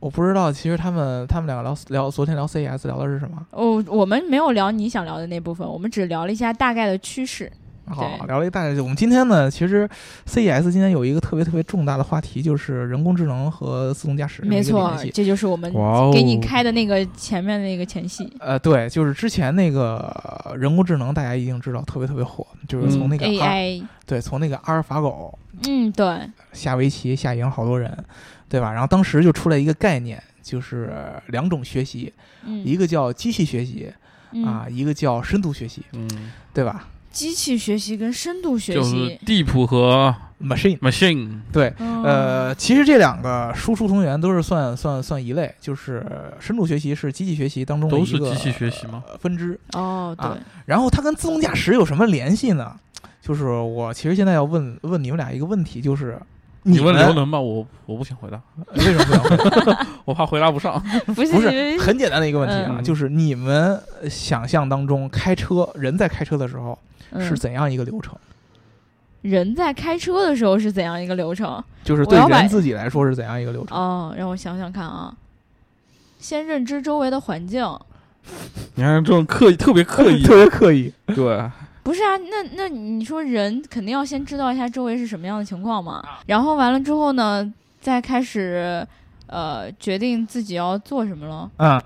[SPEAKER 2] 我不知道，其实他们他们两个聊聊昨天聊 CES 聊的是什么？
[SPEAKER 1] 哦，我们没有聊你想聊的那部分，我们只聊了一下大概的趋势。
[SPEAKER 2] 好，
[SPEAKER 1] 对
[SPEAKER 2] 聊了一大概。我们今天呢，其实 CES 今天有一个特别特别重大的话题，就是人工智能和自动驾驶这么
[SPEAKER 1] 没
[SPEAKER 2] 一个
[SPEAKER 1] 错
[SPEAKER 2] 联，系。
[SPEAKER 1] 这就是我们
[SPEAKER 2] 哦
[SPEAKER 3] 哇
[SPEAKER 1] 给你开的那个前面那个前戏。
[SPEAKER 2] 呃，对，就是之前那个呃人工智能，大家一定知道特别特别火，就是从
[SPEAKER 3] 嗯
[SPEAKER 2] 那个啊阿、
[SPEAKER 1] AI，
[SPEAKER 2] 对，从那个阿尔法狗
[SPEAKER 1] 嗯，对，
[SPEAKER 2] 下围棋下赢好多人，对吧？然后当时就出来一个概念，就是两种学习，
[SPEAKER 1] 嗯，
[SPEAKER 2] 一个叫机器学习
[SPEAKER 1] 嗯
[SPEAKER 2] 啊，，一个叫深度学习，
[SPEAKER 3] 嗯，
[SPEAKER 2] 对吧
[SPEAKER 1] 机器学习跟深度学
[SPEAKER 3] 就是
[SPEAKER 1] 习，
[SPEAKER 3] Deep 和
[SPEAKER 2] ？machine
[SPEAKER 3] Machine，
[SPEAKER 2] 对，
[SPEAKER 1] 嗯
[SPEAKER 2] 呃，，其实这两个输出同源都是算算算一类，就是深度学习是机器学习当中的
[SPEAKER 3] 都
[SPEAKER 2] 一
[SPEAKER 3] 是
[SPEAKER 2] 个
[SPEAKER 3] 机器学习吗？
[SPEAKER 2] 呃分支。
[SPEAKER 1] 哦，
[SPEAKER 2] 啊
[SPEAKER 1] 对，
[SPEAKER 2] 然后它跟自动驾驶有什么联系呢？就是我其实现在要问问你们俩一个问题，就是
[SPEAKER 3] 你问
[SPEAKER 2] 们
[SPEAKER 3] 刘能吧，我我不想回答，
[SPEAKER 2] 为什么不 想问？
[SPEAKER 3] 我怕回答不上。
[SPEAKER 1] 不是
[SPEAKER 2] 不是很简单的一个问题啊，
[SPEAKER 3] 嗯
[SPEAKER 2] 就是你们想象当中开车人在开车的时候
[SPEAKER 1] 嗯
[SPEAKER 2] 是怎样一个流程？
[SPEAKER 1] 人在开车的时候是怎样一个流程？
[SPEAKER 2] 就是
[SPEAKER 1] 我
[SPEAKER 2] 对
[SPEAKER 1] 要把
[SPEAKER 2] 人自己来说是怎样一个流程？
[SPEAKER 1] 哦，让我想想看啊，先认知周围的环境，
[SPEAKER 3] 你看这种刻意特别刻意，
[SPEAKER 2] 特别刻意。
[SPEAKER 3] 对，
[SPEAKER 1] 不是啊，那那你说人肯定要先知道一下周围是什么样的情况嘛，
[SPEAKER 3] 啊
[SPEAKER 1] 然后完了之后呢，再开始呃决定自己要做什么了。
[SPEAKER 2] 嗯，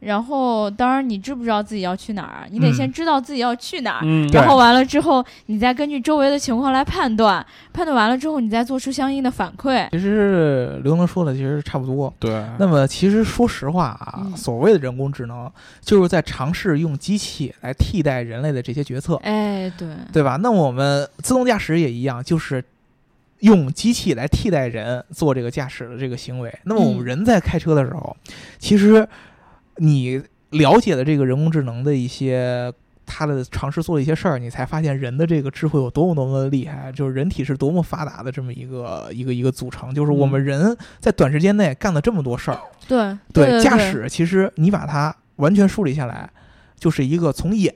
[SPEAKER 1] 然后当然你知不知道自己要去哪儿，啊你得
[SPEAKER 2] 嗯
[SPEAKER 1] 先知道自己要去哪儿，
[SPEAKER 3] 嗯，
[SPEAKER 2] 对
[SPEAKER 1] 然后完了之后你再根据周围的情况来判断，判断完了之后你再做出相应的反馈。
[SPEAKER 2] 其实刘能说的其实差不多。
[SPEAKER 3] 对，
[SPEAKER 2] 那么其实说实话啊，
[SPEAKER 1] 嗯
[SPEAKER 2] 所谓的人工智能，就是在尝试用机器来替代人类的这些决策，
[SPEAKER 1] 哎，对，
[SPEAKER 2] 对吧？那我们自动驾驶也一样，就是。用机器来替代人做这个驾驶的这个行为，那么我们
[SPEAKER 1] 嗯
[SPEAKER 2] 人在开车的时候，其实你了解了这个人工智能的一些它的尝试做的一些事儿，你才发现人的这个智慧有多么多么的厉害，就是人体是多么发达的这么一个一个一个组成，就是我
[SPEAKER 1] 嗯
[SPEAKER 2] 们人在短时间内干了这么多事儿，
[SPEAKER 1] 对，对
[SPEAKER 2] 驾，驶其实你把它完全梳理下来，就是一个从眼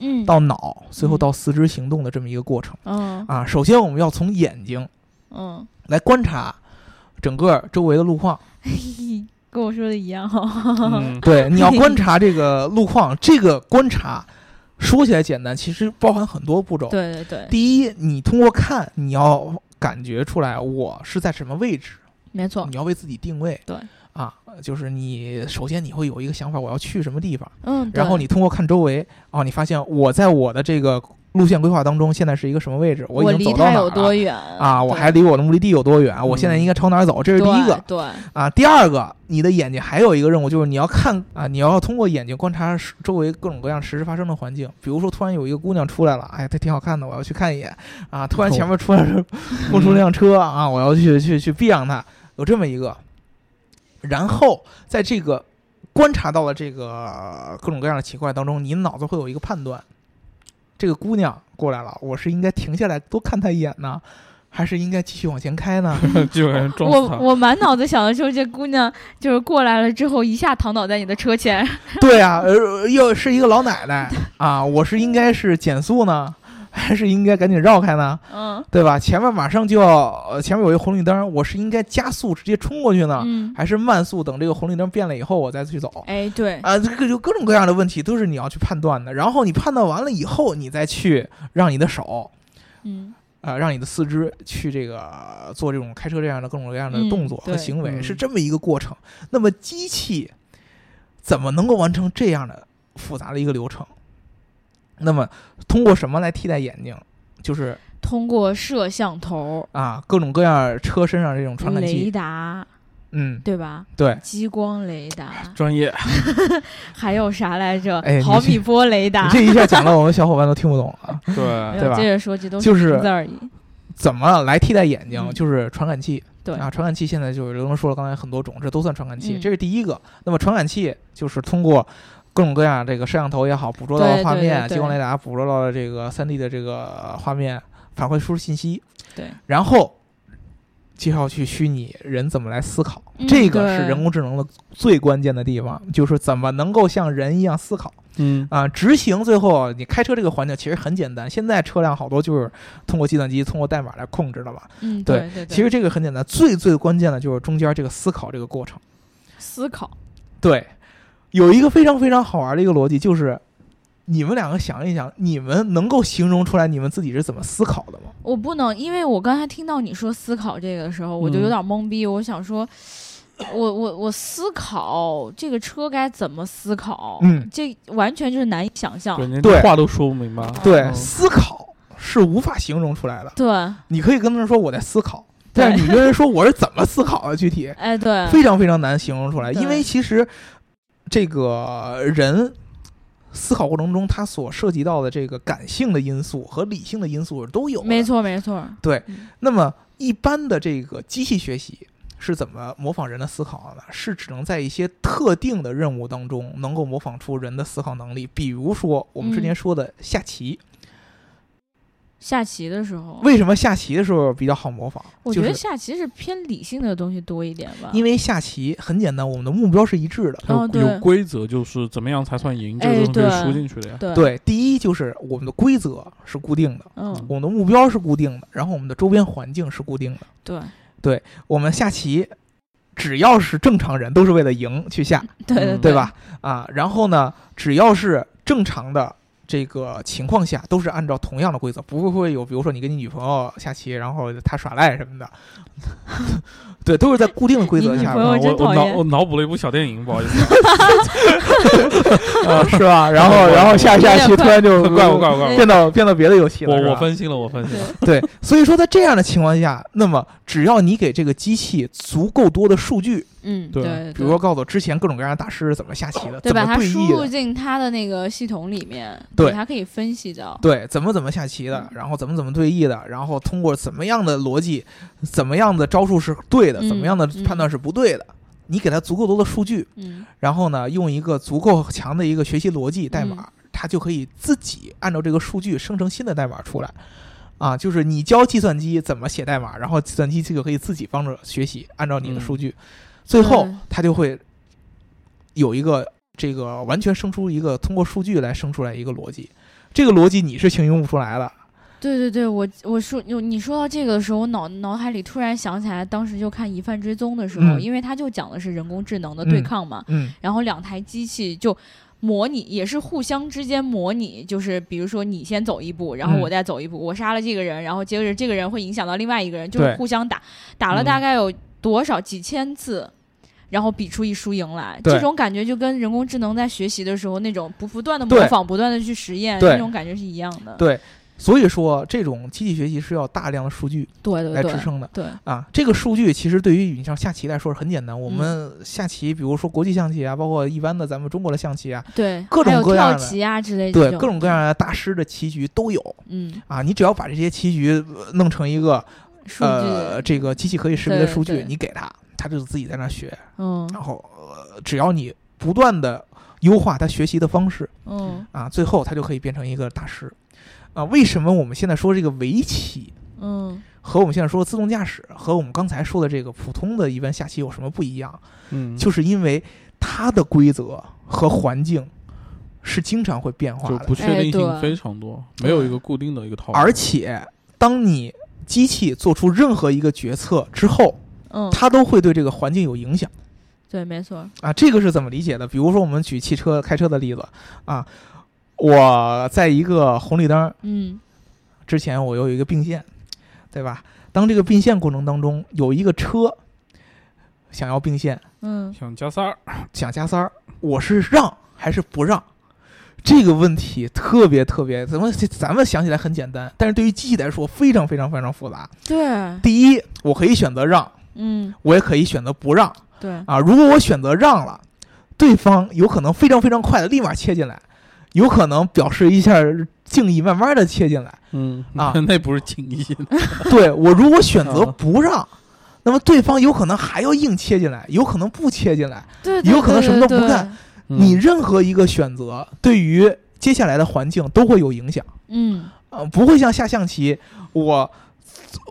[SPEAKER 1] 嗯，
[SPEAKER 2] 到脑，最后
[SPEAKER 1] 嗯
[SPEAKER 2] 到四肢行动的这么一个过程
[SPEAKER 1] 嗯
[SPEAKER 2] 啊。首先我们要从眼睛
[SPEAKER 1] 嗯，
[SPEAKER 2] 来观察整个周围的 路况，
[SPEAKER 1] 跟我说的一样、
[SPEAKER 3] 嗯，
[SPEAKER 2] 对，你要观察这个路况，这个观察说起来简单，其实包含很多步骤。
[SPEAKER 1] 对对对，
[SPEAKER 2] 第一，你通过看，你要感觉出来我是在什么位置，
[SPEAKER 1] 没错
[SPEAKER 2] 你，要为自己定位。
[SPEAKER 1] 对。
[SPEAKER 2] 啊，就是你首先你会有一个想法，我要去什么地方，
[SPEAKER 1] 嗯，
[SPEAKER 2] 然后
[SPEAKER 1] 对
[SPEAKER 2] 你通过看周围，哦，你发现我在我的这个路线规划当中现在是一个什么位置，
[SPEAKER 1] 我
[SPEAKER 2] 已经
[SPEAKER 1] 离
[SPEAKER 2] 走到
[SPEAKER 1] 它
[SPEAKER 2] 哪
[SPEAKER 1] 有
[SPEAKER 2] 儿
[SPEAKER 1] 多
[SPEAKER 2] 了
[SPEAKER 1] 远
[SPEAKER 2] 啊，我
[SPEAKER 1] 对
[SPEAKER 2] 还离我的目的地有多远，我现在
[SPEAKER 3] 嗯
[SPEAKER 2] 应该朝哪儿走，这是第一个。
[SPEAKER 1] 对，对
[SPEAKER 2] 啊，第二个，你的眼睛还有一个任务，就是你要看啊，你要通过眼睛观察时周围各种各样实时发生的环境。比如说，突然有一个姑娘出来了，哎，她挺好看的，我要去看一眼啊。突
[SPEAKER 1] 哦
[SPEAKER 2] 然前面出来是蹦出辆车啊，我要去去去避让她，有这么一个。然后在这个观察到了这个各种各样的奇怪当中，你脑子会有一个判断：这个姑娘过来了，我是应该停下来多看她一眼呢，还是应该继续往前开呢？
[SPEAKER 3] 就有人撞死
[SPEAKER 1] 我
[SPEAKER 3] 他。
[SPEAKER 1] 我满脑子想的就是这姑娘就是过来了之后一下躺倒在你的车 前，
[SPEAKER 2] 对啊，呃，又是一个老奶奶啊，我是应该是减速呢，还是应该赶紧绕开呢？
[SPEAKER 1] 嗯
[SPEAKER 2] 对吧？前面马上就要，呃前面有一个红绿灯，我是应该加速直接冲过去呢，
[SPEAKER 1] 嗯，
[SPEAKER 2] 啊还是慢速等这个红绿灯变了以后我再去走？
[SPEAKER 1] 哎对，
[SPEAKER 2] 啊，这个有各种各样的问题都是你要去判断的。然后你判断完了以后，你再去让你的手。
[SPEAKER 1] 嗯
[SPEAKER 2] 啊、让你的四肢去这个做这种开车这样的各种各样的
[SPEAKER 1] 嗯
[SPEAKER 2] 动作和
[SPEAKER 1] 对
[SPEAKER 2] 行为，
[SPEAKER 3] 嗯
[SPEAKER 2] 是这么一个过程。那么机器怎么能够完成这样的复杂的一个流程？那么通过什么来替代眼睛？就是
[SPEAKER 1] 通过摄像头、
[SPEAKER 2] 啊，各种各样车身上这种传感
[SPEAKER 1] 雷
[SPEAKER 2] 器，
[SPEAKER 1] 达，
[SPEAKER 2] 嗯，
[SPEAKER 1] 对吧？
[SPEAKER 2] 对，
[SPEAKER 1] 激光雷达，
[SPEAKER 3] 专业，
[SPEAKER 1] 还有啥来着
[SPEAKER 2] 哎？你
[SPEAKER 1] 毫
[SPEAKER 2] 这
[SPEAKER 1] 米波雷达
[SPEAKER 2] 你。这一下讲的我们小伙伴都听不懂啊，
[SPEAKER 1] 没
[SPEAKER 3] 对
[SPEAKER 1] 有
[SPEAKER 2] 对吧
[SPEAKER 1] 接着说，这都
[SPEAKER 2] 就是
[SPEAKER 1] 名字而已。
[SPEAKER 2] 怎么来替代眼睛？
[SPEAKER 1] 嗯
[SPEAKER 2] 就是传感器，
[SPEAKER 1] 对
[SPEAKER 2] 啊，传感器现在就是刘能说了，刚才很多种，这都算传感器，
[SPEAKER 1] 嗯
[SPEAKER 2] 这是第一个。那么传感器就是通过各种各样这个摄像头也好，捕捉到
[SPEAKER 1] 对
[SPEAKER 2] 的画
[SPEAKER 1] 对
[SPEAKER 2] 面，
[SPEAKER 1] 对对
[SPEAKER 2] 激光雷达捕捉到了这个 3D 的这个画面，反馈输入信息，
[SPEAKER 1] 对，
[SPEAKER 2] 然后介绍去虚拟人怎么来思考，
[SPEAKER 1] 嗯
[SPEAKER 2] 这个是
[SPEAKER 1] 对
[SPEAKER 2] 人工智能的最关键的地方，就是怎么能够像人一样思考。
[SPEAKER 3] 嗯，
[SPEAKER 2] 啊，执行最后你开车这个环境其实很简单，现在车辆好多就是通过计算机、通过代码来控制的嘛。
[SPEAKER 1] 嗯，
[SPEAKER 2] 对
[SPEAKER 1] 对对。
[SPEAKER 2] 其实这个很简单，最最关键的就是中间这个思考这个过程。
[SPEAKER 1] 思考，
[SPEAKER 2] 对，有一个非常非常好玩的一个逻辑，就是你们两个想一想，你们能够形容出来你们自己是怎么思考的吗？
[SPEAKER 1] 我不能，因为我刚才听到你说思考这个的时候，我就
[SPEAKER 3] 嗯
[SPEAKER 1] 有点懵逼。我想说，我我我思考这个车该怎么思考，
[SPEAKER 2] 嗯，
[SPEAKER 1] 这完全就是难以想象
[SPEAKER 3] 对，。您
[SPEAKER 2] 对
[SPEAKER 3] 话都说不明白。
[SPEAKER 1] 哦
[SPEAKER 2] 对，
[SPEAKER 3] 嗯
[SPEAKER 2] 思考是无法形容出来的。
[SPEAKER 1] 对，
[SPEAKER 2] 你可以跟他说我在思考，但是你跟人说我是怎么思考的，具体
[SPEAKER 1] 哎，对，
[SPEAKER 2] 非常非常难形容出来，
[SPEAKER 1] 对
[SPEAKER 2] 因为其实这个人思考过程中，他所涉及到的这个感性的因素和理性的因素都有。
[SPEAKER 1] 没。错，没错。嗯
[SPEAKER 2] 那么一般的这个机器学习是怎么模仿人的思考的呢？是只能在一些特定的任务当中能够模仿出人的思考能力，比如说我们之前说的下棋。
[SPEAKER 1] 嗯下棋的时候，
[SPEAKER 2] 为什么下棋的时候比较好模仿？
[SPEAKER 1] 我觉
[SPEAKER 2] 就
[SPEAKER 1] 得
[SPEAKER 2] 是
[SPEAKER 1] 下棋是偏理性的东西多一点吧。
[SPEAKER 2] 因为下棋很简单，我们的目标是一致的。
[SPEAKER 3] 它有
[SPEAKER 1] 哦对
[SPEAKER 3] 有规则，就是怎么样才算赢，这
[SPEAKER 1] 哎
[SPEAKER 3] 个东西
[SPEAKER 1] 对
[SPEAKER 3] 是输进去的呀。
[SPEAKER 1] 对，
[SPEAKER 2] 对，第一就是我们的规则是固定的，
[SPEAKER 1] 嗯，
[SPEAKER 2] 我们的目嗯标是固定的，然后我们的周边环境是固定的。
[SPEAKER 1] 对，
[SPEAKER 2] 我们下棋只要是正常人，都是为了赢去下，
[SPEAKER 1] 对对
[SPEAKER 3] 嗯
[SPEAKER 2] 对？吧？啊，然后呢，只要是正常的这个情况下，都是按照同样的规则，不会有比如说你跟你女朋友下棋，然后她耍赖什么的， 对，都是在固定的规则
[SPEAKER 1] 你女
[SPEAKER 2] 下
[SPEAKER 1] 朋
[SPEAKER 2] 面
[SPEAKER 1] 友
[SPEAKER 3] 啊
[SPEAKER 1] 真
[SPEAKER 3] 我
[SPEAKER 1] 讨
[SPEAKER 3] 我脑
[SPEAKER 1] 厌
[SPEAKER 3] 我脑补了一部小电影，不好意 思，
[SPEAKER 2] 啊，是吧？ 然后然后下一下棋突然就
[SPEAKER 3] 怪我怪我
[SPEAKER 1] 哎
[SPEAKER 3] 怪我
[SPEAKER 2] 变到变到别的游戏了，是
[SPEAKER 3] 我我
[SPEAKER 2] 吧
[SPEAKER 3] 分心了，我分心了。
[SPEAKER 2] 对，所以说在这样的情况下，那么只要你给这个机器足够多的数据，
[SPEAKER 1] 嗯，
[SPEAKER 3] 对
[SPEAKER 1] 对，
[SPEAKER 2] 啊比如说告诉我之前各种各样的大师是怎么下棋的，
[SPEAKER 1] 对，
[SPEAKER 2] 怎
[SPEAKER 1] 把
[SPEAKER 2] 么
[SPEAKER 1] 它
[SPEAKER 2] 对
[SPEAKER 1] 输
[SPEAKER 2] 弈
[SPEAKER 1] 入
[SPEAKER 2] 的，
[SPEAKER 1] 进它的那个系统里面，
[SPEAKER 2] 对
[SPEAKER 1] 它可以分析到。
[SPEAKER 2] 对，怎么怎么下棋
[SPEAKER 1] 嗯
[SPEAKER 2] 的，然后怎么怎么对弈的，然后通过怎么样的逻辑，怎么样的招数是对的，
[SPEAKER 1] 嗯
[SPEAKER 2] 怎么样的
[SPEAKER 1] 嗯
[SPEAKER 2] 判断是不对的。你给它足够多的数据，
[SPEAKER 1] 嗯，
[SPEAKER 2] 然后呢，用一个足够强的一个学习逻辑代码，
[SPEAKER 1] 嗯
[SPEAKER 2] 它就可以自己按照这个数据生成新的代码出来。啊，就是你教计算机怎么写代码，然后计算机就可以自己帮着学习，按照你的
[SPEAKER 3] 嗯
[SPEAKER 2] 数据，最后
[SPEAKER 1] 嗯
[SPEAKER 2] 它就会有一个这个完全生出一个通过数据来生出来一个逻辑，这个逻辑你是形容不出来的。
[SPEAKER 1] 对对对，我我说你你说到这个的时候，我脑脑海里突然想起来，当时就看《疑犯追踪》的时候，
[SPEAKER 2] 嗯
[SPEAKER 1] 因为它就讲的是人工智能的对
[SPEAKER 2] 嗯
[SPEAKER 1] 抗嘛，
[SPEAKER 2] 嗯
[SPEAKER 1] 然后两台机器就模拟，也是互相之间模拟，就是比如说你先走一步，然后
[SPEAKER 2] 嗯
[SPEAKER 1] 我再走一步，我杀了这个人，然后接着这个人会影响到另外一个人，就是
[SPEAKER 2] 对
[SPEAKER 1] 互相打，打了大概有多少几千次。然后比出一输赢来，
[SPEAKER 2] 对
[SPEAKER 1] 这种感觉就跟人工智能在学习的时候那种不不断的模
[SPEAKER 2] 对
[SPEAKER 1] 仿、不断的去实验
[SPEAKER 2] 对
[SPEAKER 1] 那种感觉是一样的。
[SPEAKER 2] 对所以说，这种机器学习是要大量的数据
[SPEAKER 1] 对对
[SPEAKER 2] 来
[SPEAKER 1] 对
[SPEAKER 2] 支撑的
[SPEAKER 1] 对，
[SPEAKER 2] 啊。这个数据其实对于你像下棋来说是很简单，我
[SPEAKER 1] 嗯
[SPEAKER 2] 们下棋，比如说国际象棋啊，包括一般的咱们中国的象棋啊，
[SPEAKER 1] 对，
[SPEAKER 2] 各种
[SPEAKER 1] 还有
[SPEAKER 2] 各样
[SPEAKER 1] 跳
[SPEAKER 2] 的
[SPEAKER 1] 棋啊之类的
[SPEAKER 2] 对
[SPEAKER 1] 这种，
[SPEAKER 2] 各种各样的大师的棋局都有
[SPEAKER 1] 嗯
[SPEAKER 2] 啊。你只要把这些棋局呃弄成一个
[SPEAKER 1] 数据，
[SPEAKER 2] 呃这个机器可以识别的
[SPEAKER 1] 对
[SPEAKER 2] 数据
[SPEAKER 1] 对，
[SPEAKER 2] 你给它，它就自己在那儿学，
[SPEAKER 1] 嗯
[SPEAKER 2] 然后呃只要你不断的优化它学习的方式
[SPEAKER 1] 嗯
[SPEAKER 2] 啊，最后它就可以变成一个大师啊。为什么我们现在说这个围棋？
[SPEAKER 1] 嗯
[SPEAKER 2] 和我们现在说的自动驾驶和我们刚才说的这个普通的一般下棋有什么不一样？
[SPEAKER 3] 嗯，
[SPEAKER 2] 就是因为它的规则和环境是经常会变化
[SPEAKER 3] 就
[SPEAKER 2] 的，
[SPEAKER 3] 不确定
[SPEAKER 1] 哎对
[SPEAKER 3] 性非常多，没有一个固定的一个套路。
[SPEAKER 2] 而且当你机器做出任何一个决策之后，
[SPEAKER 1] 嗯，
[SPEAKER 2] 它都会对这个环境有影响
[SPEAKER 1] 对，没错，
[SPEAKER 2] 啊。这个是怎么理解的？比如说，我们举汽车开车的例子啊，我在一个红绿灯
[SPEAKER 1] 嗯
[SPEAKER 2] 之前，我有一个并线，对吧？当这个并线过程当中，有一个车想要并线，
[SPEAKER 1] 嗯。
[SPEAKER 3] 想加塞儿，
[SPEAKER 2] 想加塞儿，我是让还是不让？这个问题特别特别，咱们咱们想起来很简单，但是对于机器来说非常非常非常复杂。
[SPEAKER 1] 对，
[SPEAKER 2] 第一，我可以选择让，
[SPEAKER 1] 嗯，
[SPEAKER 2] 我也可以选择不让
[SPEAKER 1] 对，
[SPEAKER 2] 啊。如果我选择让了，对方有可能非常非常快的立马切进来，有可能表示一下敬意，慢慢的切进来。
[SPEAKER 3] 嗯
[SPEAKER 2] 啊
[SPEAKER 3] 那不是 情谊，
[SPEAKER 2] 对我如果选择不让，那么对方有可能还要硬切进来，有可能不切进来。
[SPEAKER 1] 对，
[SPEAKER 2] 有可能什么都不干，
[SPEAKER 3] 嗯
[SPEAKER 2] 你任何一个选择，对于接下来的环境都会有影响。
[SPEAKER 1] 嗯，
[SPEAKER 2] 呃，不会像下象棋，我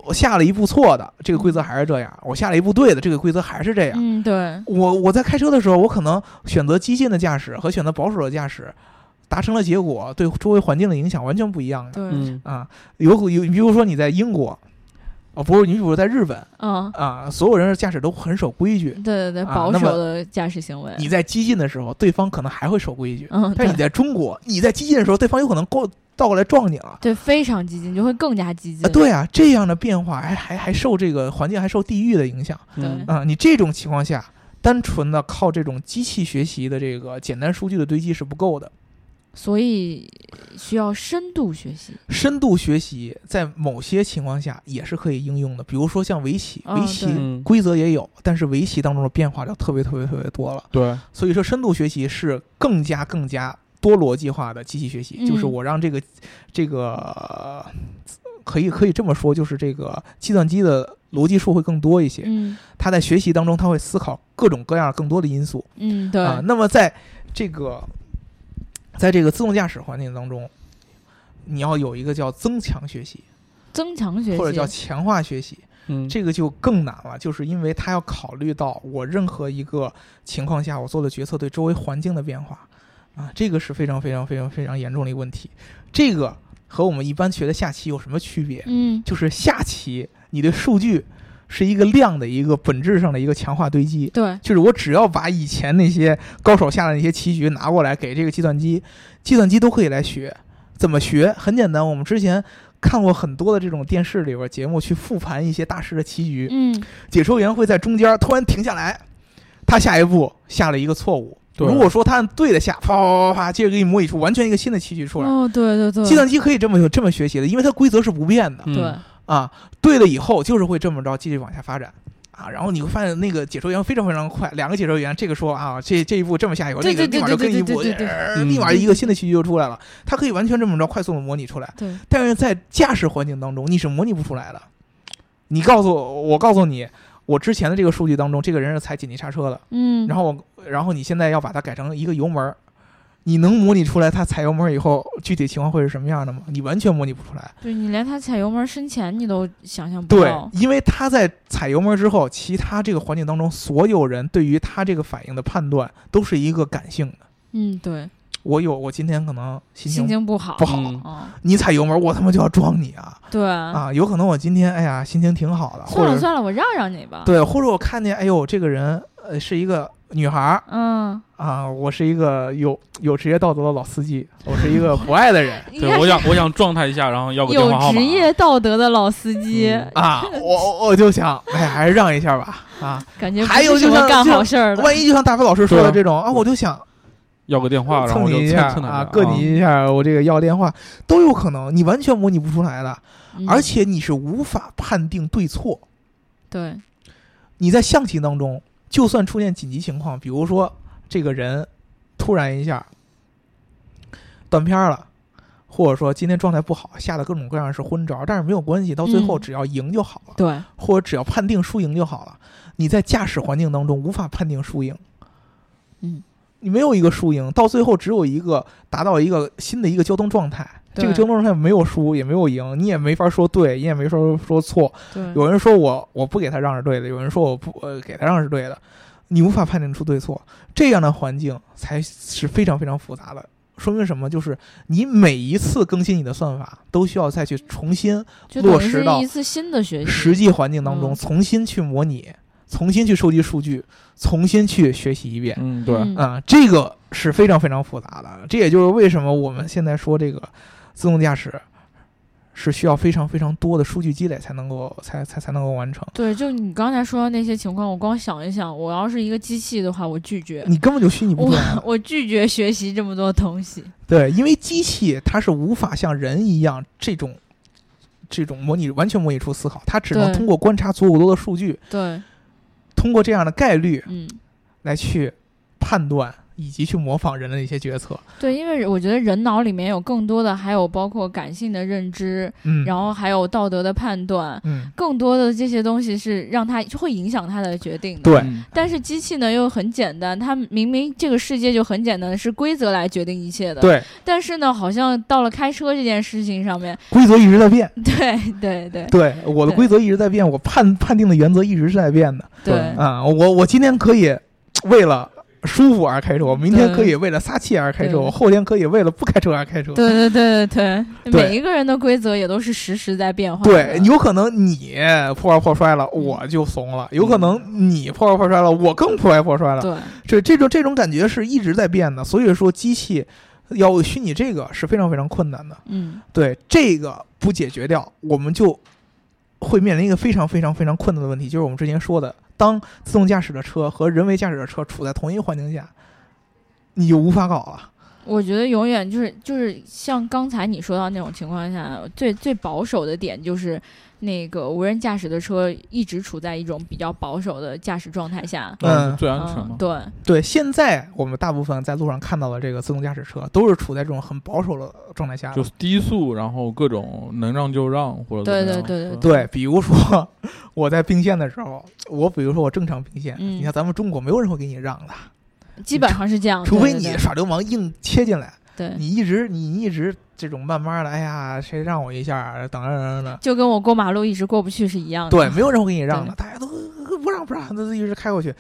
[SPEAKER 2] 我下了一步错的，这个规则还是这样；我下了一步对的，这个规则还是这样。
[SPEAKER 1] 嗯，对，
[SPEAKER 2] 我我在开车的时候，我可能选择激进的驾驶和选择保守的驾驶，达成了结果对周围环境的影响完全不一样的
[SPEAKER 1] 对，
[SPEAKER 3] 嗯
[SPEAKER 2] 啊。有有，比如说你在英国，哦，不是，你比如在日本
[SPEAKER 1] 嗯，
[SPEAKER 2] 啊，所有人的驾驶都很守规矩。
[SPEAKER 1] 对对对，
[SPEAKER 2] 啊
[SPEAKER 1] 保
[SPEAKER 2] 那
[SPEAKER 1] 守
[SPEAKER 2] 么
[SPEAKER 1] 的驾驶行为，
[SPEAKER 2] 你在激进的时候，对方可能还会守规矩，
[SPEAKER 1] 嗯，对
[SPEAKER 2] 但是你，在中国，你在激进的时候，对方有可能过倒过来撞你了。
[SPEAKER 1] 对，非常激进，就会更加激
[SPEAKER 2] 啊，
[SPEAKER 1] 进，
[SPEAKER 2] 对啊，这样的变化还还还受这个环境还受地域的影响
[SPEAKER 1] 对
[SPEAKER 2] 啊、你这种情况下，单纯的靠这种机器学习的这个简单数据的堆积是不够的。
[SPEAKER 1] 所以需要深度学习，
[SPEAKER 2] 深度学习在某些情况下也是可以应用的，比如说像围棋，
[SPEAKER 1] 哦
[SPEAKER 2] 围棋
[SPEAKER 1] 对
[SPEAKER 3] 嗯
[SPEAKER 2] 规则也有，但是围棋当中的变化就特别特别特别多了。
[SPEAKER 3] 对，
[SPEAKER 2] 所以说，深度学习是更加更加多逻辑化的机器学习，就是
[SPEAKER 1] 嗯
[SPEAKER 2] 我让这个这个呃可以可以这么说，就是这个计算机的逻辑数会更多一些。
[SPEAKER 1] 嗯
[SPEAKER 2] 它在学习当中，它会思考各种各样更多的因素
[SPEAKER 1] 嗯，对，
[SPEAKER 2] 啊。那么在这个在这个自动驾驶环境当中，你要有一个叫增强学习，
[SPEAKER 1] 增强学习，
[SPEAKER 2] 或者叫强化学习，
[SPEAKER 3] 嗯
[SPEAKER 2] 这个就更难了，就是因为它要考虑到我任何一个情况下我做的决策对周围环境的变化，啊，这个是非常非常非常非常严重的一个问题。这个和我们一般学的下棋有什么区别？
[SPEAKER 1] 嗯，
[SPEAKER 2] 就是下棋你对数据是一个量的一个本质上的一个强化堆积。
[SPEAKER 1] 对，
[SPEAKER 2] 就是我只要把以前那些高手下的那些棋局拿过来给这个计算机，计算机都可以来学。怎么学？很简单，我们之前看过很多的这种电视里边节目去复盘一些大师的棋局，
[SPEAKER 1] 嗯，
[SPEAKER 2] 解说员会在中间突然停下来，他下一步下了一个错误。
[SPEAKER 3] 对
[SPEAKER 2] 如果说他按对的下，啪啪啪啪啪，接着给你模拟出完全一个新的棋局出来。
[SPEAKER 1] 哦，对对对，
[SPEAKER 2] 计算机可以这么这么学习的，因为它规则是不变的。
[SPEAKER 3] 嗯
[SPEAKER 1] 对，
[SPEAKER 2] 啊，对了以后就是会这么着继续往下发展。啊，然后你会发现那个解说员非常非常快，两个解说员，这个说啊，这这一步这么下一步，
[SPEAKER 1] 对
[SPEAKER 2] 那个
[SPEAKER 1] 对
[SPEAKER 2] 立马就
[SPEAKER 1] 对
[SPEAKER 2] 跟一
[SPEAKER 1] 对
[SPEAKER 2] 步，
[SPEAKER 1] 对对对
[SPEAKER 2] 呃
[SPEAKER 3] 对
[SPEAKER 2] 立马
[SPEAKER 1] 嗯
[SPEAKER 2] 一个新的棋局就出来了。它可以完全这么着快速的模拟出来，
[SPEAKER 1] 对，
[SPEAKER 2] 但是在驾驶环境当中你是模拟不出来的。你告诉我，我告诉你，我之前的这个数据当中，这个人是踩紧急刹车的，
[SPEAKER 1] 嗯，
[SPEAKER 2] 然后我，然后你现在要把它改成一个油门儿，你能模拟出来它踩油门儿以后具体情况会是什么样的吗？你完全模拟不出来。
[SPEAKER 1] 对你连他踩油门深前你都想象不
[SPEAKER 2] 对
[SPEAKER 1] 到，，
[SPEAKER 2] 因为他在踩油门之后，其他这个环境当中，所有人对于他这个反应的判断都是一个感性的。
[SPEAKER 1] 嗯，对，
[SPEAKER 2] 我有，我今天可能心情，
[SPEAKER 1] 心情不好
[SPEAKER 2] 不，好
[SPEAKER 3] 嗯
[SPEAKER 1] 嗯，
[SPEAKER 2] 你踩油门，我他妈就要撞你啊
[SPEAKER 1] 对，
[SPEAKER 2] 啊！有可能我今天哎呀心情挺好的，或
[SPEAKER 1] 嗯算了
[SPEAKER 2] 者
[SPEAKER 1] 算了，我让让你吧，，
[SPEAKER 2] 对，或者我看见哎呦这个人呃是一个女孩儿
[SPEAKER 1] 嗯，
[SPEAKER 2] 啊，我是一个有有职业道德的老司机，我是一个不爱 的人
[SPEAKER 1] 应
[SPEAKER 3] 对，
[SPEAKER 1] 该
[SPEAKER 3] 我
[SPEAKER 1] 是
[SPEAKER 3] 想我想状态一下，然后要个电话
[SPEAKER 1] 有
[SPEAKER 3] 号码
[SPEAKER 1] 职。业道德的老司机，
[SPEAKER 3] 嗯
[SPEAKER 2] 啊，我我就想哎呀还是让一下吧啊，
[SPEAKER 1] 感觉不
[SPEAKER 2] 还有
[SPEAKER 1] 是
[SPEAKER 2] 就
[SPEAKER 1] 什么
[SPEAKER 2] 像
[SPEAKER 1] 干
[SPEAKER 2] 就
[SPEAKER 1] 好事儿的，
[SPEAKER 2] 万一就像大飞老师说的
[SPEAKER 3] 对啊
[SPEAKER 2] 这种啊，我就想。
[SPEAKER 3] 要个电话，然后
[SPEAKER 2] 蹭
[SPEAKER 3] 我就
[SPEAKER 2] 你一
[SPEAKER 3] 蹭
[SPEAKER 2] 下
[SPEAKER 3] 蹭嗯他
[SPEAKER 2] 啊，
[SPEAKER 3] 一下
[SPEAKER 2] 硌你一下，我这个要电话都有可能，你完全模拟不出来的，
[SPEAKER 1] 嗯
[SPEAKER 2] 而且你是无法判定对错。
[SPEAKER 1] 对，
[SPEAKER 2] 你在象棋当中，就算出现紧急情况，比如说这个人突然一下断片儿了，或者说今天状态不好，下的各种各样是昏招，但是没有关系，到最后
[SPEAKER 1] 嗯
[SPEAKER 2] 只要赢就好了，
[SPEAKER 1] 对，
[SPEAKER 2] 或者只要判定输赢就好了。你在驾驶环境当中无法判定输赢，
[SPEAKER 1] 嗯，
[SPEAKER 2] 你没有一个输赢，到最后只有一个达到一个新的一个交通状态。
[SPEAKER 1] 对
[SPEAKER 2] 这个交通状态没有输也没有赢，你也没法说对，你也没法说错。
[SPEAKER 1] 对，
[SPEAKER 2] 有人说我我不给他让是对的，有人说我不呃给他让是对的，你无法判定出对错。这样的环境才是非常非常复杂的。说明什么？就是你每一次更新你的算法，都需要再去重新
[SPEAKER 1] 就等
[SPEAKER 2] 落
[SPEAKER 1] 于
[SPEAKER 2] 实
[SPEAKER 1] 是
[SPEAKER 2] 到
[SPEAKER 1] 一次新的学习，
[SPEAKER 2] 实际环境当中
[SPEAKER 1] 嗯
[SPEAKER 2] 重新去模拟，重新去收集数据，重新去学习一遍。
[SPEAKER 3] 嗯，对，
[SPEAKER 1] 嗯
[SPEAKER 2] 啊，这个是非常非常复杂的。这也就是为什么我们现在说这个自动驾驶是需要非常非常多的数据积累才能够才才才能够完成。
[SPEAKER 1] 对，就你刚才说的那些情况，我光想一想，我要是一个机器的话，我拒绝，
[SPEAKER 2] 你根本就虚拟不
[SPEAKER 1] 我
[SPEAKER 2] 出来。
[SPEAKER 1] 我拒绝学习这么多东西。
[SPEAKER 2] 对，因为机器它是无法像人一样这种这种模拟完全模拟出思考，它只能
[SPEAKER 1] 对
[SPEAKER 2] 通过观察足够多的数据，
[SPEAKER 1] 对，
[SPEAKER 2] 通过这样的概率
[SPEAKER 1] 嗯，
[SPEAKER 2] 来去判断以及去模仿人的一些决策。
[SPEAKER 1] 对，因为我觉得人脑里面有更多的，还有包括感性的认知，
[SPEAKER 2] 嗯，
[SPEAKER 1] 然后还有道德的判断，
[SPEAKER 2] 嗯，
[SPEAKER 1] 更多的这些东西是让他会影响他的决定的。
[SPEAKER 2] 对
[SPEAKER 3] 嗯
[SPEAKER 1] 但是机器呢又很简单，它明明这个世界就很简单，是规则来决定一切的。
[SPEAKER 2] 对，
[SPEAKER 1] 但是呢，好像到了开车这件事情上面，
[SPEAKER 2] 规则一直在变。
[SPEAKER 1] 对对对
[SPEAKER 2] 对，我的
[SPEAKER 1] 嗯对
[SPEAKER 2] 规则一直在变，我判判定的原则一直是在变的。
[SPEAKER 1] 对
[SPEAKER 2] 啊、我我今天可以为了舒服而开车，我明天
[SPEAKER 1] 对
[SPEAKER 2] 可以为了撒气而开
[SPEAKER 1] 对
[SPEAKER 2] 车，我后天可以为了不开车而开车。
[SPEAKER 1] 对对对对对，
[SPEAKER 2] 对
[SPEAKER 1] 每一个人的规则也都是实时在变化的。
[SPEAKER 2] 对，有可能你破罐破摔了，我就怂
[SPEAKER 1] 嗯
[SPEAKER 2] 了；有可能你破罐破摔了，我更破罐破摔了。
[SPEAKER 1] 对
[SPEAKER 2] 这这种这种感觉是一直在变的，所以说机器要虚拟这个是非常非常困难的。
[SPEAKER 1] 嗯
[SPEAKER 2] 对这个不解决掉，我们就会面临一个非常非常非常困难的问题，就是我们之前说的，当自动驾驶的车和人为驾驶的车处在同一环境下，你就无法搞了。，
[SPEAKER 1] 我觉得永远就是就是像刚才你说到那种情况下，最最保守的点就是那个无人驾驶的车一直处在一种比较保守的驾驶状态下。
[SPEAKER 3] 那
[SPEAKER 2] 嗯
[SPEAKER 3] 最安全嘛
[SPEAKER 1] 嗯，。对
[SPEAKER 2] 对，现在我们大部分在路上看到的这个自动驾驶车，都是处在这种很保守的状态
[SPEAKER 1] 嗯
[SPEAKER 2] 下
[SPEAKER 3] 就
[SPEAKER 2] 的。
[SPEAKER 3] 是低速，然后各种能让就让，或者怎么
[SPEAKER 1] 对
[SPEAKER 3] 样
[SPEAKER 1] 对对对
[SPEAKER 2] 对，比如说我在并线的时候，我比如说我正常并线，
[SPEAKER 1] 嗯
[SPEAKER 2] 你看咱们中国没有人会给你让的，
[SPEAKER 1] 基本上是这样。
[SPEAKER 2] 除非
[SPEAKER 1] 哦对对
[SPEAKER 2] 你耍流氓硬切进来，
[SPEAKER 1] 对对，
[SPEAKER 2] 你一直你你一直这种慢慢的，哎呀，谁让我一下，等等等等。
[SPEAKER 1] 就跟我过马路一直过不去是一样的。
[SPEAKER 2] 对，没有人会给你让
[SPEAKER 1] 对
[SPEAKER 2] 的，大家都呃不让不让，那一直开过去。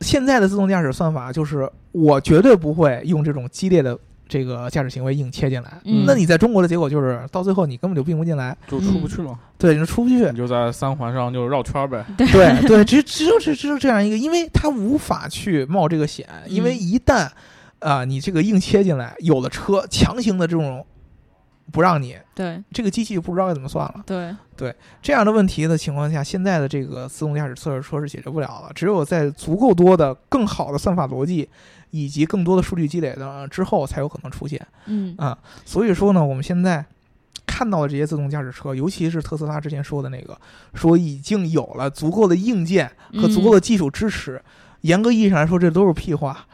[SPEAKER 2] 现在的自动驾驶算法就是，我绝对不会用这种激烈的这个驾驶行为硬切进来。
[SPEAKER 1] 嗯
[SPEAKER 2] 那你在中国的结果就是到最后你根本就并不进来，
[SPEAKER 3] 就出不去嘛，
[SPEAKER 2] 对，你就出
[SPEAKER 1] 嗯
[SPEAKER 2] 不去
[SPEAKER 3] 你。就在三环上就绕圈儿呗。
[SPEAKER 2] 对对，只只就是只有这样一个，因为他无法去冒这个险，因为
[SPEAKER 1] 嗯
[SPEAKER 2] 一旦啊、你这个硬切进来，有的车强行的这种不让你，
[SPEAKER 1] 对
[SPEAKER 2] 这个机器就不知道该怎么算了。
[SPEAKER 1] 对，
[SPEAKER 2] 这样的问题的情况下，现在的这个自动驾驶测试车是解决不了了。啊只有在足够多的、更好的算法逻辑以及更多的数据积累的之后，才有可能出现
[SPEAKER 1] 嗯
[SPEAKER 2] 啊。所以说呢，我们现在看到的这些自动驾驶车，尤其是特斯拉之前说的那个，说已经有了足够的硬件
[SPEAKER 1] 嗯
[SPEAKER 2] 和足够的技术支持。严格意义上来说，这都是屁话。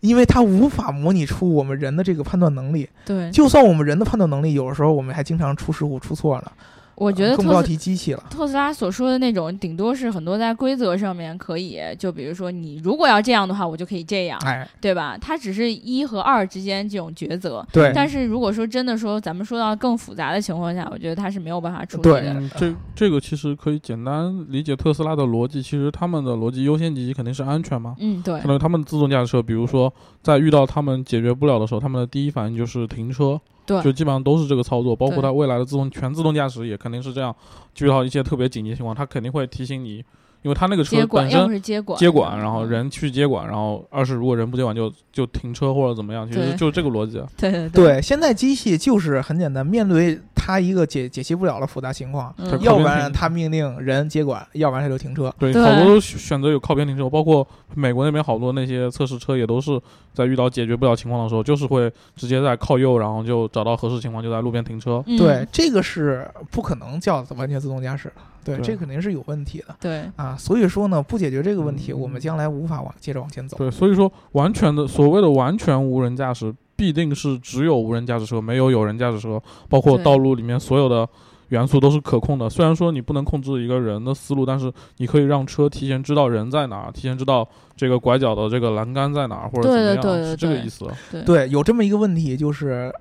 [SPEAKER 2] 因为它无法模拟出我们人的这个判断能力，
[SPEAKER 1] 对，
[SPEAKER 2] 就算我们人的判断能力，有的时候我们还经常出失误、出错呢。
[SPEAKER 1] 我觉得
[SPEAKER 2] 更不要
[SPEAKER 1] 特斯
[SPEAKER 2] 提机器了。
[SPEAKER 1] 特斯拉所说的那种，顶多是很多在规则上面可以，就比如说你如果要这样的话，我就可以这样，
[SPEAKER 2] 哎，
[SPEAKER 1] 对吧？它只是一和二之间这种抉择。
[SPEAKER 2] 对，
[SPEAKER 1] 但是如果说真的说，咱们说到更复杂的情况下，我觉得它是没有办法处理
[SPEAKER 2] 对
[SPEAKER 1] 的。
[SPEAKER 3] 嗯，这这个其实可以简单理解特斯拉的逻辑，其实他们的逻辑优先级肯定是安全嘛。
[SPEAKER 1] 嗯，对
[SPEAKER 3] 可，能他们自动驾驶车，比如说在遇到他们解决不了的时候，他们的第一反应就是停车，
[SPEAKER 1] 对
[SPEAKER 3] 就基本上都是这个操作，包括
[SPEAKER 1] 对
[SPEAKER 3] 它未来的自动全自动驾驶也肯定是这样。遇到一些特别紧急情况，它肯定会提醒你，因为它那个车
[SPEAKER 1] 接管
[SPEAKER 3] 本
[SPEAKER 1] 要
[SPEAKER 3] 身
[SPEAKER 1] 么是接管，
[SPEAKER 3] 接管，然后
[SPEAKER 1] 嗯
[SPEAKER 3] 人去接管，然后二是如果人不接管就就停车或者怎么样，其
[SPEAKER 1] 对
[SPEAKER 3] 实就是这个逻辑。啊
[SPEAKER 1] 嗯对对对，
[SPEAKER 2] 对，现在机器就是很简单，面对它一个解解析不了的复杂情况，
[SPEAKER 1] 嗯
[SPEAKER 3] 它
[SPEAKER 2] 要不
[SPEAKER 3] 边
[SPEAKER 2] 然
[SPEAKER 3] 停
[SPEAKER 2] 它命令人接管，要不然它就停车。
[SPEAKER 3] 对，
[SPEAKER 1] 对
[SPEAKER 3] 好多都选选择有靠边停车，包括美国那边好多那些测试车也都是在遇到解决不了情况的时候，就是会直接在靠右，然后就找到合适情况就在路边停车。
[SPEAKER 1] 嗯
[SPEAKER 2] 对，这个是不可能叫完全自动驾驶的，对，
[SPEAKER 3] 对
[SPEAKER 2] 这肯定是有问题的
[SPEAKER 1] 对，
[SPEAKER 2] 啊。所以说呢，不解决这个问题，
[SPEAKER 3] 嗯
[SPEAKER 2] 我们将来无法往接着往前走。
[SPEAKER 3] 对，所以说完全的所谓的完全无人驾驶，必定是只有无人驾驶车，没有有人驾驶车，包括
[SPEAKER 1] 对
[SPEAKER 3] 道路里面所有的。元素都是可控的，虽然说你不能控制一个人的思路，但是你可以让车提前知道人在哪儿，提前知道这个拐角的这个栏杆在哪儿，或者怎
[SPEAKER 1] 对对
[SPEAKER 3] 么样，
[SPEAKER 1] 对对
[SPEAKER 3] 是这个
[SPEAKER 1] 对
[SPEAKER 3] 意思。
[SPEAKER 2] 对，有这么一个问题就是。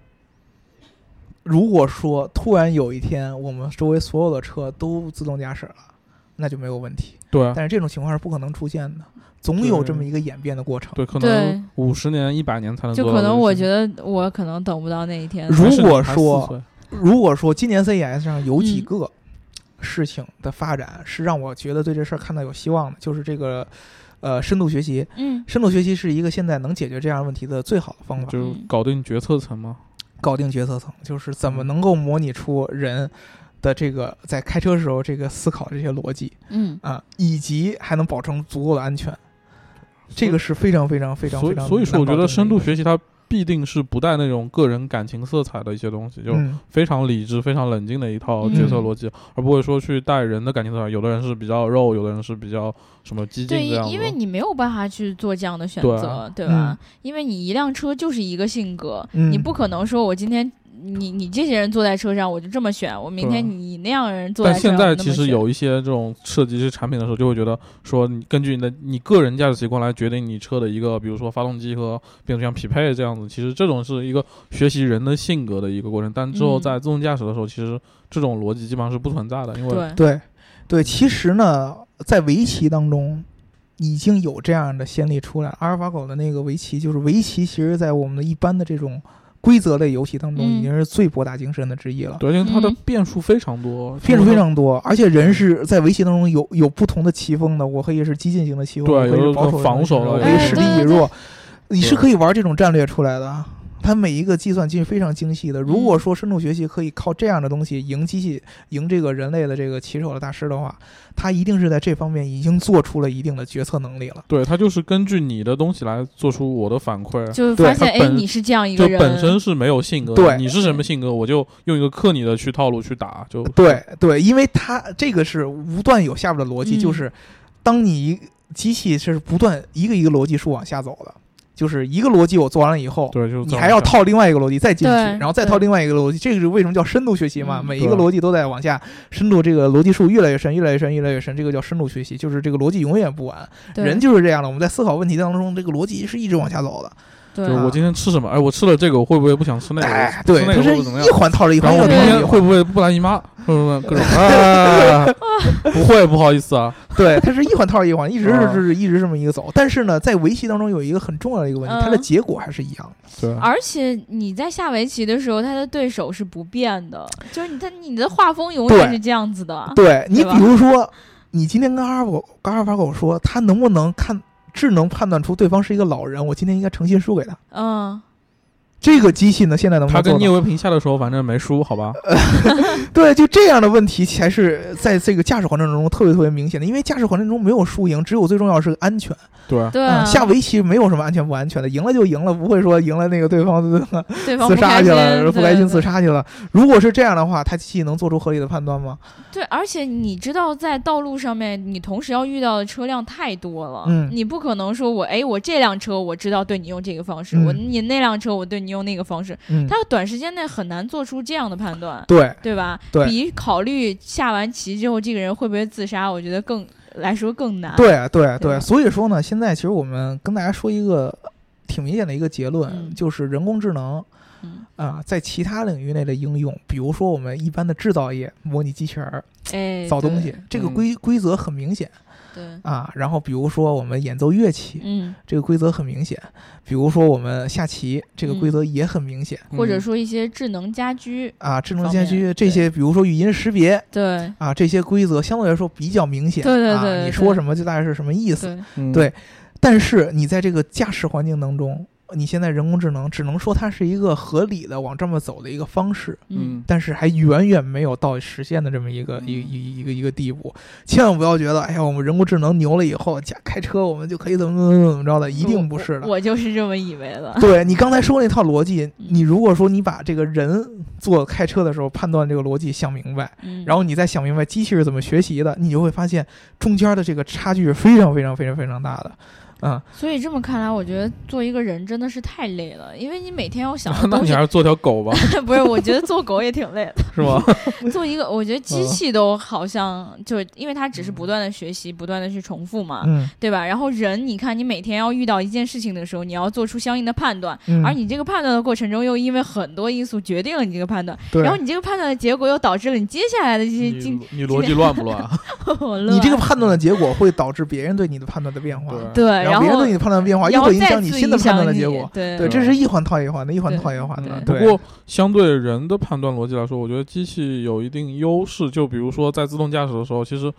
[SPEAKER 2] 如果说突然有一天我们周围所有的车都自动驾驶了，那就没有问题。
[SPEAKER 3] 对，
[SPEAKER 2] 但是这种情况是不可能出现的，总有这
[SPEAKER 3] 啊对
[SPEAKER 2] 么一个演变的过程。
[SPEAKER 3] 对，可
[SPEAKER 1] 对
[SPEAKER 3] 能五十年、一百年
[SPEAKER 2] 嗯
[SPEAKER 3] 才能
[SPEAKER 1] 就
[SPEAKER 3] 做到
[SPEAKER 1] 可
[SPEAKER 3] 这
[SPEAKER 1] 能
[SPEAKER 3] 个
[SPEAKER 1] 我
[SPEAKER 3] 事情
[SPEAKER 1] 觉得我可能等不到那一天了。
[SPEAKER 2] 如
[SPEAKER 3] 还是
[SPEAKER 2] 果
[SPEAKER 3] 还
[SPEAKER 2] 说
[SPEAKER 3] 四岁
[SPEAKER 2] 如果说今年 CES 上有几
[SPEAKER 1] 嗯
[SPEAKER 2] 个事情的发展是让我觉得对这事儿看到有希望的，就是这个呃深度学习。
[SPEAKER 1] 嗯，
[SPEAKER 2] 深度学习是一个现在能解决这样问题的最好的方法，
[SPEAKER 3] 就
[SPEAKER 1] 嗯
[SPEAKER 3] 搞定决策层嘛，
[SPEAKER 2] 搞定决策层，就是怎
[SPEAKER 3] 嗯
[SPEAKER 2] 么能够模拟出人的这个在开车时候这个思考这些逻辑
[SPEAKER 1] 嗯，
[SPEAKER 2] 啊，以及还能保证足够的安全，这个是非常非常非常
[SPEAKER 3] 所
[SPEAKER 2] 非
[SPEAKER 3] 以
[SPEAKER 2] 常
[SPEAKER 3] 所以说，我
[SPEAKER 2] 难
[SPEAKER 3] 觉
[SPEAKER 2] 搞
[SPEAKER 3] 得
[SPEAKER 2] 定的
[SPEAKER 3] 深
[SPEAKER 2] 一
[SPEAKER 3] 度
[SPEAKER 2] 个
[SPEAKER 3] 学习它必定是不带那种个人感情色彩的一些东西，就
[SPEAKER 2] 嗯
[SPEAKER 3] 非常理智、非常冷静的一套决策
[SPEAKER 2] 嗯
[SPEAKER 3] 逻辑，而不会说去带人的感情色彩。有的人是比较肉，有的人是比较什么激进
[SPEAKER 1] 对，
[SPEAKER 3] 这样
[SPEAKER 1] 因因为
[SPEAKER 3] 子。
[SPEAKER 1] 你没有办法去做这样的选
[SPEAKER 3] 对啊
[SPEAKER 1] 择，对
[SPEAKER 2] 嗯
[SPEAKER 1] 吧？因为你一辆车就是一个性格，
[SPEAKER 2] 嗯
[SPEAKER 1] 你不可能说我今天。你你这些人坐在车上，我就这么选；我明
[SPEAKER 3] 对啊
[SPEAKER 1] 天你那样的人坐在
[SPEAKER 3] 但
[SPEAKER 1] 车上，
[SPEAKER 3] 现
[SPEAKER 1] 我那
[SPEAKER 3] 在其
[SPEAKER 1] 么
[SPEAKER 3] 实
[SPEAKER 1] 选
[SPEAKER 3] 有一些这种设计师产品的时候，就会觉得说，你根据你的你个人驾驶习惯来决定你车的一个，比如说发动机和变速箱匹配这样子。其实这种是一个学习人的性格的一个过程，但之后
[SPEAKER 1] 嗯
[SPEAKER 3] 在自动驾驶的时候，其实这种逻辑基本上是不存在的，因为
[SPEAKER 1] 对
[SPEAKER 2] 对，对，其实呢，在围棋当中已经有这样的先例出来。阿尔法狗的那个围棋，就是围棋，其实在我们的一般的这种规则类游戏当中，
[SPEAKER 1] 嗯
[SPEAKER 2] 已经是最博大精深的之一了。
[SPEAKER 3] 对，因为它的
[SPEAKER 1] 嗯
[SPEAKER 3] 变数非常多，
[SPEAKER 2] 变数非
[SPEAKER 3] 就是
[SPEAKER 2] 常多，而且人是在围棋当中有有不同的棋风的，我可以是激进型的棋风，
[SPEAKER 3] 对
[SPEAKER 2] 我可以
[SPEAKER 3] 有
[SPEAKER 2] 是
[SPEAKER 3] 的
[SPEAKER 2] 保守型的
[SPEAKER 3] 防
[SPEAKER 2] 棋
[SPEAKER 3] 守
[SPEAKER 2] 风
[SPEAKER 3] 了
[SPEAKER 2] 我
[SPEAKER 3] 有
[SPEAKER 2] 可以
[SPEAKER 1] 的
[SPEAKER 2] 实
[SPEAKER 1] 是
[SPEAKER 2] 力
[SPEAKER 1] 对
[SPEAKER 2] 以
[SPEAKER 1] 对
[SPEAKER 2] 弱，你是
[SPEAKER 3] 对
[SPEAKER 2] 可以玩这种战略出来的。啊它每一个计算均非常精细的。如果
[SPEAKER 1] 嗯
[SPEAKER 2] 说深度学习可以靠这样的东西赢机器、赢这个人类的这个棋手的大师的话，他一定是在这方面已经做出了一定的决策能力了。
[SPEAKER 3] 对它就是根据你的东西来做出我的反馈，
[SPEAKER 1] 就
[SPEAKER 2] 对
[SPEAKER 1] 发现
[SPEAKER 3] 它
[SPEAKER 1] 哎，
[SPEAKER 3] 本
[SPEAKER 1] 你是这样一
[SPEAKER 3] 就
[SPEAKER 1] 个人，嗯
[SPEAKER 3] 本身是没有性格的，
[SPEAKER 2] 对
[SPEAKER 3] 你是什么性格，我就用一个克你的去套路去打，就
[SPEAKER 2] 对对，因为他这个是无断有下边的逻辑，
[SPEAKER 1] 嗯
[SPEAKER 2] 就是当你一机器是不断一个一个逻辑数往下走的，就是一个逻辑我做完了以后，
[SPEAKER 3] 对，就是
[SPEAKER 2] 你还要套另外一个逻辑再进去，
[SPEAKER 1] 对
[SPEAKER 2] 然后再
[SPEAKER 1] 对
[SPEAKER 2] 套另外一个逻辑，这个是为什么叫深度学习嘛？
[SPEAKER 1] 嗯
[SPEAKER 2] 每一个逻辑都在往下深度，这个逻辑数越来越深，越来越深，越来越深，这个叫深度学习，就是这个逻辑永远不完。
[SPEAKER 1] 对
[SPEAKER 2] 人就是这样的，我们在思考问题当中，这个逻辑是一直往下走的。
[SPEAKER 1] 对
[SPEAKER 3] 就是
[SPEAKER 2] 啊
[SPEAKER 3] 我今天吃什么，哎，我吃了这个，我会不会不想吃那个？
[SPEAKER 2] 哎，
[SPEAKER 3] 我
[SPEAKER 2] 对，
[SPEAKER 3] 吃那
[SPEAKER 2] 它
[SPEAKER 3] 个
[SPEAKER 2] 是
[SPEAKER 3] 会不会怎么样
[SPEAKER 2] 一？环套着一
[SPEAKER 3] 然
[SPEAKER 2] 环，
[SPEAKER 3] 后我
[SPEAKER 2] 又
[SPEAKER 3] 明
[SPEAKER 2] 套着一
[SPEAKER 3] 天
[SPEAKER 2] 环
[SPEAKER 3] 会不会不来姨妈？会不会各种啊？不会，不好意思啊，
[SPEAKER 2] 对，它是一环套一环，一直
[SPEAKER 3] 啊
[SPEAKER 2] 是是一直这么一个走。但是呢，在围棋当中有一个很重要的一个问题，它的
[SPEAKER 1] 嗯
[SPEAKER 2] 结果还是一样的。
[SPEAKER 3] 对，
[SPEAKER 1] 而且你在下围棋的时候，他的对手是不变的，就是你他你的画风永远
[SPEAKER 2] 对
[SPEAKER 1] 啊是这样子的。
[SPEAKER 2] 对你
[SPEAKER 1] 对吧
[SPEAKER 2] 比如说，你今天跟阿尔法跟阿尔法狗说，他能不能看智能判断出对方是一个老人，我今天应该诚信输给他。
[SPEAKER 3] 啊
[SPEAKER 1] 嗯，
[SPEAKER 2] 这个机器呢，现在能不
[SPEAKER 3] 他
[SPEAKER 2] 能
[SPEAKER 3] 跟
[SPEAKER 2] 做
[SPEAKER 3] 聂
[SPEAKER 2] 到？
[SPEAKER 3] 卫平下的时候，反正没输，好吧？
[SPEAKER 2] 对，就这样的问题才是在这个驾驶环境中特别特别明显的，因为驾驶环境中没有输赢，只有最重要的是安全。
[SPEAKER 3] 对，
[SPEAKER 1] 对
[SPEAKER 2] 啊，
[SPEAKER 1] 啊，
[SPEAKER 2] 下围棋没有什么安全不安全的，赢了就赢了，不会说赢了那个对方
[SPEAKER 1] 对方
[SPEAKER 2] 自杀去了，
[SPEAKER 1] 不
[SPEAKER 2] 不
[SPEAKER 1] 开
[SPEAKER 2] 开
[SPEAKER 1] 心
[SPEAKER 2] 心自。杀去了。如果是这样的话，他机器能做出合理的判断吗？
[SPEAKER 1] 对对，而且你知道，在道路上面，你同时要遇到的车辆太多了，
[SPEAKER 2] 嗯
[SPEAKER 1] 你不可能说我哎，我这辆车我知道对你用这个方式，
[SPEAKER 2] 嗯
[SPEAKER 1] 我你那辆车我对你用那个方式，
[SPEAKER 2] 嗯，
[SPEAKER 1] 他短时间内很难做出这样的判断，
[SPEAKER 2] 对
[SPEAKER 1] 对吧？
[SPEAKER 2] 对
[SPEAKER 1] 比考虑下完棋之后这个人会不会自杀，我觉得更来说更难。
[SPEAKER 2] 对对
[SPEAKER 1] 啊对吧
[SPEAKER 2] 对，所以说呢，现在其实我们跟大家说一个挺明显的一个结论，
[SPEAKER 1] 嗯
[SPEAKER 2] 就是人工智能。
[SPEAKER 1] 嗯，
[SPEAKER 2] 啊、在其他领域内的应用，比如说我们一般的制造业，模拟机器人儿
[SPEAKER 1] 哎，
[SPEAKER 2] 造东
[SPEAKER 1] 对
[SPEAKER 2] 西，这个
[SPEAKER 3] 嗯
[SPEAKER 2] 规规则很明显
[SPEAKER 1] 对，
[SPEAKER 2] 啊。然后比如说我们演奏乐器，
[SPEAKER 1] 嗯，
[SPEAKER 2] 这个规则很明显；比如说我们下棋，这个
[SPEAKER 1] 嗯
[SPEAKER 2] 规则也很明显。
[SPEAKER 1] 或者
[SPEAKER 3] 嗯
[SPEAKER 1] 说一些智能家居，
[SPEAKER 2] 啊，智能
[SPEAKER 1] 方
[SPEAKER 2] 家
[SPEAKER 1] 面
[SPEAKER 2] 居这
[SPEAKER 1] 对
[SPEAKER 2] 些，比如说语音识别
[SPEAKER 1] 对
[SPEAKER 2] 啊，这些规则相对来说比较明显。
[SPEAKER 1] 对对对
[SPEAKER 2] 啊，
[SPEAKER 1] 对
[SPEAKER 2] 你说什么就大概是什么意思。
[SPEAKER 1] 对，
[SPEAKER 3] 嗯
[SPEAKER 2] 对但是你在这个驾驶环境当中，你现在人工智能只能说它是一个合理的往这么走的一个方式，
[SPEAKER 1] 嗯，
[SPEAKER 3] 嗯，
[SPEAKER 2] 但是还远远没有到实现的这么一个
[SPEAKER 1] 嗯
[SPEAKER 2] 一一一个一个地步。千万不要觉得，哎呀，我们人工智能牛了以后，驾开车我们就可以怎么怎么怎么着的，一定不是的。
[SPEAKER 1] 我嗯就是这么以为的。
[SPEAKER 2] 对你刚才说那套逻辑，你如果说你把这个人做开车的时候判断这个逻辑想明白，
[SPEAKER 1] 嗯，
[SPEAKER 2] 然后你再想明白机器是怎么学习的，你就会发现中间的这个差距是非常非常非常非常大的。嗯，
[SPEAKER 1] 所以这么看来，我觉得做一个人真的是太累了，因为你每天要想 的
[SPEAKER 3] 那
[SPEAKER 1] 东
[SPEAKER 3] 你
[SPEAKER 1] 西
[SPEAKER 3] 还，是做条 狗吧，
[SPEAKER 1] 不是？我觉得做狗也挺累的，
[SPEAKER 3] 是吗？
[SPEAKER 1] 做一个，我觉得
[SPEAKER 2] 嗯
[SPEAKER 1] 机器都好像就因为它只是不断的学习，不断的去重复嘛，
[SPEAKER 2] 嗯
[SPEAKER 1] 对吧？然后人，你看你每天要遇到一件事情的时候，你要做出相应的判断，
[SPEAKER 2] 嗯，
[SPEAKER 1] 而你这个判断的过程中，又因为很多因素决定了你这个判断，
[SPEAKER 2] 对
[SPEAKER 1] 然后你这个判断的结果又导致了你接下来的这些
[SPEAKER 3] 你
[SPEAKER 1] 经，
[SPEAKER 3] 你逻辑乱不啊乱？
[SPEAKER 1] 我乐
[SPEAKER 2] 你这个
[SPEAKER 1] 啊
[SPEAKER 2] 判断的结果会导致别人对你的判断的变化，
[SPEAKER 3] 对
[SPEAKER 1] 对，
[SPEAKER 2] 然
[SPEAKER 1] 后
[SPEAKER 2] 别人对你的判断变化又
[SPEAKER 1] 然后
[SPEAKER 2] 会影
[SPEAKER 1] 再
[SPEAKER 2] 响你
[SPEAKER 1] 次
[SPEAKER 2] 新的
[SPEAKER 1] 影
[SPEAKER 2] 判断
[SPEAKER 1] 响
[SPEAKER 2] 的
[SPEAKER 1] 你
[SPEAKER 2] 结果。
[SPEAKER 1] 对
[SPEAKER 2] 对，这是一环套一环的，一环
[SPEAKER 1] 对
[SPEAKER 2] 套一环的。
[SPEAKER 3] 不
[SPEAKER 2] 对
[SPEAKER 3] 过，相对人的判断逻辑来说，我觉得机器有一定优势。就比如说在自动驾驶的时候，其实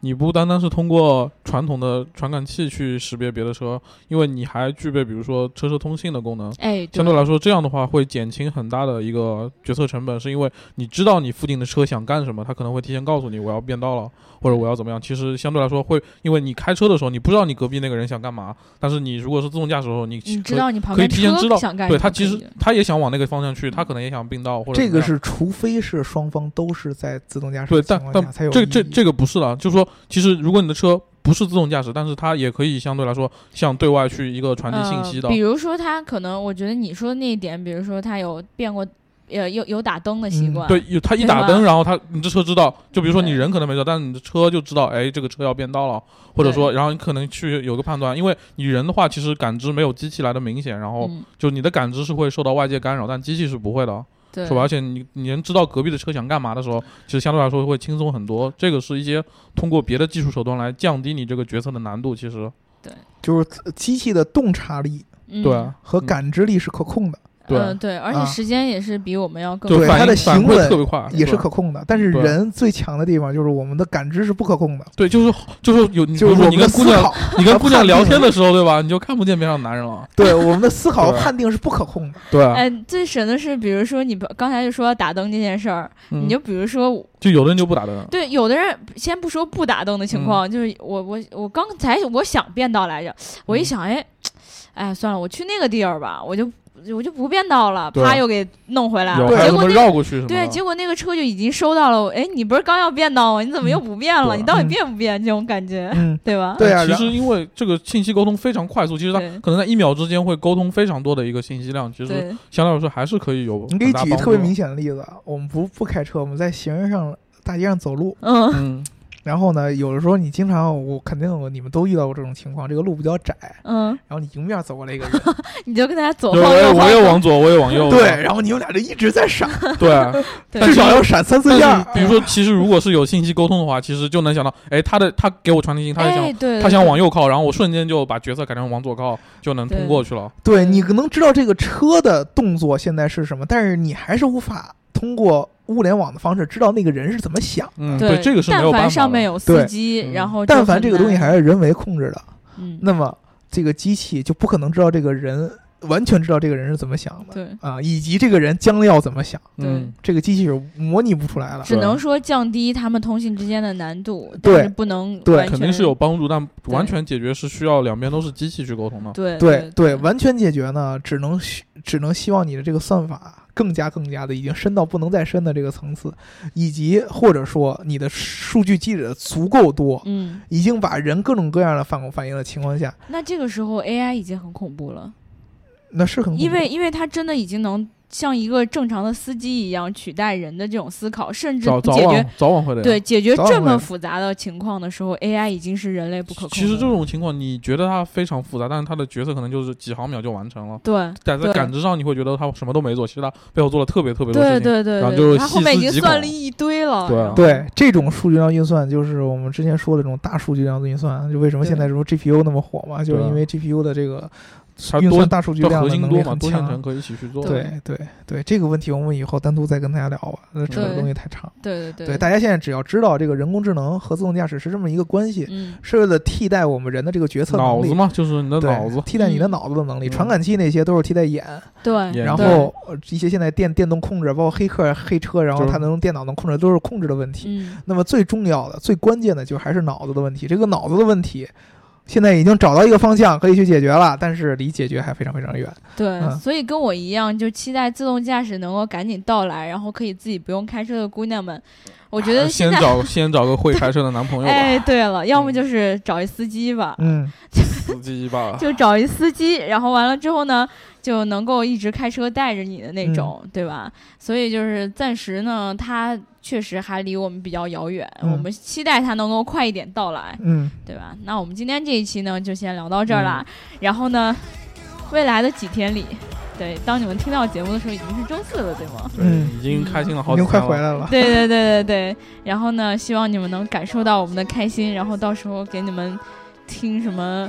[SPEAKER 3] 你不单单是通过传统的传感器去识别别的车，因为你还具备比如说车车通信的功能。
[SPEAKER 1] 哎，
[SPEAKER 3] 相对来说，这样的话会减轻很大的一个决策成本，是因为你知道你附近的车想干什么，它可能会提前告诉你我要变道了，或者我要怎么样。其实相对来说会，因为你开车的时候你不知道你隔壁那个人想干嘛，但是你如果是自动驾驶的时候，你
[SPEAKER 1] 你
[SPEAKER 3] 可
[SPEAKER 1] 知道你旁
[SPEAKER 3] 可以
[SPEAKER 1] 边
[SPEAKER 3] 提前知
[SPEAKER 1] 啊车
[SPEAKER 3] 道
[SPEAKER 1] 想干什么，
[SPEAKER 3] 对他其
[SPEAKER 1] 可以
[SPEAKER 3] 实
[SPEAKER 1] 的嗯
[SPEAKER 3] 他也想往那个方向去，他可能也想并道或者
[SPEAKER 2] 这
[SPEAKER 3] 怎么
[SPEAKER 2] 个
[SPEAKER 3] 样
[SPEAKER 2] 是，除非是双方都是在自动驾驶
[SPEAKER 3] 对，
[SPEAKER 2] 的
[SPEAKER 3] 但
[SPEAKER 2] 情况下才
[SPEAKER 3] 但
[SPEAKER 2] 有
[SPEAKER 3] 这
[SPEAKER 2] 意
[SPEAKER 3] 这
[SPEAKER 2] 义
[SPEAKER 3] 这个不是了，就是说，其实如果你的车不是自动驾驶，但是它也可以相对来说向对外去一个传递信息的
[SPEAKER 1] 呃。比如说，他可能我觉得你说的那一点，比如说他有变过，呃，有有打灯的习
[SPEAKER 2] 嗯
[SPEAKER 1] 惯，
[SPEAKER 3] 对，有它一
[SPEAKER 1] 对
[SPEAKER 3] 打
[SPEAKER 1] 吧
[SPEAKER 3] 灯，然后它你这车知道，就比如说你
[SPEAKER 1] 对
[SPEAKER 3] 人可能没知道，但是你的车就知道，哎，这个车要变道了，或者说，然后你可能去有个判断，因为你人的话其实感知没有机器来的明显，然后
[SPEAKER 1] 嗯，
[SPEAKER 3] 就你的感知是会受到外界干扰，但机器是不会的。
[SPEAKER 1] 对，
[SPEAKER 3] 是吧？而且你你能知道隔壁的车想干嘛的时候，其实相对来说会轻松很多。这个是一些通过别的技术手段来降低你这个决策的难度。其实，
[SPEAKER 2] 就是机器的洞察力
[SPEAKER 1] 嗯
[SPEAKER 3] 对，啊
[SPEAKER 2] 和感知力是可控的，
[SPEAKER 3] 对
[SPEAKER 1] 嗯对，而且
[SPEAKER 2] 啊
[SPEAKER 1] 时间也是比我们要更
[SPEAKER 3] 就
[SPEAKER 2] 对
[SPEAKER 3] 反
[SPEAKER 2] 它
[SPEAKER 3] 应啊
[SPEAKER 2] 的
[SPEAKER 3] 反
[SPEAKER 2] 行
[SPEAKER 3] 馈
[SPEAKER 2] 为
[SPEAKER 3] 特别快，
[SPEAKER 2] 也是
[SPEAKER 3] 对
[SPEAKER 2] 可控的。但是
[SPEAKER 3] 对
[SPEAKER 2] 人最强的地方就是我们的感知是不可控的，
[SPEAKER 3] 对，就是就是有，你比
[SPEAKER 2] 就
[SPEAKER 3] 如
[SPEAKER 2] 是
[SPEAKER 3] 说
[SPEAKER 2] 我
[SPEAKER 3] 你
[SPEAKER 2] 们的
[SPEAKER 3] 跟姑
[SPEAKER 2] 思
[SPEAKER 3] 娘，
[SPEAKER 2] 考，
[SPEAKER 3] 你跟姑娘聊天
[SPEAKER 2] 和判定
[SPEAKER 3] 的时候，对吧？你就看不见边上男人了。
[SPEAKER 2] 对我们的思考和
[SPEAKER 3] 对
[SPEAKER 2] 判定是不可控 的。
[SPEAKER 3] 对，
[SPEAKER 1] 哎，最神的是，比如说你不刚才就说到打灯这件事儿，
[SPEAKER 3] 嗯
[SPEAKER 1] 你就比如说，
[SPEAKER 3] 就有的人就不打灯，
[SPEAKER 1] 对有的人先不说不打灯的
[SPEAKER 3] 嗯
[SPEAKER 1] 情况，就是我我我刚才我想变道来着，我一
[SPEAKER 3] 嗯
[SPEAKER 1] 想，哎，哎算了，我去那个地儿吧，我就我就不变道了，
[SPEAKER 3] 对啊
[SPEAKER 1] 啪又给弄回来
[SPEAKER 3] 有
[SPEAKER 1] 了，
[SPEAKER 3] 还
[SPEAKER 1] 结
[SPEAKER 3] 有什
[SPEAKER 1] 果
[SPEAKER 3] 么
[SPEAKER 1] 那
[SPEAKER 3] 绕过去什么的。
[SPEAKER 1] 对，结果那个车就已经收到了我。哎，你不是刚要变道吗？你怎么又不变了？
[SPEAKER 3] 对啊
[SPEAKER 1] 你到底
[SPEAKER 2] 嗯
[SPEAKER 1] 变不变？这种感觉，
[SPEAKER 2] 嗯，
[SPEAKER 1] 对吧？
[SPEAKER 2] 对啊
[SPEAKER 3] 其
[SPEAKER 2] 然
[SPEAKER 3] 实因为这个信息沟通非常快速，其实它
[SPEAKER 1] 对
[SPEAKER 3] 可能在一秒之间会沟通非常多的一个信息量，其实
[SPEAKER 1] 对，
[SPEAKER 3] 相对来说还是可以有
[SPEAKER 2] 你给
[SPEAKER 3] 很大
[SPEAKER 2] 举个
[SPEAKER 3] 帮
[SPEAKER 2] 特别
[SPEAKER 3] 助
[SPEAKER 2] 明显的例子，我们不不开车，我们在行人上大街上走路，
[SPEAKER 1] 嗯，
[SPEAKER 3] 嗯，
[SPEAKER 2] 然后呢，有的时候你经常，我肯定你们都遇到过这种情况，这个路比较窄，
[SPEAKER 1] 嗯，
[SPEAKER 2] 然后你迎面走过来一个人，
[SPEAKER 1] 你就跟他左
[SPEAKER 3] 对，
[SPEAKER 1] 晃
[SPEAKER 3] 我也
[SPEAKER 1] 右
[SPEAKER 3] 我也
[SPEAKER 1] 晃，
[SPEAKER 3] 往左，我也往右，
[SPEAKER 2] 对，然后你们俩就一直在闪，
[SPEAKER 3] 对。
[SPEAKER 1] 对
[SPEAKER 3] 哦
[SPEAKER 1] 啊
[SPEAKER 3] 但
[SPEAKER 2] 至
[SPEAKER 3] 是
[SPEAKER 2] 少要闪三四
[SPEAKER 3] 但
[SPEAKER 2] 下
[SPEAKER 3] 是，比如说，其实如果是有信息沟通的话，其实就能想到，哎，他的他给我传递信息，他也想
[SPEAKER 1] 哎，对，
[SPEAKER 3] 他想
[SPEAKER 1] 对
[SPEAKER 3] 往右靠，然后我瞬间就把角色改成往左靠，就能
[SPEAKER 1] 对
[SPEAKER 3] 通过去了。
[SPEAKER 2] 对你可能知道这个车的动作现在是什么，但是你还是无法通过物联网的方式知道那个人是怎么想。
[SPEAKER 3] 嗯，
[SPEAKER 1] 对
[SPEAKER 3] 这个是没有
[SPEAKER 1] 但
[SPEAKER 3] 办法
[SPEAKER 1] 凡
[SPEAKER 3] 的。
[SPEAKER 1] 上面有司
[SPEAKER 2] 对
[SPEAKER 1] 机，
[SPEAKER 3] 嗯
[SPEAKER 1] 然后就
[SPEAKER 2] 但凡
[SPEAKER 1] 很
[SPEAKER 2] 这个东西
[SPEAKER 1] 难
[SPEAKER 2] 还是人为控制的，
[SPEAKER 1] 嗯，
[SPEAKER 2] 那么这个机器就不可能知道这个人完全知道这个人是怎么想的
[SPEAKER 1] 对，
[SPEAKER 2] 啊，以及这个人将要怎么想，
[SPEAKER 3] 嗯，
[SPEAKER 2] 这个机器是模拟不出来了。
[SPEAKER 1] 只
[SPEAKER 3] 对
[SPEAKER 1] 能说降低他们通信之间的难度，
[SPEAKER 2] 对
[SPEAKER 1] 但是不能
[SPEAKER 2] 对
[SPEAKER 1] 完
[SPEAKER 3] 肯定
[SPEAKER 1] 全
[SPEAKER 3] 是有帮助，但
[SPEAKER 1] 对
[SPEAKER 3] 完全解决是需要两边都是机器去沟通的。
[SPEAKER 1] 对
[SPEAKER 2] 对
[SPEAKER 1] 对，
[SPEAKER 2] 完全解决呢，只能希只能希望你的这个算法更加更加的已经深到不能再深的这个层次，以及或者说你的数据积累的足够多，
[SPEAKER 1] 嗯，
[SPEAKER 2] 已经把人各种各样的反恐反应的情况下，
[SPEAKER 1] 那这个时候 AI 已经很恐怖了，
[SPEAKER 2] 那是
[SPEAKER 3] 嗯
[SPEAKER 2] 很恐怖
[SPEAKER 1] 因为因为它真的已经能像一个正常的司机一样取代人的这种思考，甚至
[SPEAKER 3] 早早
[SPEAKER 1] 解决
[SPEAKER 3] 晚早晚会的呀。
[SPEAKER 1] 对解决
[SPEAKER 2] 早晚
[SPEAKER 1] 这
[SPEAKER 2] 会
[SPEAKER 1] 么
[SPEAKER 2] 的
[SPEAKER 1] 复杂的情况的时候，AI 已经是人类不可控的。
[SPEAKER 3] 其实这种情况，你觉得它非常复杂，但是它的角色可能就是几毫秒就完成了。
[SPEAKER 1] 对
[SPEAKER 3] 但在
[SPEAKER 1] 对
[SPEAKER 3] 感知上，你会觉得它什么都没做，其实它背后做了特别特别多
[SPEAKER 1] 对
[SPEAKER 3] 事情。
[SPEAKER 1] 对对
[SPEAKER 3] 然后就
[SPEAKER 1] 对，
[SPEAKER 3] 是
[SPEAKER 1] 它
[SPEAKER 3] 细
[SPEAKER 1] 后面已
[SPEAKER 3] 思
[SPEAKER 1] 经
[SPEAKER 3] 极
[SPEAKER 1] 算
[SPEAKER 3] 恐
[SPEAKER 1] 了一堆了。
[SPEAKER 3] 对啊
[SPEAKER 1] 然后
[SPEAKER 2] 对这种数据量运算，就是我们之前说的这种大数据量的运算，就为什么
[SPEAKER 1] 对
[SPEAKER 2] 现在说 GPU 那么火嘛，就是
[SPEAKER 3] 对啊
[SPEAKER 2] 因为 GPU 的这个
[SPEAKER 3] 它
[SPEAKER 2] 运
[SPEAKER 3] 多
[SPEAKER 2] 算大数据
[SPEAKER 3] 它
[SPEAKER 2] 量
[SPEAKER 3] 核
[SPEAKER 2] 的
[SPEAKER 3] 心
[SPEAKER 2] 能
[SPEAKER 3] 多
[SPEAKER 2] 力
[SPEAKER 3] 嘛，
[SPEAKER 2] 很
[SPEAKER 3] 多线程
[SPEAKER 2] 强。
[SPEAKER 3] 可以一起去做。
[SPEAKER 2] 对对对，这个问题我们以后单独再跟大家聊吧，那整个
[SPEAKER 1] 对
[SPEAKER 2] 东西太长了。
[SPEAKER 1] 对对
[SPEAKER 2] 对，大家现在只要知道这个人工智能和自动驾驶是这么一个关系，
[SPEAKER 1] 嗯
[SPEAKER 2] 是为了替代我们人的这个决策
[SPEAKER 3] 脑
[SPEAKER 2] 能
[SPEAKER 3] 子
[SPEAKER 2] 力，
[SPEAKER 3] 嘛，就是你的
[SPEAKER 2] 对，
[SPEAKER 3] 脑子。
[SPEAKER 2] 替代你的脑子的能力。
[SPEAKER 3] 嗯
[SPEAKER 2] 传感器那些都是替代眼，
[SPEAKER 1] 对，
[SPEAKER 3] 眼
[SPEAKER 2] 然
[SPEAKER 3] 对
[SPEAKER 2] 后呃一些现在电电动控制，包括黑客黑车，然后
[SPEAKER 3] 就是
[SPEAKER 2] 它能电脑能控制，都是控制的问题。
[SPEAKER 1] 嗯
[SPEAKER 2] 那么最重要的、最关键的就还是脑子的问题。这个脑子的问题，现在已经找到一个方向可以去解决了，但是离解决还非常非常远。
[SPEAKER 1] 对，
[SPEAKER 2] 嗯
[SPEAKER 1] 所以跟我一样，就期待自动驾驶能够赶紧到来，然后可以自己不用开车的姑娘们，我觉得现
[SPEAKER 3] 啊先
[SPEAKER 1] 在。
[SPEAKER 3] 找先找个会开车的男朋友吧， 嗯
[SPEAKER 1] 哎，对了，要么就是找一司机吧，
[SPEAKER 2] 嗯，
[SPEAKER 3] 司机吧。
[SPEAKER 1] 就找一司机，然后完了之后呢，就能够一直开车带着你的
[SPEAKER 3] 嗯
[SPEAKER 1] 那种，对吧？所以就是暂时呢，它确实还离我们比较遥远，
[SPEAKER 2] 嗯
[SPEAKER 1] 我们期待它能够快一点到来，
[SPEAKER 2] 嗯，
[SPEAKER 1] 对吧？那我们今天这一期呢，就先聊到这儿啦。
[SPEAKER 3] 嗯
[SPEAKER 1] 然后呢，未来的几天里，对，当你们听到节目的时候，已经是周四了，对 吗？
[SPEAKER 3] 对
[SPEAKER 2] 嗯
[SPEAKER 3] 已经开心了好
[SPEAKER 2] 已
[SPEAKER 3] 几
[SPEAKER 2] 经
[SPEAKER 3] 天
[SPEAKER 2] 快回来了。
[SPEAKER 1] 对对对对对。然后呢，希望你们能感受到我们的开心，然后到时候给你们听什么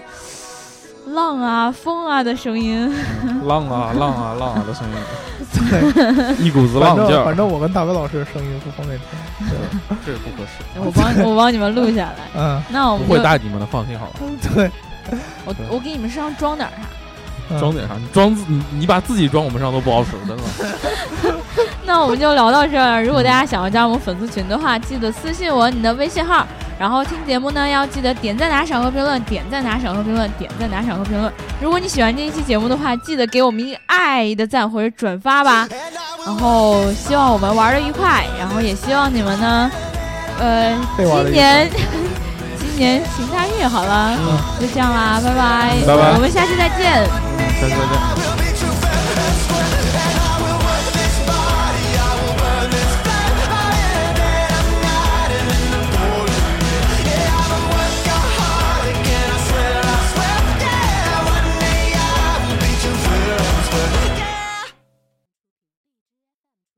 [SPEAKER 1] 浪啊、风啊的声音。
[SPEAKER 3] 浪啊浪啊浪啊的声 音，
[SPEAKER 2] 对，
[SPEAKER 3] 一股子
[SPEAKER 2] 反
[SPEAKER 3] 浪劲
[SPEAKER 2] 正
[SPEAKER 3] 儿
[SPEAKER 2] 反，正我跟大伟老师的声音不方便听。对
[SPEAKER 3] 这不合适，
[SPEAKER 1] 我帮我帮你们录下来。
[SPEAKER 2] 嗯，
[SPEAKER 1] 那我
[SPEAKER 3] 不
[SPEAKER 1] 们
[SPEAKER 3] 会
[SPEAKER 1] 就
[SPEAKER 3] 带你们的，放心好了。
[SPEAKER 2] 对，
[SPEAKER 1] 我我给你们身上装点儿啥？
[SPEAKER 2] 嗯
[SPEAKER 3] 装点啥？你装自你你把自己装我们上都不好使，真的。
[SPEAKER 1] 那我们就聊到这儿。如果大家想要加我们粉丝群的话，记得私信我你的微信号。然后听节目呢，要记得点赞、打赏和评论，点赞、打赏和评论，点赞、打赏和评论。如果你喜欢这一期节目的话，记得给我们一个爱的赞或者转发吧。然后希望我们玩的愉快，然后也希望你们呢，呃，
[SPEAKER 2] 被玩得
[SPEAKER 1] 今
[SPEAKER 2] 愉快嗯
[SPEAKER 1] 年 今年行大运好了，就这样啦，拜拜，
[SPEAKER 3] 拜拜
[SPEAKER 1] 我们下期再见。
[SPEAKER 3] 嗯，下次再见。